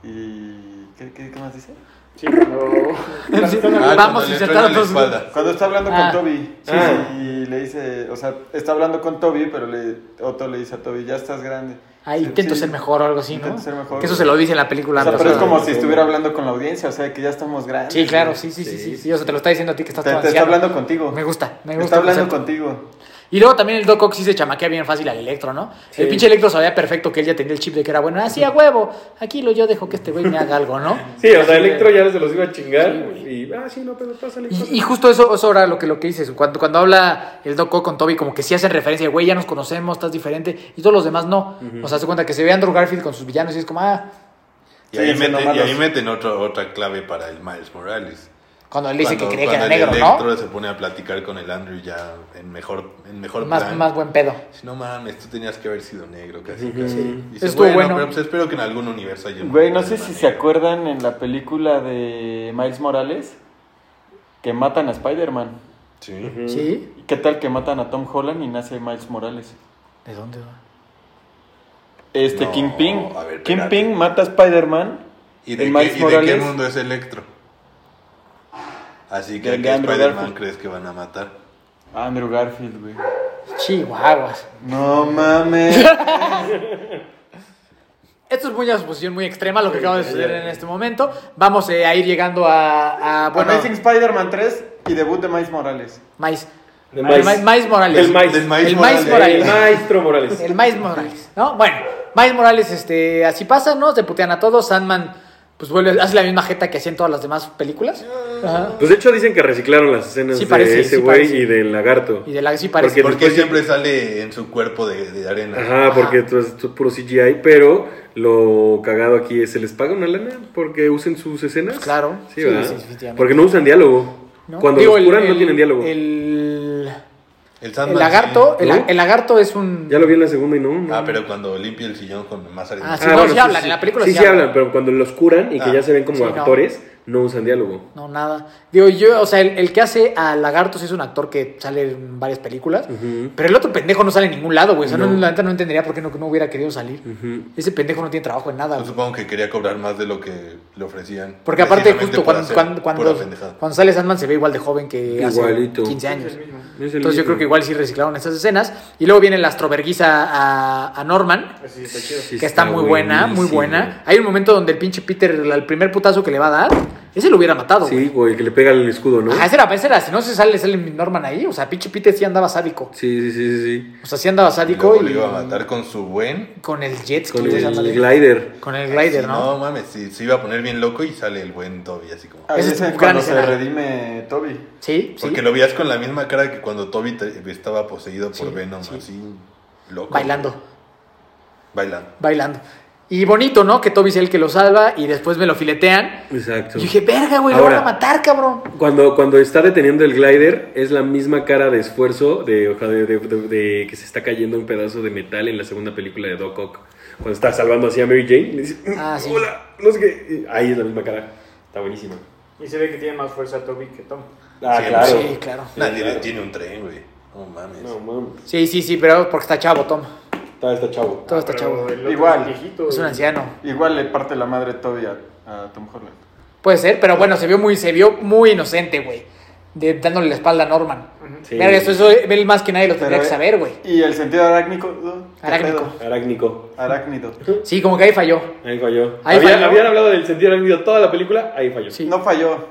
Speaker 4: Y... ¿Qué, qué- qué más dice?
Speaker 5: Sí, cuando-
Speaker 2: Sí.
Speaker 3: Ah,
Speaker 2: Vamos
Speaker 3: cuando
Speaker 2: a
Speaker 3: le
Speaker 2: insertar
Speaker 3: truena la
Speaker 2: otros-
Speaker 3: espalda.
Speaker 4: Cuando está hablando
Speaker 2: Ah,
Speaker 4: con Toby
Speaker 6: sí,
Speaker 4: ah, y le dice, o sea, está hablando con Toby, pero le, Otto le dice a Toby, ya estás grande.
Speaker 2: Ah,
Speaker 4: Dice,
Speaker 2: intento
Speaker 4: "Sí".
Speaker 2: ser mejor o algo así, ¿no?
Speaker 4: Intento ser mejor.
Speaker 2: Que eso se lo dice en la película.
Speaker 4: O sea,
Speaker 2: ¿no?
Speaker 4: pero es
Speaker 2: O sea,
Speaker 4: como si estuviera hablando con la audiencia, o sea, que ya estamos grandes.
Speaker 2: Sí, claro,
Speaker 4: Te-
Speaker 2: sí, sí, sí,
Speaker 6: Sí,
Speaker 2: sí, sí. O sea, te lo está diciendo a ti que estás
Speaker 4: Te,
Speaker 2: todo
Speaker 4: está
Speaker 2: anciano.
Speaker 4: hablando contigo.
Speaker 2: Me gusta, me gusta.
Speaker 4: Está
Speaker 2: el
Speaker 4: hablando
Speaker 2: concepto.
Speaker 4: contigo.
Speaker 2: Y luego también el Doc Ock sí se chamaquea bien fácil al Electro, ¿no?
Speaker 6: Sí.
Speaker 2: El pinche Electro sabía perfecto que él ya tenía el chip de que era bueno. Así a huevo, aquí lo yo dejo que este güey me haga algo, ¿no?
Speaker 6: Sí, o sea, Electro ya se los iba a chingar. y, ah, sí, no, pero pasa Electro.
Speaker 2: Y, y justo eso, eso ahora lo que lo que dices, cuando, cuando habla el Doc Ock con Toby, como que sí hacen referencia de, güey, ya nos conocemos, estás diferente, y todos los demás no. O sea, se cuenta que se ve Andrew Garfield con sus villanos y es como, ah,
Speaker 3: Y ahí
Speaker 4: Sí, siendo
Speaker 3: meten, y
Speaker 4: malos.
Speaker 3: ahí meten otro- otra clave para el Miles Morales.
Speaker 2: cuando él dice
Speaker 3: Cuando-
Speaker 2: que creía que era
Speaker 3: cuando el
Speaker 2: negro,
Speaker 3: Electro
Speaker 2: ¿no?
Speaker 3: se pone a platicar con el Andrew ya en mejor, en mejor
Speaker 2: Más,
Speaker 3: plan.
Speaker 2: más buen pedo.
Speaker 3: Dice, No mames, tú tenías que haber sido negro, casi, casi. Dice,
Speaker 2: Estuvo
Speaker 3: bueno,
Speaker 2: bueno.
Speaker 3: pero pues espero que en algún universo haya un
Speaker 4: Güey, no sé
Speaker 3: Spider-Man
Speaker 4: si se
Speaker 3: negro".
Speaker 4: acuerdan en la película de Miles Morales que matan a Spider-Man.
Speaker 3: Sí.
Speaker 2: ¿Sí?
Speaker 4: ¿Y ¿Qué tal que matan a Tom Holland y nace Miles Morales?
Speaker 2: ¿De dónde va?
Speaker 4: Este,
Speaker 3: No,
Speaker 4: Kingpin.
Speaker 3: a ver, espérate.
Speaker 4: Kingpin mata a Spider-man
Speaker 3: ¿Y de,
Speaker 4: y
Speaker 3: qué,
Speaker 4: Miles
Speaker 3: y de
Speaker 4: Morales.
Speaker 3: qué mundo es Electro? Así que
Speaker 4: De
Speaker 3: ¿a qué
Speaker 4: Andrew
Speaker 3: Spider-Man
Speaker 4: Garfield.
Speaker 3: crees que van a matar?
Speaker 4: Andrew Garfield, güey.
Speaker 2: Chihuahuas.
Speaker 4: No mames.
Speaker 2: Ah, Esto es muy una suposición muy extrema lo que acaba de suceder en este momento. Vamos
Speaker 6: Ah,
Speaker 2: eh, a ir llegando a, a, bueno,
Speaker 4: Amazing Spider-Man 3 y debut de Miles Morales.
Speaker 2: Miles.
Speaker 6: De
Speaker 2: El maíz, maíz Morales.
Speaker 6: El maíz.
Speaker 3: Del maíz
Speaker 2: El maíz
Speaker 3: Morales.
Speaker 6: El
Speaker 2: Morales.
Speaker 6: maestro Morales.
Speaker 2: El Maíz Morales, ¿no? Bueno, Maíz Morales, este, así pasa, ¿no? Se putean a todos. Sandman, pues vuelve, hace la misma jeta que hacía en todas las demás películas. Ajá.
Speaker 6: Pues de hecho dicen que reciclaron las escenas
Speaker 2: Sí parece,
Speaker 6: de ese
Speaker 2: sí
Speaker 6: güey
Speaker 2: parece.
Speaker 6: y del lagarto.
Speaker 2: Y de la sí parece.
Speaker 6: Porque-
Speaker 3: Porque
Speaker 6: después-
Speaker 3: siempre sale en su cuerpo de, de arena.
Speaker 6: Ajá, porque esto es, esto es puro CGI, pero lo cagado aquí es se les paga una lana porque usen sus escenas.
Speaker 2: Pues, Claro.
Speaker 6: Sí,
Speaker 2: Sí,
Speaker 6: ¿verdad?
Speaker 2: sí, definitivamente.
Speaker 6: porque no usan diálogo.
Speaker 2: ¿no?
Speaker 6: Cuando
Speaker 2: Digo,
Speaker 6: los curan no tienen diálogo.
Speaker 2: El,
Speaker 3: El,
Speaker 2: el
Speaker 3: Sandman,
Speaker 2: lagarto,
Speaker 3: sí.
Speaker 2: el, el lagarto es un.
Speaker 6: Ya lo vi en la segunda y no. no.
Speaker 3: Ah, pero cuando limpia el sillón con más arena.
Speaker 2: Ah, sí. no, hablan, en la película
Speaker 6: sí,
Speaker 2: sí
Speaker 6: sí
Speaker 2: hablan.
Speaker 6: hablan, pero cuando los curan y que
Speaker 3: Ah.
Speaker 6: ya se ven como
Speaker 2: Sí, no.
Speaker 6: actores, no. usan diálogo.
Speaker 2: No, nada. Digo, yo, o sea, el, el que hace a Lagarto sí es un actor que sale en varias películas.
Speaker 6: Ujú.
Speaker 2: Pero el otro pendejo no sale en ningún lado, güey. O sea, no.
Speaker 6: No.
Speaker 2: la neta no entendería por qué no, no hubiera querido salir.
Speaker 6: Ujú.
Speaker 2: Ese pendejo no tiene trabajo en nada,
Speaker 3: Yo
Speaker 2: güey.
Speaker 3: supongo que quería cobrar más de lo que le ofrecían.
Speaker 2: Porque aparte,
Speaker 3: Precisamente
Speaker 2: justo
Speaker 3: por
Speaker 2: cuando,
Speaker 3: hacer
Speaker 2: cuando,
Speaker 3: pura
Speaker 2: cuando,
Speaker 3: pendejada.
Speaker 2: cuando sale Sandman se ve igual de joven que
Speaker 6: Igualito.
Speaker 2: hace 15 años.
Speaker 5: Es el mismo.
Speaker 6: Es el
Speaker 2: Entonces yo
Speaker 6: mismo.
Speaker 2: creo que igual sí reciclaron esas escenas. Y luego viene la astroverguiza a, a Norman,
Speaker 5: Así está chido.
Speaker 6: Sí,
Speaker 2: que está, muy buena, muy
Speaker 6: buenísimo.
Speaker 2: buena. Hay un momento donde el pinche Peter, el primer putazo que le va a dar, ese lo hubiera matado, güey.
Speaker 6: Sí, güey, que le pega el escudo, ¿no?
Speaker 2: Ajá, ese era, ese era, si no se sale, sale mi Norman ahí. O sea, pinche Peter sí andaba sádico.
Speaker 6: Sí, sí, sí, sí,
Speaker 2: O sea, sí andaba
Speaker 3: Y
Speaker 2: sádico
Speaker 3: luego
Speaker 2: y.
Speaker 3: le iba a matar con su buen.
Speaker 2: Con el jet
Speaker 6: sí.
Speaker 2: ski,
Speaker 6: Con
Speaker 2: o sea,
Speaker 6: el
Speaker 2: ándale.
Speaker 6: glider.
Speaker 2: Con el glider,
Speaker 3: Sí,
Speaker 2: ¿no?
Speaker 3: No mames, sí, se iba a poner bien loco y sale el buen Toby así como.
Speaker 2: Ese
Speaker 4: Ese
Speaker 2: es
Speaker 4: es
Speaker 2: un gran
Speaker 4: cuando se
Speaker 2: escenario.
Speaker 4: redime Toby.
Speaker 2: Sí, sí.
Speaker 3: Porque lo veías con la misma cara que cuando Toby te- estaba poseído por
Speaker 2: Sí,
Speaker 3: Venom,
Speaker 2: sí.
Speaker 3: así loco.
Speaker 2: Bailando,
Speaker 3: Bailando.
Speaker 2: bailando. Y bonito, ¿no? Que Toby es el que lo salva y después me lo filetean.
Speaker 6: Exacto.
Speaker 2: Yo dije, verga, güey, lo van
Speaker 6: Ahora.
Speaker 2: a matar, cabrón.
Speaker 6: Cuando, cuando está deteniendo el glider, es la misma cara de esfuerzo de, oja- de- de- de- de que se está cayendo un pedazo de metal en la segunda película de Doc Ock. Cuando está salvando así a Mary Jane, le dice, "Mm,
Speaker 2: Ah, sí.
Speaker 6: hola, no sé qué. Y Ahí es la misma cara. Está buenísima.
Speaker 5: Y se ve que tiene más fuerza Toby que Tom.
Speaker 6: Ah,
Speaker 3: Sí,
Speaker 6: claro.
Speaker 2: Sí, claro.
Speaker 3: Nadie
Speaker 6: claro.
Speaker 3: tiene un tren, güey. No mames.
Speaker 6: No, mames.
Speaker 2: Sí, sí, sí, pero porque está chavo, Tom.
Speaker 6: Está, está chavo.
Speaker 2: Todo está
Speaker 5: Pero
Speaker 2: chavo.
Speaker 5: el otro
Speaker 4: Igual.
Speaker 5: Es, viejito,
Speaker 2: Es un
Speaker 5: güey.
Speaker 2: anciano.
Speaker 4: Igual le parte la madre Toby a, a Tom Holland.
Speaker 2: Puede ser, pero bueno, se vio muy, se vio muy inocente, güey. De, dándole la espalda a Norman.
Speaker 6: Sí.
Speaker 2: Verga, eso, eso él más que nadie lo tendría
Speaker 4: Pero,
Speaker 2: que
Speaker 4: eh,
Speaker 2: saber, güey.
Speaker 4: Y el sentido arácnico. ¿Qué
Speaker 2: Arácnico.
Speaker 4: pedo?
Speaker 6: Arácnico.
Speaker 4: Arácnido.
Speaker 2: Sí, como que ahí falló.
Speaker 6: Ahí falló.
Speaker 2: Ahí
Speaker 6: habían,
Speaker 2: falló.
Speaker 6: habían hablado del sentido arácnido toda la película, ahí falló.
Speaker 2: Sí.
Speaker 4: No falló.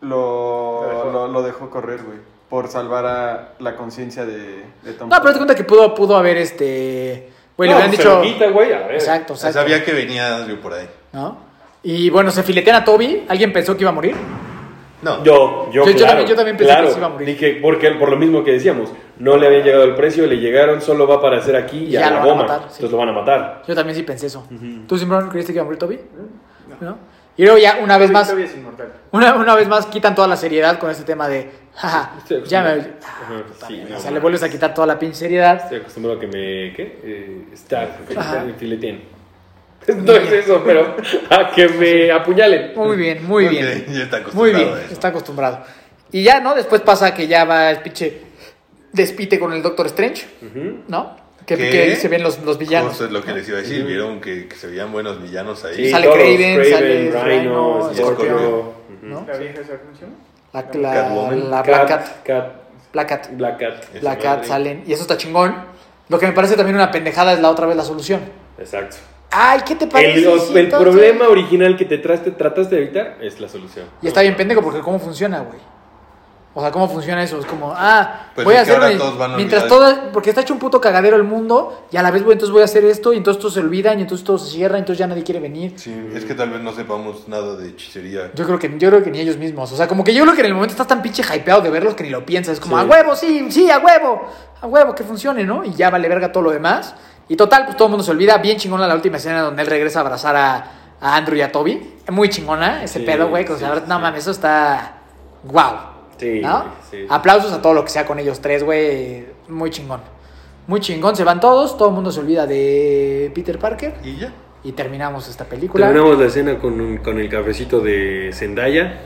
Speaker 5: Lo
Speaker 4: Lo,
Speaker 5: dejó.
Speaker 4: lo, lo dejó correr, güey. Por salvar a la conciencia de, de
Speaker 2: No, pero
Speaker 4: Tom.
Speaker 2: te
Speaker 4: Holland.
Speaker 2: cuenta que pudo, pudo haber este. Güey,
Speaker 6: No,
Speaker 2: le hubieran
Speaker 6: pues
Speaker 2: dicho.
Speaker 6: Se lo quita, güey, a ver.
Speaker 2: Exacto,
Speaker 3: O sea,
Speaker 2: exacto.
Speaker 3: sabía que venía Andrew por ahí.
Speaker 2: ¿No? Y bueno, se filetean a Toby. ¿Alguien pensó que iba a morir?
Speaker 3: No.
Speaker 6: Yo,
Speaker 2: Yo-
Speaker 6: yo,
Speaker 2: yo
Speaker 6: claro,
Speaker 2: también- yo también pensé
Speaker 6: claro.
Speaker 2: que se iba a morir.
Speaker 6: Dije, porque, por lo mismo que decíamos, no le habían llegado el precio, le llegaron, solo va para hacer aquí y
Speaker 2: Ya
Speaker 6: a
Speaker 2: lo
Speaker 6: la
Speaker 2: van a
Speaker 6: goma.
Speaker 2: matar, sí.
Speaker 6: Entonces lo van a matar.
Speaker 2: Yo también sí pensé eso. ¿Tú, Simbrón, creíste que iba a morir Toby? No. Y luego ya, una vez
Speaker 5: Toby-
Speaker 2: más.
Speaker 5: Toby es inmortal.
Speaker 2: Una, una vez más quitan toda la seriedad con este tema de. Jaja,
Speaker 6: Estoy
Speaker 2: ya me.
Speaker 6: acostumbrado. Ajá,
Speaker 2: Puta
Speaker 6: Ah, sí,
Speaker 2: madre,
Speaker 6: no
Speaker 2: o sea, le
Speaker 6: mames.
Speaker 2: vuelves a quitar toda la pinche seriedad.
Speaker 6: Estoy acostumbrado a que me. ¿Qué? Eh, está.
Speaker 2: Ajá.
Speaker 6: Fileteen. No es eso, pero a que me apuñalen.
Speaker 2: Muy bien, muy
Speaker 3: Ok,
Speaker 2: bien.
Speaker 3: ya está acostumbrado
Speaker 2: Muy bien,
Speaker 3: a eso.
Speaker 2: está acostumbrado. Y ya, ¿no? Después pasa que ya va el pinche despite con el Doctor Strange, ¿no? Que,
Speaker 3: ¿Qué?
Speaker 2: que se ven los, los villanos.
Speaker 3: Justo es lo que les iba a decir. Vieron que, que se veían buenos villanos ahí.
Speaker 6: Sí,
Speaker 2: Sale
Speaker 6: todos,
Speaker 2: Kraven,
Speaker 6: Kraven,
Speaker 2: sale Rhino,
Speaker 6: Rhino, Scorpio.
Speaker 3: Scorpio.
Speaker 2: ¿no?
Speaker 5: La vieja esa, ¿cómo se llama?
Speaker 2: La, la,
Speaker 3: Catwoman.
Speaker 2: la Black Cat.
Speaker 6: Cat, Cat,
Speaker 2: Black Cat.
Speaker 6: Black Cat.
Speaker 3: Esa
Speaker 2: Black Cat
Speaker 3: madre.
Speaker 2: salen. Y eso está chingón. Lo que me parece también una pendejada es la otra vez la solución.
Speaker 6: Exacto.
Speaker 2: Ay, ¿qué te parece?
Speaker 6: El,
Speaker 2: si
Speaker 6: el
Speaker 2: entonces-
Speaker 6: problema original que te traste- trataste de evitar es la solución.
Speaker 2: Y está bien pendejo porque cómo funciona, güey. O sea, cómo funciona eso. Es como, ah,
Speaker 3: Pues
Speaker 2: voy
Speaker 3: es
Speaker 2: a
Speaker 3: que
Speaker 2: hacer.
Speaker 3: ahora
Speaker 2: mi-
Speaker 3: todos van a
Speaker 2: mientras
Speaker 3: olvidar.
Speaker 2: todo. Porque está hecho un puto cagadero el mundo. Y a la vez, güey, entonces voy a hacer esto. Y entonces todos se olvidan. Y entonces todo se cierra. Y entonces ya nadie quiere venir.
Speaker 3: Sí, es que tal vez no sepamos nada de hechicería.
Speaker 2: Yo creo, que, yo creo que ni ellos mismos. O sea, como que yo creo que en el momento estás tan pinche hypeado de verlos que ni lo piensas. Es como,
Speaker 6: Sí.
Speaker 2: a huevo, sí, sí, a huevo. A huevo, que funcione, ¿no? Y ya vale verga todo lo demás. Y total, pues todo el mundo se olvida. Bien chingona la última escena donde él regresa a abrazar a, a Andrew y a Toby. Muy chingona ese
Speaker 6: Sí,
Speaker 2: pedo, güey. que, o
Speaker 6: sí,
Speaker 2: sea, no
Speaker 6: sí.
Speaker 2: mames, eso está. ¡Wow!
Speaker 6: Sí,
Speaker 2: ¿no?
Speaker 6: sí, sí.
Speaker 2: Aplausos a todo lo que sea con ellos tres, güey. Muy chingón. Muy chingón, se van todos, todo el mundo se olvida de Peter Parker
Speaker 3: ¿Y ya?
Speaker 2: y terminamos esta película.
Speaker 6: Terminamos la escena con, un- con el cafecito de Zendaya,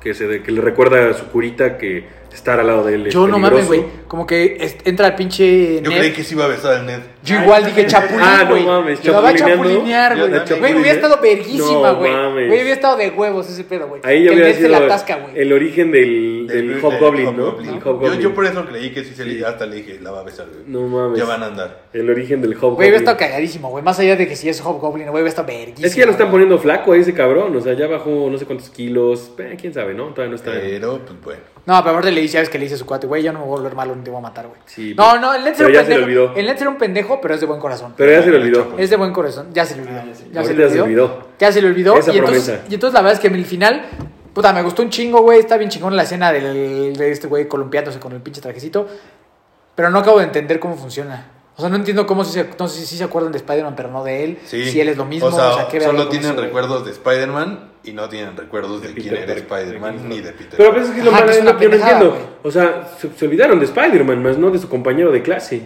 Speaker 6: que, se, que le recuerda a su curita que estar al lado de él es
Speaker 2: Yo no mames,
Speaker 6: peligroso.
Speaker 2: güey. Como que es- entra el pinche
Speaker 3: Yo
Speaker 2: Ned.
Speaker 3: creí que sí iba a besar al Ned.
Speaker 2: Yo igual dije chapulín,
Speaker 6: Ah, no
Speaker 2: güey.
Speaker 6: mames,
Speaker 2: Lo va a
Speaker 6: chapulineando.
Speaker 2: chapulinear,
Speaker 3: Yo
Speaker 2: güey.
Speaker 3: también.
Speaker 2: Güey, hubiera estado verguísima,
Speaker 6: No
Speaker 2: güey.
Speaker 6: mames.
Speaker 2: Güey, hubiera estado de huevos ese pedo, güey.
Speaker 6: Ahí
Speaker 2: Que
Speaker 6: ya
Speaker 2: el
Speaker 6: hubiera
Speaker 2: Ned se la
Speaker 6: sido
Speaker 2: atasca, güey.
Speaker 6: el origen del, del,
Speaker 3: del
Speaker 6: Hobgoblin, ¿no?
Speaker 3: Hobgoblin.
Speaker 6: El
Speaker 3: Yo,
Speaker 6: Hobgoblin.
Speaker 3: yo por eso creí que sí se le hasta le dije, la va a besar. güey.
Speaker 6: No mames.
Speaker 3: Ya van a andar.
Speaker 6: El origen del Hobgoblin.
Speaker 2: Güey, hubiera estado cagadísimo, güey. Más allá de que si es Hobgoblin, güey, hubiera estado verguísima.
Speaker 6: es que ya lo están
Speaker 2: güey.
Speaker 6: poniendo flaco a ese cabrón, o sea, ya bajó no sé cuántos kilos, eh, quién sabe, ¿no? Todavía no está.
Speaker 3: Pero, pues bueno.
Speaker 2: No, pero aparte le dice, ¿sabes que le dice a su cuate? Güey, yo no me voy a volver malo, no te voy a matar, güey.
Speaker 6: Sí,
Speaker 2: no,
Speaker 6: pero-
Speaker 2: no, el Led
Speaker 6: pues, pero
Speaker 2: era
Speaker 6: ya
Speaker 2: un
Speaker 6: se le
Speaker 2: pendejo.
Speaker 6: olvidó.
Speaker 2: El Led era un pendejo, pero es de buen corazón.
Speaker 6: Pero ya se le olvidó.
Speaker 2: Es de buen corazón, ya se le olvidó.
Speaker 5: Ah, ya se-
Speaker 2: ya, se
Speaker 6: ahorita
Speaker 2: le olvidó. Ya se le olvidó.
Speaker 6: Esa
Speaker 2: y, entonces,
Speaker 6: promesa.
Speaker 2: y entonces la verdad es que en el final, puta, me gustó un chingo, güey. Está bien chingón la escena del, de este güey columpiándose con el pinche trajecito. Pero no acabo de entender cómo funciona. O sea, no entiendo cómo si se, no sé si se acuerdan de Spider-Man, pero no de él.
Speaker 3: Sí.
Speaker 2: Si él es lo mismo.
Speaker 3: O sea,
Speaker 2: qué verga
Speaker 3: solo
Speaker 2: con
Speaker 3: tienen
Speaker 2: ese güey.
Speaker 3: recuerdos de Spider-Man y no tienen recuerdos de,
Speaker 6: De
Speaker 3: quién
Speaker 6: Peter
Speaker 3: era
Speaker 6: Parker.
Speaker 3: Spider-Man ni de Peter
Speaker 4: Pero a
Speaker 3: Parker.
Speaker 4: veces es lo
Speaker 2: Ajá,
Speaker 4: malo
Speaker 2: que es
Speaker 4: es
Speaker 2: una
Speaker 4: lo que no
Speaker 2: pendejada,
Speaker 4: entiendo.
Speaker 2: güey.
Speaker 6: O sea, se, se olvidaron de Spider-Man, más no de su compañero de clase.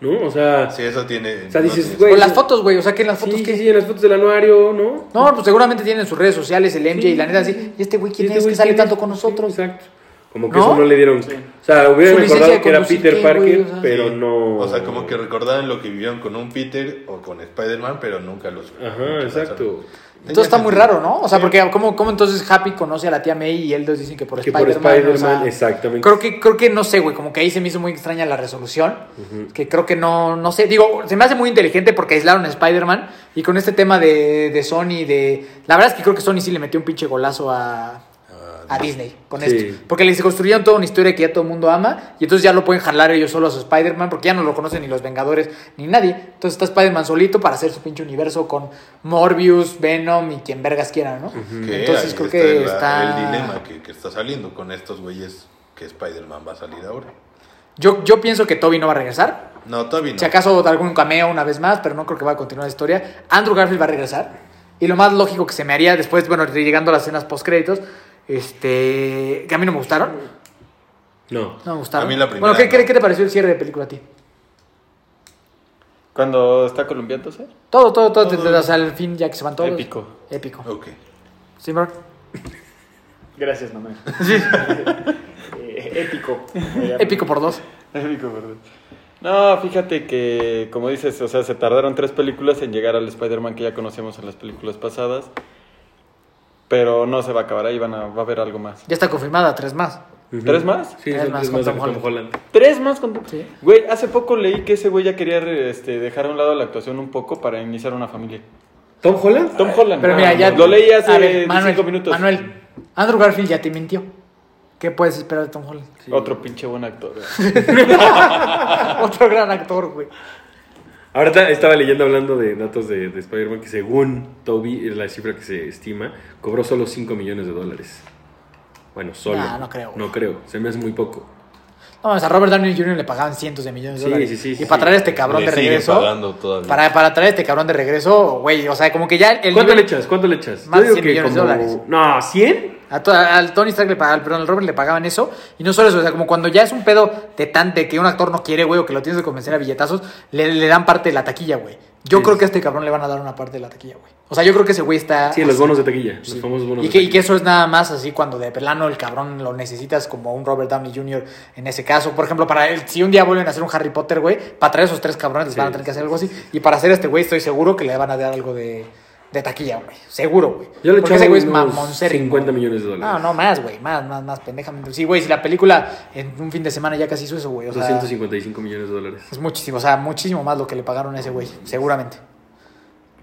Speaker 6: ¿No? O sea,
Speaker 3: Sí, eso tiene.
Speaker 6: O sea,
Speaker 3: no
Speaker 6: dices,
Speaker 3: tiene-
Speaker 6: güey,
Speaker 2: pues, O las fotos, güey. O sea, que en las
Speaker 6: sí,
Speaker 2: fotos que
Speaker 6: sí, sí, en las fotos del anuario, ¿no?
Speaker 2: No, pues seguramente tienen sus redes sociales, el MJ y la neta así. ¿Y este güey quién
Speaker 6: Este
Speaker 2: es
Speaker 6: güey,
Speaker 2: que sale
Speaker 6: ¿quién
Speaker 2: tanto
Speaker 6: es?
Speaker 2: con nosotros?
Speaker 6: Sí, exacto. Como que
Speaker 2: ¿No?
Speaker 6: eso no le dieron. O sea,
Speaker 2: Su
Speaker 6: hubieran
Speaker 2: licencia
Speaker 6: recordado
Speaker 2: de
Speaker 6: que era
Speaker 2: conducir,
Speaker 6: Peter
Speaker 2: ¿qué,
Speaker 6: Parker,
Speaker 2: güey? O sea,
Speaker 6: pero
Speaker 3: Sí.
Speaker 6: no.
Speaker 3: O sea, como que recordaban lo que vivieron con un Peter o con Spider-Man, pero nunca los.
Speaker 6: Ajá, exacto.
Speaker 2: Entonces está muy raro, ¿no? O sea, porque ¿cómo, cómo entonces Happy conoce a la tía May y él dos dicen que por
Speaker 6: Que por
Speaker 2: Spider-Man? o sea,
Speaker 6: Spider-Man, exactamente.
Speaker 2: Creo que, creo que no sé, güey, como que ahí se me hizo muy extraña la resolución. Que creo que no, no sé. Digo, se me hace muy inteligente porque aislaron a Spider-Man. Y con este tema de, de Sony, de. La verdad es que creo que Sony sí le metió un pinche golazo a,
Speaker 3: Ah,
Speaker 2: a Disney con
Speaker 6: Sí.
Speaker 2: esto. Porque les construyeron toda una historia que ya todo el mundo ama. Y entonces ya lo pueden jalar ellos solos a Spider-Man. Porque ya no lo conocen ni los Vengadores ni nadie. Entonces está Spider-Man solito para hacer su pinche universo con Morbius, Venom y quien vergas quiera, ¿no? Entonces creo que está.
Speaker 3: El dilema que, que está saliendo con estos güeyes que Spider-Man va a salir ahora.
Speaker 2: Yo, yo pienso que Toby no va a regresar.
Speaker 3: No, Toby no.
Speaker 2: Si acaso algún cameo una vez más, pero no creo que va a continuar la historia. Andrew Garfield va a regresar. Y lo más lógico que se me haría después, bueno, llegando a las escenas post créditos, este, que a mí no me gustaron.
Speaker 6: No.
Speaker 2: No me gustaron.
Speaker 3: A mí la primera
Speaker 2: bueno, ¿qué, qué-
Speaker 3: no.
Speaker 2: qué te pareció el cierre de película a ti?
Speaker 4: Cuando está columpiándose.
Speaker 2: Todo, todo, todo, desde hasta el fin ya que se van todos.
Speaker 4: Épico.
Speaker 2: Épico.
Speaker 3: Ok.
Speaker 2: Sí, bro.
Speaker 5: Gracias, mamá. Eh, épico.
Speaker 2: Épico por dos.
Speaker 4: Épico, perdón. No, fíjate que, como dices, o sea, se tardaron tres películas en llegar al Spider-Man que ya conocemos en las películas pasadas. Pero no se va a acabar ahí, van a, va a haber algo más.
Speaker 2: Ya está confirmada, tres más.
Speaker 4: ¿Tres más?
Speaker 6: Sí,
Speaker 2: Tres
Speaker 6: son
Speaker 2: más
Speaker 6: tres
Speaker 2: con
Speaker 6: más de
Speaker 2: Tom
Speaker 6: Tom Holland.
Speaker 4: ¿Tres más con
Speaker 2: Sí.
Speaker 4: Güey, hace poco leí que ese güey ya quería re- este, dejar a un lado la actuación un poco para iniciar una familia.
Speaker 6: ¿Tom Holland?
Speaker 4: Tom Holland. Ah,
Speaker 2: Pero mira, ya.
Speaker 4: Lo leí hace
Speaker 2: A ver, Manuel,
Speaker 4: cinco minutos.
Speaker 2: Manuel, Andrew Garfield ya te mintió. ¿Qué puedes esperar de Tom Holland?
Speaker 4: Otro pinche buen actor.
Speaker 2: Otro gran actor, güey.
Speaker 6: Ahorita estaba leyendo hablando de datos de, de Spider-Man que según Toby, la cifra que se estima, cobró solo 5 millones de dólares. Bueno, solo.
Speaker 2: Nah, no creo, güey.
Speaker 6: No creo, se me hace muy poco.
Speaker 2: No, o sea, a Robert Downey Jr. le pagaban cientos de millones de
Speaker 6: Sí,
Speaker 2: dólares.
Speaker 6: sí, sí,
Speaker 2: y
Speaker 6: sí.
Speaker 2: para traer a este cabrón
Speaker 3: Le
Speaker 2: de
Speaker 3: sigue
Speaker 2: regreso.
Speaker 3: pagando todavía.
Speaker 2: Para, para traer a este cabrón de regreso, güey. O sea, como que ya el.
Speaker 6: ¿Cuánto le
Speaker 2: nivel-
Speaker 6: echas? ¿Cuánto le echas?
Speaker 2: Más de 100 millones de dólares.
Speaker 6: No, ¿100?
Speaker 2: A to- al Tony Stark le pagaban, perdón, al Robert le pagaban eso. Y no solo eso, o sea, como cuando ya es un pedo de tan de que un actor no quiere, güey, o que lo tienes que convencer a billetazos, le, le dan parte de la taquilla, güey. Yo
Speaker 6: Sí.
Speaker 2: creo que a este cabrón le van a dar una parte de la taquilla, güey. O sea, yo creo que ese güey está.
Speaker 6: Sí, los bonos de taquilla.
Speaker 2: Sí.
Speaker 6: Los famosos bonos
Speaker 2: y,
Speaker 6: de
Speaker 2: que, y
Speaker 6: taquilla.
Speaker 2: que eso es nada más así cuando de plano el cabrón lo necesitas como un Robert Downey Jr. en ese caso. Por ejemplo, para él, si un día vuelven a hacer un Harry Potter, güey, para traer esos tres cabrones les
Speaker 6: Sí,
Speaker 2: van a tener que hacer algo así. Y para hacer este güey estoy seguro que le van a dar algo de, de taquilla, güey. Seguro, güey.
Speaker 6: Yo le
Speaker 2: Porque
Speaker 6: echaba
Speaker 2: ese güey es
Speaker 6: unos
Speaker 2: mamoncero.
Speaker 6: 50 millones de
Speaker 2: No,
Speaker 6: dólares.
Speaker 2: no, más, güey. Más, más, más pendejamente. Sí, güey, si la película en un fin de semana ya casi hizo eso, güey. O sea,
Speaker 6: 255 millones de dólares.
Speaker 2: es muchísimo, o sea, muchísimo más lo que le pagaron a ese güey, seguramente.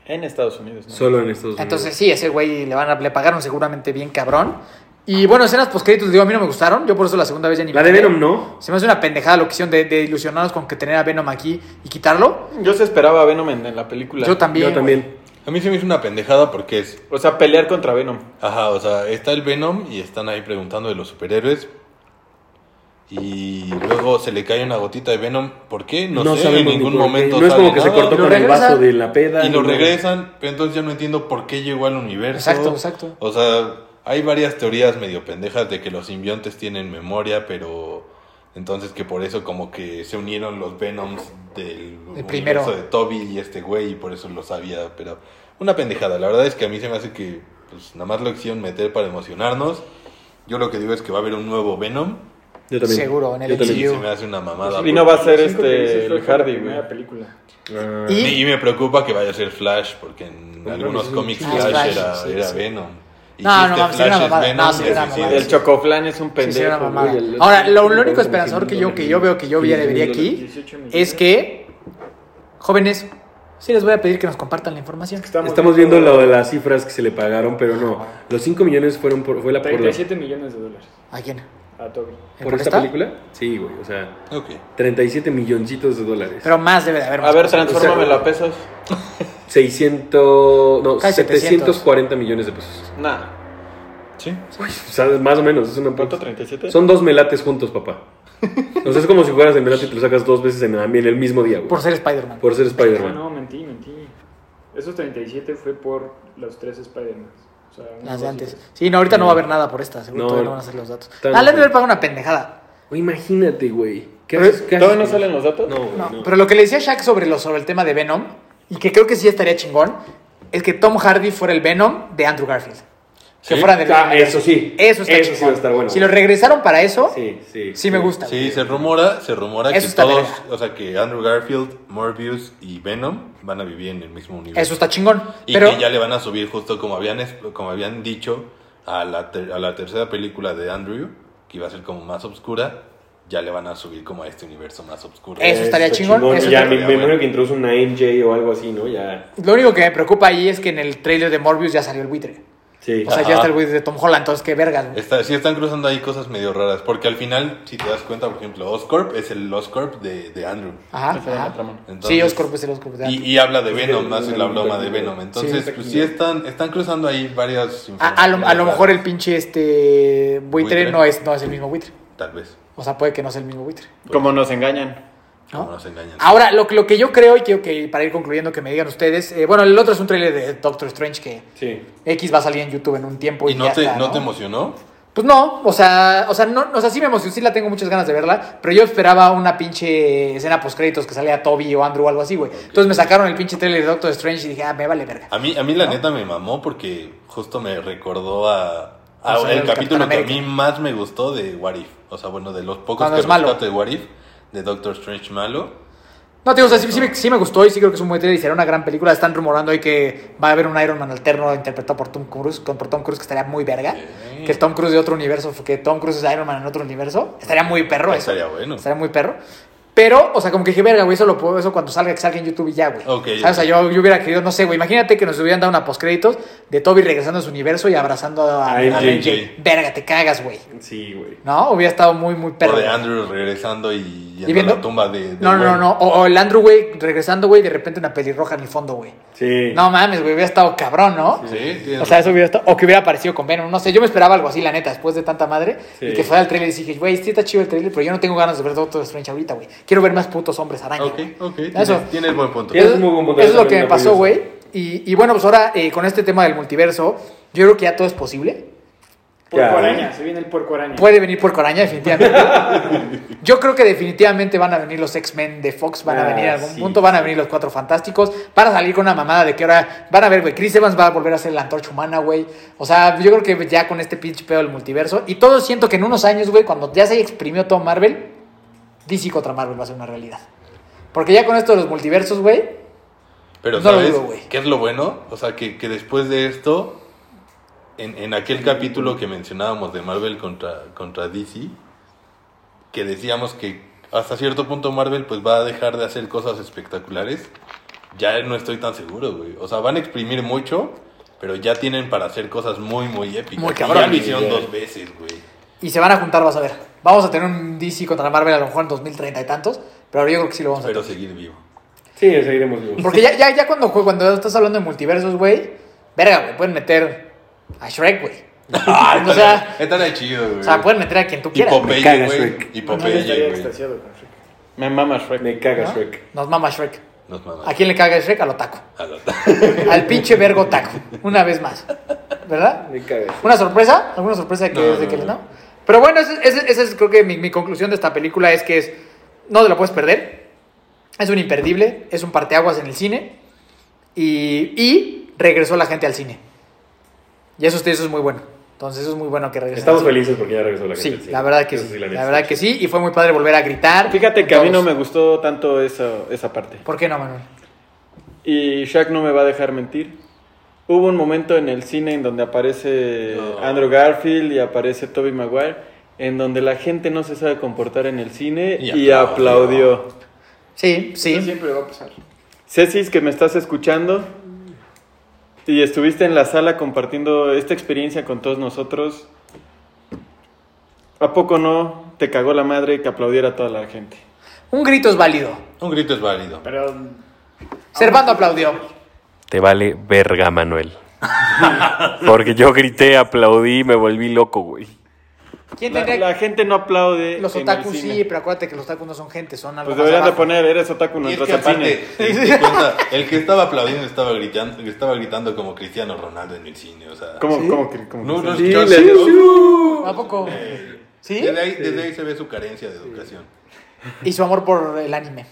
Speaker 4: En Estados Unidos, ¿no?
Speaker 6: Solo en Estados Unidos.
Speaker 2: Entonces sí, ese güey le, van a- le pagaron seguramente bien cabrón. Y bueno, escenas post-créditos, digo, a mí no me gustaron. Yo por eso la segunda vez ya ni
Speaker 6: La
Speaker 2: me
Speaker 6: de
Speaker 2: quedé.
Speaker 6: Venom no.
Speaker 2: Se me hace una pendejada la opción de, de ilusionarnos con que tener a Venom aquí y quitarlo.
Speaker 4: Yo se esperaba a Venom en, en la película.
Speaker 2: Yo también.
Speaker 6: Yo también.
Speaker 3: A mí se me hizo una pendejada porque es.
Speaker 4: O sea, pelear contra Venom.
Speaker 3: Ajá, o sea, está el Venom y están ahí preguntando de los superhéroes. Y luego se le cae una gotita de Venom. ¿Por qué? No, sé, en
Speaker 6: sabemos ni
Speaker 3: ningún
Speaker 6: por qué.
Speaker 3: momento.
Speaker 6: No es como
Speaker 3: sale
Speaker 6: que se
Speaker 3: nada.
Speaker 6: cortó
Speaker 2: Lo
Speaker 6: con el
Speaker 2: regresa.
Speaker 6: vaso de la peda.
Speaker 3: Y lo
Speaker 6: no.
Speaker 3: regresan, pero entonces yo no entiendo por qué llegó al universo.
Speaker 2: Exacto, exacto.
Speaker 3: O sea, hay varias teorías medio pendejas de que los simbiontes tienen memoria, pero entonces que por eso como que se unieron los Venoms del
Speaker 2: El primero.
Speaker 3: universo de Toby y este güey y por eso lo sabía, pero una pendejada. La verdad es que a mí se me hace que pues nada más lo quisieron meter para emocionarnos. Yo lo que digo es que va a haber un nuevo Venom
Speaker 6: Yo también.
Speaker 2: Seguro, en el
Speaker 6: Yo también.
Speaker 3: y
Speaker 2: MCU.
Speaker 3: se me hace una mamada.
Speaker 4: Y no va a ser
Speaker 5: Cinco que dices
Speaker 4: este
Speaker 5: fue
Speaker 4: el
Speaker 5: para la
Speaker 4: Hardy, güey.
Speaker 5: primera película.
Speaker 6: Ah,
Speaker 2: Y-
Speaker 3: Y me preocupa que vaya a ser Flash, porque en
Speaker 6: Pero
Speaker 3: algunos
Speaker 6: es un
Speaker 3: cómics
Speaker 2: chiste.
Speaker 3: Flash,
Speaker 2: Ah, es Flash,
Speaker 3: era,
Speaker 2: sí,
Speaker 3: era
Speaker 2: sí.
Speaker 3: Venom. Y
Speaker 2: No,
Speaker 3: si
Speaker 2: no
Speaker 3: este
Speaker 2: mames,
Speaker 3: Flash
Speaker 2: era una
Speaker 3: es
Speaker 2: mamada.
Speaker 3: Venom,
Speaker 2: No, Ah, sí, era
Speaker 3: se
Speaker 2: una
Speaker 3: suicida.
Speaker 2: mamada.
Speaker 4: El Chocoflan es un
Speaker 2: Sí, sí, era una
Speaker 4: pendejo.
Speaker 2: mamada.
Speaker 6: güey, el otro
Speaker 2: Ahora, lo,
Speaker 6: güey,
Speaker 2: lo único
Speaker 6: como
Speaker 2: esperanzador que yo, que yo veo que yo
Speaker 6: 15
Speaker 2: le vería aquí
Speaker 5: 18 millones.
Speaker 2: es que, jóvenes, sí les voy a pedir que nos compartan la información.
Speaker 6: Estamos viendo lo de las cifras que se le pagaron, pero no. Los 5 millones fueron por, fue la por la-
Speaker 5: 37 millones de dólares.
Speaker 2: ¿A quién?
Speaker 5: a Toby.
Speaker 6: ¿Por esta película? Sí, güey, o sea,
Speaker 3: Ok.
Speaker 6: 37 milloncitos de dólares.
Speaker 2: Pero más debe de haber.
Speaker 4: A
Speaker 2: más
Speaker 4: ver,
Speaker 2: cosas.
Speaker 4: transfórmamelo a pesos.
Speaker 6: 600, no,
Speaker 2: Casi
Speaker 6: 740 millones de pesos.
Speaker 4: Nah.
Speaker 3: Sí.
Speaker 6: O sea, más o menos, es una
Speaker 4: ¿Cuánto? ¿37?
Speaker 6: Son dos melates juntos, papá. O sea, es como si fueras el melate y te lo sacas dos veces en, en el mismo día, güey.
Speaker 2: Por ser Spider-Man.
Speaker 6: Por ser
Speaker 5: Ah,
Speaker 6: Spider-Man.
Speaker 5: no, mentí, mentí. Esos 37 fue por los tres Spider-Man. O sea, una
Speaker 2: Las de
Speaker 5: cosa
Speaker 2: antes.
Speaker 5: así.
Speaker 2: Sí, no, ahorita no va a haber nada por esta. Seguro
Speaker 6: No.
Speaker 2: todavía no van a hacer los datos.
Speaker 6: Tan-
Speaker 2: Ah, le han de haber pagado una pendejada.
Speaker 6: Güey, imagínate, güey. ¿Qué
Speaker 4: ¿Pero
Speaker 6: haces? ¿Qué
Speaker 4: ¿Todavía no
Speaker 6: haces?
Speaker 4: salen los datos?
Speaker 6: No, güey,
Speaker 2: No,
Speaker 6: no.
Speaker 2: Pero lo que le decía Shaq sobre, lo, sobre el tema de Venom, y que creo que sí estaría chingón, es que Tom Hardy fuera el Venom de Andrew Garfield. Que
Speaker 3: Sí.
Speaker 2: fuera de
Speaker 6: Ah, eso sí.
Speaker 2: Eso está
Speaker 6: Eso sí
Speaker 2: chingón.
Speaker 6: va a estar bueno.
Speaker 2: Si lo regresaron para eso, sí,
Speaker 6: Sí, sí.
Speaker 2: me gusta.
Speaker 3: Sí, se rumora, se rumora
Speaker 2: Eso
Speaker 3: que
Speaker 2: está
Speaker 3: todos,
Speaker 2: verga.
Speaker 3: o sea, que Andrew Garfield, Morbius y Venom van a vivir en el mismo universo.
Speaker 2: Eso está chingón.
Speaker 3: Y
Speaker 2: pero
Speaker 3: que ya le van a subir justo como habían, es- como habían dicho a la, ter- a la tercera película de Andrew, que iba a ser como más oscura, ya le van a subir como a este universo más oscuro.
Speaker 2: Eso estaría
Speaker 6: Está
Speaker 2: chingón, eso
Speaker 6: Y ya
Speaker 2: estaría-
Speaker 6: me, me imagino que introduce una MJ o algo así, ¿no? Ya.
Speaker 2: lo único que me preocupa ahí es que en el trailer de Morbius ya salió el buitre.
Speaker 6: Sí.
Speaker 2: O sea, ya
Speaker 3: Ajá.
Speaker 2: está el buitre de Tom Holland, entonces qué vergas. güey.
Speaker 3: Está- sí están cruzando ahí cosas medio raras, porque al final, si te das cuenta, por ejemplo, Oscorp es el Oscorp de, de Andrew.
Speaker 2: Ajá.
Speaker 4: Esa era
Speaker 2: ajá.
Speaker 4: la trama.
Speaker 2: sí,
Speaker 3: Entonces-
Speaker 2: Oscorp es el pues, Oscorp de
Speaker 3: Y,
Speaker 2: Andrew.
Speaker 3: y habla de Venom,
Speaker 6: de-
Speaker 3: hace
Speaker 6: de-
Speaker 3: la
Speaker 6: de-
Speaker 3: broma
Speaker 6: de-
Speaker 3: de Venom. Entonces,
Speaker 2: Sí,
Speaker 3: pues sí están, están cruzando ahí varias
Speaker 2: A, a lo, a lo
Speaker 3: informaciones
Speaker 2: mejor el
Speaker 3: raras.
Speaker 2: pinche este buitre,
Speaker 3: Buitre.
Speaker 2: No, es, no es el mismo buitre.
Speaker 3: Tal vez.
Speaker 2: O sea, puede que no sea el mismo buitre.
Speaker 4: Como nos engañan.
Speaker 2: ¿no? Ah,
Speaker 3: Como nos engañan.
Speaker 2: Ahora, lo, que- lo que yo creo, y quiero que para ir concluyendo que me digan ustedes, eh, bueno, el otro es un trailer de Doctor Strange que
Speaker 6: Sí.
Speaker 2: X va a salir en YouTube en un tiempo. Y,
Speaker 3: ¿Y no
Speaker 2: pues ya
Speaker 3: te,
Speaker 2: está,
Speaker 3: no te emocionó?
Speaker 2: Pues no, o sea, o sea, no, o sea, sí me emocionó, sí la tengo muchas ganas de verla, pero yo esperaba una pinche escena post créditos que salía Toby o Andrew o algo así, güey. Entonces me sacaron el pinche trailer de Doctor Strange y dije, ah, me vale verga.
Speaker 3: A mí, a mí la neta me mamó porque justo me recordó a, a
Speaker 2: O sea,
Speaker 3: el
Speaker 2: el
Speaker 3: capítulo
Speaker 2: Capitán
Speaker 3: que a
Speaker 2: América.
Speaker 3: mí más me gustó de What If. O sea, bueno, de los pocos
Speaker 2: Cuando
Speaker 3: que
Speaker 2: es malo.
Speaker 3: rescato de What If, de Doctor Strange malo.
Speaker 2: No, tío, o sea, sí, sí me, sí me gustó y sí creo que es un buen trailer y será una gran película. Están rumorando hoy que va a haber un Iron Man alterno interpretado por Tom Cruise, con, por Tom Cruise que estaría muy verga. Que Tom Cruise de otro universo, que Tom Cruise es Iron Man en otro universo. Estaría muy perro eso.
Speaker 3: Estaría bueno.
Speaker 2: Estaría muy perro. Pero, o sea, como que dije, verga, güey, eso lo puedo, eso cuando salga, que salga en YouTube y ya, güey.
Speaker 3: Ok,
Speaker 2: ¿Sabes? O sea,
Speaker 3: ok.
Speaker 2: yo, yo hubiera querido, no sé, güey, imagínate que nos hubieran dado una postcréditos de Toby regresando a su universo y abrazando a,
Speaker 6: A
Speaker 2: a
Speaker 6: MJ.
Speaker 2: MJ. Verga, te cagas, güey.
Speaker 6: Sí, güey.
Speaker 2: ¿No? Hubiera estado muy, muy perro.
Speaker 3: o de
Speaker 2: güey.
Speaker 3: Andrew regresando y yendo
Speaker 2: Y viendo-
Speaker 3: a la tumba de. de
Speaker 2: No, no, no,
Speaker 3: Gwen.
Speaker 2: no. O, o el Andrew, güey, regresando, güey, de repente una pelirroja en el fondo, güey.
Speaker 6: Sí.
Speaker 2: No mames, güey, hubiera estado cabrón, ¿no?
Speaker 3: Sí, tienes
Speaker 2: O sea, eso hubiera estado. O que hubiera aparecido con Venom. No sé, yo me esperaba algo así, la neta, después de tanta madre.
Speaker 6: Sí.
Speaker 2: Y que fuera el trailer y dije, güey, sí está chido el trailer, pero yo no tengo ganas de ver Doctor Strange ahorita, güey. Quiero ver más putos hombres araña.
Speaker 3: Ok,
Speaker 2: güey.
Speaker 3: ok.
Speaker 2: Eso.
Speaker 3: Tienes, tienes buen punto.
Speaker 6: Eso es muy buen punto.
Speaker 2: Eso es lo
Speaker 6: También
Speaker 2: que me
Speaker 6: lo
Speaker 2: pasó,
Speaker 6: pienso.
Speaker 2: güey. Y, y bueno, pues ahora eh, con este tema del multiverso, yo creo que ya todo es posible.
Speaker 5: Puerco
Speaker 6: Ya.
Speaker 5: araña, se viene el puerco araña.
Speaker 2: Puede venir por Coraña, definitivamente. Yo creo que definitivamente van a venir los X-Men de Fox, van a
Speaker 6: Ah,
Speaker 2: venir a algún
Speaker 6: sí,
Speaker 2: punto, van a
Speaker 6: sí.
Speaker 2: venir los Cuatro Fantásticos, van a salir con una mamada de que ahora van a ver, güey, Chris Evans va a volver a ser la antorcha humana, güey. O sea, yo creo que ya con este pinche pedo del multiverso. Y todo siento que en unos años, güey, cuando ya se exprimió todo Marvel, DC contra Marvel va a ser una realidad. Porque ya con esto de los multiversos, güey,
Speaker 3: Pero
Speaker 2: No lo
Speaker 3: ¿sabes
Speaker 2: dudo, güey.
Speaker 3: qué es lo bueno? O sea, que, que después de esto, en, en aquel capítulo que mencionábamos de Marvel contra, contra DC, que decíamos que hasta cierto punto Marvel pues va a dejar de hacer cosas espectaculares, ya no estoy tan seguro, güey. O sea, van a exprimir mucho, pero ya tienen para hacer cosas muy, muy épicas.
Speaker 2: Muy
Speaker 3: Y
Speaker 2: cabrón,
Speaker 3: ya lo hicieron
Speaker 6: sí, ya.
Speaker 3: dos veces, güey.
Speaker 2: y se van a juntar, vas a ver. Vamos a tener un DC contra Marvel a lo mejor en 2030 y tantos, pero yo creo que sí lo vamos a tener.
Speaker 3: Espero seguir vivo.
Speaker 6: Sí, seguiremos vivos.
Speaker 2: Porque ya, ya, ya cuando, jue- cuando estás hablando de multiversos, güey, verga, güey, pueden meter a Shrek, güey. o, sea,
Speaker 3: Estaría chido, güey.
Speaker 2: o sea, pueden meter a quien tú
Speaker 3: y
Speaker 2: quieras. güey.
Speaker 3: Popeye,
Speaker 6: caga
Speaker 3: güey.
Speaker 6: Shrek.
Speaker 3: Y
Speaker 5: No, yo estaría
Speaker 3: Popeye, güey.
Speaker 5: extasiado con Shrek.
Speaker 4: Me mama Shrek.
Speaker 6: Me caga
Speaker 2: ¿no?
Speaker 6: Shrek.
Speaker 2: Nos mama Shrek.
Speaker 3: Nos mamamos.
Speaker 2: ¿A quién le caga Shrek? Al otaku.
Speaker 3: A la-
Speaker 2: Al pinche vergo taco. Una vez más. ¿Verdad?
Speaker 6: Me caga Shrek.
Speaker 2: ¿Una sorpresa? ¿Alguna sorpresa de que,
Speaker 3: No,
Speaker 2: de
Speaker 3: no,
Speaker 2: que-
Speaker 3: no.
Speaker 2: no? Pero bueno, esa es, esa es- esa es creo que mi, mi conclusión de esta película es que es, no te la puedes perder. Es un imperdible, es un parteaguas en el cine. Y, y regresó la gente al cine. Y eso, eso es muy bueno. Entonces eso es muy bueno que regrese.
Speaker 6: Estamos felices porque ya regresó la gente.
Speaker 2: Sí,
Speaker 6: al cine.
Speaker 2: la verdad que
Speaker 6: Eso
Speaker 2: sí. la,
Speaker 6: la neta
Speaker 2: verdad
Speaker 6: está
Speaker 2: que sí. Y fue muy padre volver a gritar.
Speaker 4: Fíjate que a mí no
Speaker 2: Todos.
Speaker 4: me gustó tanto eso, esa parte.
Speaker 2: ¿Por qué no, Manuel?
Speaker 4: Y Shaq no me va a dejar mentir. Hubo un momento en el cine en donde aparece
Speaker 3: No.
Speaker 4: Andrew Garfield y aparece Toby Maguire, en donde la gente no se sabe comportar en el cine
Speaker 3: Y
Speaker 4: y,
Speaker 3: aplaudió.
Speaker 4: aplaudió.
Speaker 2: Sí,
Speaker 5: Eso
Speaker 2: sí.
Speaker 5: siempre va a pasar.
Speaker 4: Cecis, que me estás escuchando y estuviste en la sala compartiendo esta experiencia con todos nosotros, ¿A poco no te cagó la madre que aplaudiera a toda la gente?
Speaker 2: Un grito es válido.
Speaker 3: Un grito es válido.
Speaker 5: Pero
Speaker 2: Servando aplaudió.
Speaker 7: Te vale verga, Manuel. Porque yo grité, aplaudí, me volví loco, güey.
Speaker 2: ¿Quién
Speaker 4: La,
Speaker 2: tendría-
Speaker 4: la gente no aplaude.
Speaker 2: Los
Speaker 4: en el
Speaker 2: otakus
Speaker 4: cine.
Speaker 2: sí, pero acuérdate que los otakus no son gente, son algo más
Speaker 4: Pues deberían de
Speaker 2: abajo.
Speaker 4: poner, eres otaku, no
Speaker 3: Y es que
Speaker 4: entras al cine.
Speaker 3: aparte, te diste cuenta, el que estaba aplaudiendo estaba gritando, estaba gritando como Cristiano Ronaldo en el cine, o sea.
Speaker 4: ¿Cómo, cómo que- cómo que
Speaker 3: No,
Speaker 4: sí?
Speaker 3: no,
Speaker 6: Sí,
Speaker 3: yo-
Speaker 6: le-
Speaker 2: ¿A poco? ¿Sí?
Speaker 3: Eh, Desde ahí, desde ahí se ve su carencia de educación.
Speaker 2: Y su amor por el anime.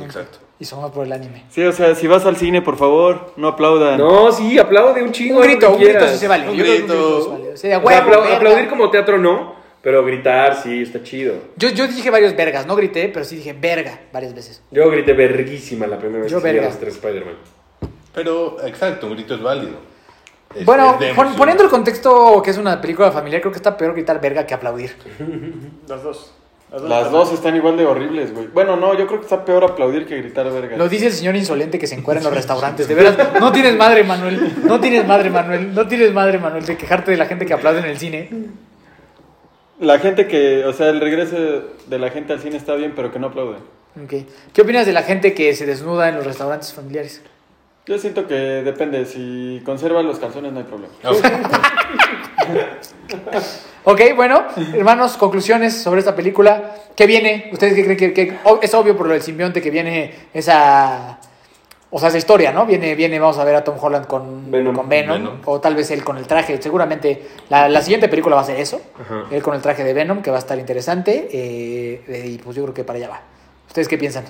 Speaker 3: Exacto.
Speaker 2: Y su amor por el anime.
Speaker 4: Sí, o sea, si vas al cine, por favor, no aplaudan.
Speaker 6: No, sí, aplaude un chingo.
Speaker 2: Un
Speaker 6: haz lo
Speaker 2: grito,
Speaker 6: que
Speaker 2: un grito
Speaker 6: quieras.
Speaker 2: sí se vale.
Speaker 3: Un
Speaker 2: Yo creo que
Speaker 3: grito.
Speaker 2: es válido. Sí, a
Speaker 6: O sea,
Speaker 2: huevo,
Speaker 6: apla-
Speaker 2: verga.
Speaker 6: aplaudir como teatro no, pero gritar sí, está chido.
Speaker 2: Yo, yo dije varios vergas, no grité, pero sí dije verga varias veces.
Speaker 6: Yo grité verguísima la primera vez
Speaker 2: Yo
Speaker 6: que salieron
Speaker 2: verga.
Speaker 6: los tres Spider-Man.
Speaker 3: Pero, exacto, un grito es válido. Es-
Speaker 2: bueno,
Speaker 3: es de
Speaker 2: pon-
Speaker 3: emoción.
Speaker 2: poniendo el contexto que es una película familiar, creo que está peor gritar verga que aplaudir.
Speaker 5: las dos.
Speaker 4: Las dos están igual de horribles, güey. Bueno, no, yo creo que está peor aplaudir que gritar verga.
Speaker 2: Lo dice el señor insolente que se encuentra en los restaurantes. De veras, no tienes madre, Manuel. No tienes madre, Manuel. No tienes madre, Manuel, de quejarte de la gente que aplaude en el cine.
Speaker 4: La gente que, o sea, el regreso de la gente al cine está bien, pero que no aplaude.
Speaker 2: Ok. ¿Qué opinas de la gente que se desnuda en los restaurantes familiares?
Speaker 4: Yo siento que depende, si conserva los calzones no hay problema.
Speaker 3: No,
Speaker 2: Ok, bueno, hermanos, conclusiones sobre esta película. ¿Qué viene? ¿Ustedes qué creen que, que- o- es obvio por lo del simbionte que viene esa o sea, esa historia, ¿no? Viene viene vamos a ver a Tom Holland con
Speaker 6: Venom.
Speaker 2: con Venom,
Speaker 3: Venom.
Speaker 2: o tal vez él con el traje. Seguramente la, la siguiente película va a ser eso.
Speaker 6: Ajá.
Speaker 2: Él con el traje de Venom que va a estar interesante eh, eh, y pues yo creo que para allá va. ¿Ustedes qué piensan?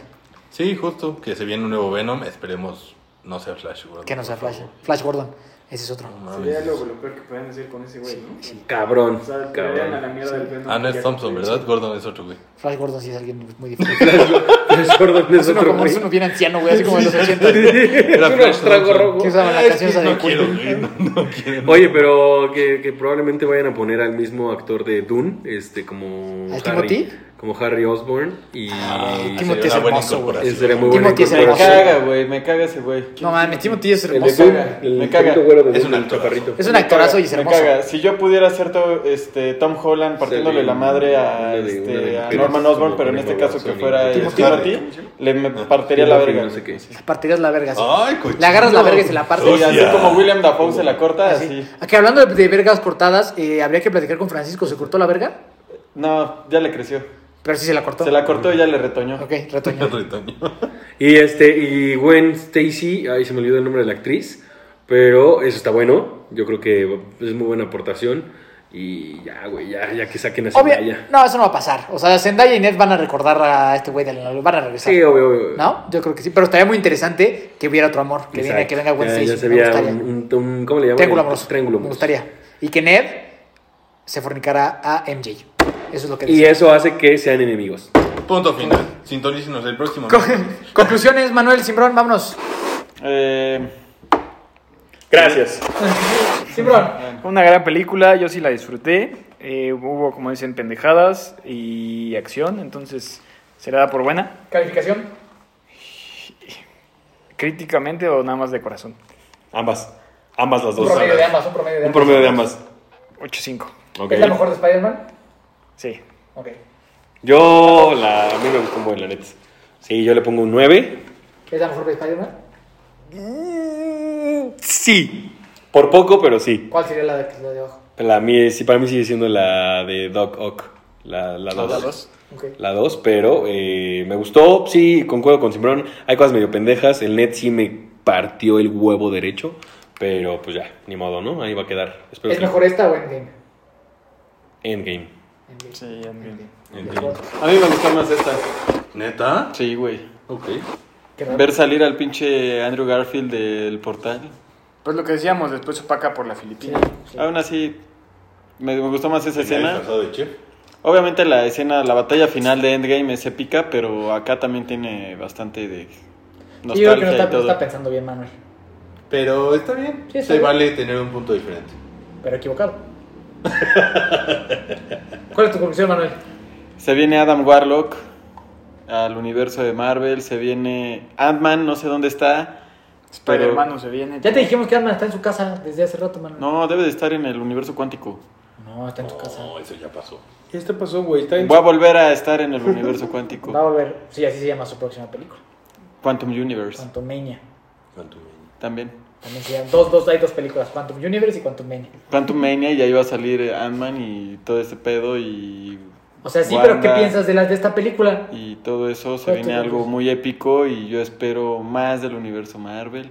Speaker 3: sí, justo, que se viene un nuevo Venom, esperemos no sea Flash. Gordon,
Speaker 2: Que no
Speaker 3: por
Speaker 2: sea Flash,
Speaker 3: favor.
Speaker 2: Flash Gordon. Ese es otro.
Speaker 3: No mames.
Speaker 5: Sería lo, lo peor que pueden decir con ese güey, ¿no?
Speaker 6: Cabrón.
Speaker 5: O sea, le darían a la
Speaker 6: Cabrón.
Speaker 5: mierda del Venom.
Speaker 3: Ah, no es
Speaker 5: Ya-
Speaker 3: Thompson, ¿verdad? Gordon es otro güey.
Speaker 2: Flash Gordon sí es alguien muy diferente.
Speaker 6: Es Gordon, es
Speaker 2: Es uno,
Speaker 6: otro
Speaker 2: como, es
Speaker 6: güey.
Speaker 2: uno bien anciano, güey, así como de los 80.
Speaker 3: Era
Speaker 6: uno
Speaker 3: Flash
Speaker 6: trago
Speaker 3: Thompson.
Speaker 6: rojo.
Speaker 2: Que usaban la
Speaker 3: Es
Speaker 2: canción
Speaker 3: que
Speaker 2: esa de
Speaker 3: no quiero,
Speaker 2: Queen.
Speaker 3: güey, no, no quiero.
Speaker 6: Oye, pero que, que probablemente vayan a poner al mismo actor de Dune, este, como
Speaker 2: ¿Al
Speaker 6: Harry,
Speaker 2: Timothy?
Speaker 6: como Harry Osborn y
Speaker 3: Ah,
Speaker 2: Timothy
Speaker 3: sería
Speaker 2: es
Speaker 3: una buena
Speaker 2: hermoso, güey.
Speaker 3: incorporación.
Speaker 6: ese sería muy buena
Speaker 2: Timothy es
Speaker 4: Me
Speaker 2: hermoso.
Speaker 6: incorporación.
Speaker 4: caga, güey, me caga ese güey.
Speaker 2: No mames, Timothy es
Speaker 6: El de
Speaker 2: hermoso.
Speaker 6: Dune,
Speaker 4: caga,
Speaker 6: el
Speaker 4: me caga.
Speaker 6: puto güero de
Speaker 3: Es
Speaker 6: Dune,
Speaker 3: un
Speaker 6: el chaparrito.
Speaker 2: Es un
Speaker 4: Me
Speaker 2: actorazo
Speaker 4: caga,
Speaker 2: y es
Speaker 4: me
Speaker 2: hermoso.
Speaker 4: caga. Si yo pudiera ser to- este, Tom Holland partiéndole
Speaker 6: Sería
Speaker 4: la madre
Speaker 6: una
Speaker 4: a,
Speaker 6: de- una de
Speaker 4: este, a
Speaker 6: mujeres,
Speaker 4: Norman
Speaker 6: como
Speaker 4: Osborn, pero en
Speaker 6: Benny
Speaker 4: este caso que
Speaker 6: Morrison y-
Speaker 4: fuera eh,
Speaker 3: Timothy.
Speaker 4: Timothy, le me partiría la verga.
Speaker 6: No sé qué.
Speaker 2: Partirías la verga, sí.
Speaker 6: Ah,
Speaker 3: Ay, cochino.
Speaker 2: Le agarras la verga y se la partes.
Speaker 4: Sí, así
Speaker 3: Hostia.
Speaker 4: como William Dafoe se la corta,
Speaker 2: Así.
Speaker 4: así.
Speaker 2: Aquí hablando de, de vergas cortadas, eh, habría que platicar con Francisco. ¿Se cortó la verga?
Speaker 4: No, ya le creció.
Speaker 2: Pero sí se la cortó.
Speaker 4: Se la cortó y ya le retoñó.
Speaker 2: Ok, retoñó.
Speaker 3: Retoño.
Speaker 6: Y este, y Gwen Stacy, ahí se me olvidó el nombre de la actriz, pero eso está bueno, yo creo que es muy buena aportación. Y ya, güey, ya, ya que saquen a
Speaker 2: Obvio.
Speaker 6: Zendaya.
Speaker 2: No, eso no va a pasar. O sea, Zendaya y Ned van a recordar a este güey. del- Van a regresar.
Speaker 6: Sí, obvio, obvio.
Speaker 2: ¿No? Yo creo que sí. Pero estaría muy interesante que hubiera otro amor. Que, viene,
Speaker 6: Exacto.
Speaker 2: que venga Gwen
Speaker 6: Ya-
Speaker 2: Stacy.
Speaker 6: Ya se
Speaker 2: Me
Speaker 6: veía
Speaker 2: gustaría.
Speaker 6: un, un- un- ¿cómo le llaman?
Speaker 2: Triángulo amoroso.
Speaker 6: Triángulo
Speaker 2: Me
Speaker 6: amoroso.
Speaker 2: gustaría. Y que Ned se fornicara a MJ. Eso es lo que
Speaker 6: Y
Speaker 2: decía.
Speaker 6: eso hace que sean enemigos.
Speaker 3: Punto final. Sintonícenos el próximo.
Speaker 2: Co-
Speaker 3: miércoles.
Speaker 2: Conclusiones, Manuel Simbrón, vámonos.
Speaker 4: Eh,
Speaker 6: Gracias.
Speaker 2: Simbrón.
Speaker 5: Una gran película, yo sí la disfruté. Eh, hubo, como dicen, pendejadas y acción, entonces se la da por buena.
Speaker 2: Calificación.
Speaker 5: Críticamente o nada más de corazón.
Speaker 6: Ambas. Ambas las
Speaker 2: Un promedio de ambas, un promedio de ambas.
Speaker 6: de ambas.
Speaker 5: 8-5.
Speaker 2: ¿Es la mejor de Spider-Man?
Speaker 5: Sí.
Speaker 2: Ok.
Speaker 6: Yo, la, a mí me gustó muy, la neta. Sí, yo le pongo un 9.
Speaker 2: ¿Es la mejor de Spider-Man?
Speaker 6: Sí. Por poco, pero sí.
Speaker 2: ¿Cuál sería la de, la de abajo?
Speaker 6: La mía, sí, para mí sigue siendo la de Doc Ock. La 2. La 2,
Speaker 2: Ok.
Speaker 6: pero eh, me gustó. Sí, concuerdo con Simbrón. Hay cosas medio pendejas. El net sí me partió el huevo derecho. Pero pues ya, ni modo, ¿no? Ahí va a quedar. Espero
Speaker 2: ¿Es
Speaker 6: que-
Speaker 2: mejor esta o Endgame?
Speaker 6: Endgame.
Speaker 2: Endgame.
Speaker 5: Sí, bien.
Speaker 3: Entiendo.
Speaker 4: a mí me gustó más esta.
Speaker 3: ¿Neta?
Speaker 4: Sí, güey.
Speaker 3: Ok.
Speaker 2: Qué raro.
Speaker 4: Ver salir al pinche Andrew Garfield del portal.
Speaker 5: Pues lo que decíamos, después opaca por la Filipina.
Speaker 2: Ah,
Speaker 4: Aún así, me, me gustó más esa escena.
Speaker 3: Disfrazado de chef.
Speaker 4: Obviamente la escena, la batalla final de Endgame es épica, pero acá también tiene bastante de
Speaker 2: Sí, Yo creo que no
Speaker 4: nostalgia
Speaker 2: está,
Speaker 4: y
Speaker 2: no está
Speaker 4: todo.
Speaker 2: pensando bien, Manuel.
Speaker 3: Pero está bien.
Speaker 2: Sí, está
Speaker 3: Se
Speaker 2: bien.
Speaker 3: vale tener un punto diferente.
Speaker 2: Pero equivocado. ¿Cuál es tu conclusión, Manuel?
Speaker 4: Se viene Adam Warlock al universo de Marvel, se viene Ant-Man, no sé dónde está.
Speaker 5: Pero
Speaker 4: pero-
Speaker 5: hermano se viene.
Speaker 2: Ya te dijimos que Ant-Man está en su casa desde hace rato, Manuel.
Speaker 4: No, debe de estar en el universo cuántico.
Speaker 2: No, No, está en tu casa.
Speaker 3: No, eso ya pasó.
Speaker 2: Esto pasó, güey. Está en
Speaker 4: Voy a volver a estar en el universo cuántico.
Speaker 2: Va a volver. Sí, así se llama su próxima película.
Speaker 4: Quantum Universe.
Speaker 2: Quantumania.
Speaker 3: Cuánto me-
Speaker 4: También.
Speaker 2: También se llaman. Dos, dos, hay dos películas. Quantum Universe y Quantum Mania.
Speaker 4: Quantum Mania ya iba a salir eh, Ant-Man y todo ese pedo y.
Speaker 2: O sea, sí, pero ¿qué
Speaker 4: Wanda.
Speaker 2: piensas de las de esta película?
Speaker 4: Y todo eso se
Speaker 2: Cuatro
Speaker 4: viene algo
Speaker 2: libros.
Speaker 4: muy épico y yo espero más del universo Marvel.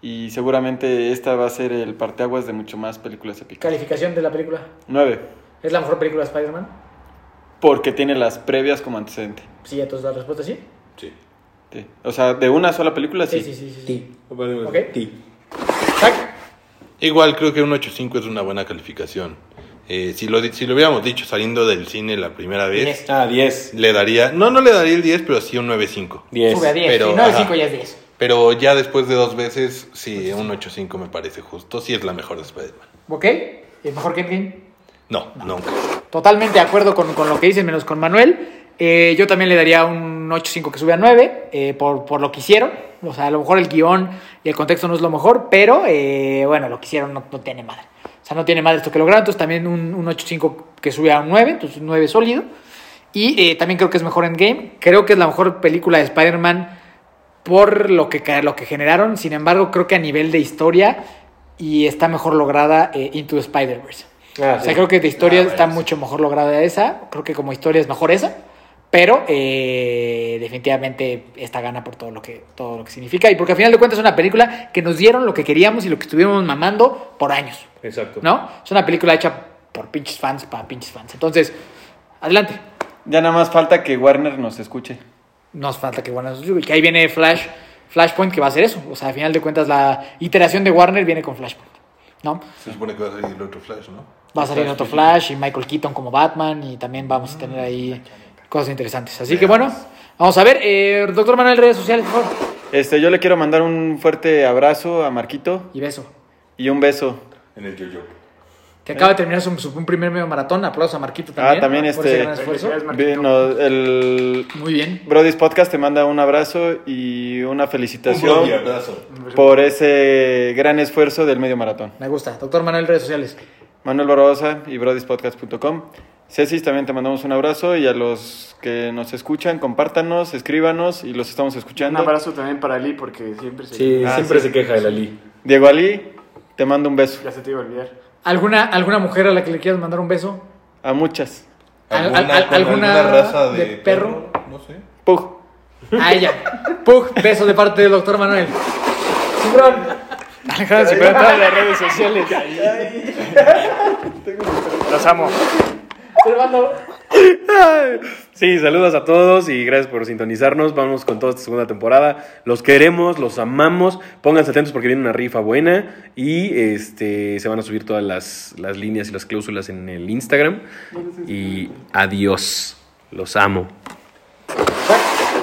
Speaker 4: Y seguramente esta va a ser el parteaguas de mucho más películas épicas.
Speaker 2: Calificación de la película.
Speaker 4: 9.
Speaker 2: ¿Es la mejor película de Spider-Man?
Speaker 4: Porque tiene las previas como antecedente.
Speaker 2: Sí, entonces la respuesta es sí.
Speaker 3: Sí.
Speaker 4: Sí. O sea, de una sola película, sí.
Speaker 2: Sí, sí, sí. sí, sí. Ok.
Speaker 6: Ti.
Speaker 2: Zac,
Speaker 3: Igual creo que un 8.5 es una buena calificación. Eh, si, lo, di- si lo hubiéramos dicho saliendo del cine la primera vez,
Speaker 2: Diez.
Speaker 6: Ah, 10.
Speaker 3: le daría, no, no le daría el 10, pero sí un 9.5.
Speaker 6: 10.
Speaker 2: Sube a 10.
Speaker 3: pero,
Speaker 2: si no, el
Speaker 3: ajá.
Speaker 2: 5 ya es 10.
Speaker 3: Pero ya después de dos veces, Pues sí, un 8.5 me parece justo. Sí es la mejor de Spider-Man.
Speaker 2: ¿Ok? ¿Es mejor que Endgame?
Speaker 3: No, nunca.
Speaker 2: Totalmente de acuerdo con, con lo que dicen, menos con Manuel. Eh, yo también le daría un 8.5 que sube a 9 eh, por, por lo que hicieron. O sea, a lo mejor el guión y el contexto no es lo mejor, pero eh, bueno, lo que hicieron no, no tiene madre. O sea, no tiene madre esto que lograron. Entonces también un, un 8.5 que sube a un 9, entonces un 9 sólido. Y eh, también creo que es mejor Endgame. Creo que es la mejor película de Spider-Man por lo que, ca- lo que generaron. Sin embargo, creo que a nivel de historia y está mejor lograda eh, Into the Spider-Verse.
Speaker 6: Ah,
Speaker 2: O
Speaker 6: sí.
Speaker 2: sea, creo que de historia
Speaker 3: Ah, bueno,
Speaker 2: está
Speaker 3: sí.
Speaker 2: mucho mejor lograda esa. Creo que como historia es mejor esa. Pero eh, definitivamente esta gana por todo lo que todo lo que significa. Y porque al final de cuentas es una película que nos dieron lo que queríamos y lo que estuvimos mamando por años.
Speaker 6: Exacto.
Speaker 2: ¿No? Es una película hecha por pinches fans, para pinches fans. Entonces, adelante.
Speaker 4: Ya nada más falta que Warner nos escuche.
Speaker 2: Nos falta que bueno, que ahí viene Flash, Flashpoint que va a ser eso. O sea, al final de cuentas la iteración de Warner viene con Flashpoint. ¿No?
Speaker 3: Se supone que va a salir el otro Flash, ¿no?
Speaker 2: Va a salir otro Flash y Michael Keaton como Batman y también vamos a tener ahí cosas interesantes. Así que bueno, vamos a ver. Eh, doctor Manuel, redes sociales, por favor.
Speaker 4: Este, yo le quiero mandar un fuerte abrazo a Marquito
Speaker 2: Y beso.
Speaker 4: y un beso.
Speaker 3: En el Jojo.
Speaker 2: Que acaba de terminar su, su- un primer medio maratón. Aplausos a Marquito también.
Speaker 4: Ah, también,
Speaker 2: por ese
Speaker 4: este,
Speaker 2: gran esfuerzo.
Speaker 5: felicidades, Marquito.
Speaker 4: Bien, no, el
Speaker 2: Muy bien.
Speaker 4: Brody's Podcast te manda un abrazo y una felicitación
Speaker 3: Un abrazo.
Speaker 4: por ese gran esfuerzo del medio maratón.
Speaker 2: Me gusta. Doctor Manuel, redes sociales.
Speaker 4: Manuel Barbosa y brodyspodcast.com. Cecis, también te mandamos un abrazo y a los que nos escuchan, compártanos, escríbanos y los estamos
Speaker 5: Un
Speaker 4: escuchando.
Speaker 5: abrazo también para Ali porque siempre se...
Speaker 6: Sí,
Speaker 4: Ah,
Speaker 6: siempre
Speaker 4: sí.
Speaker 6: se queja el Ali.
Speaker 4: Diego Ali, te mando un beso.
Speaker 5: Ya se te iba a olvidar.
Speaker 2: ¿Alguna, ¿Alguna mujer a la que le quieras mandar un beso?
Speaker 4: A muchas.
Speaker 2: Al-
Speaker 3: ¿Alguna,
Speaker 2: al- al-
Speaker 3: con alguna
Speaker 2: alguna
Speaker 3: raza de,
Speaker 2: de perro?
Speaker 3: No sé.
Speaker 4: Pug.
Speaker 2: A ella. Pug, beso de parte del doctor Manuel. Simbrón. Alejandro Simbrón, todas las redes sociales.
Speaker 5: Los amo.
Speaker 2: Observando.
Speaker 6: Sí, saludos a todos y gracias por sintonizarnos. Vamos con toda esta segunda temporada. Los queremos, los amamos. Pónganse atentos porque viene una rifa buena y este se van a subir todas las, las líneas y las cláusulas en el Instagram. Y adiós. Los amo.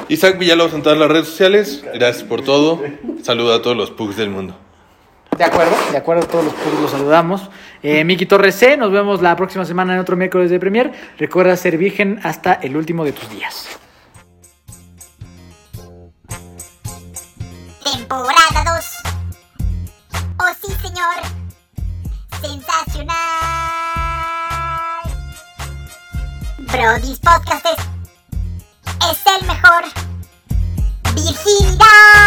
Speaker 3: Isaac Villalobos en todas las redes sociales. Gracias por todo. Saluda a todos los pugs del mundo.
Speaker 2: De acuerdo, de acuerdo, todos los pugs los saludamos. Eh, Miki Torres C, nos vemos la próxima semana en otro miércoles de Premier. Recuerda ser virgen hasta el último de tus días.
Speaker 1: Temporada 2. Oh sí, señor. Sensacional. Brody's Podcast es, es el mejor. Virginidad.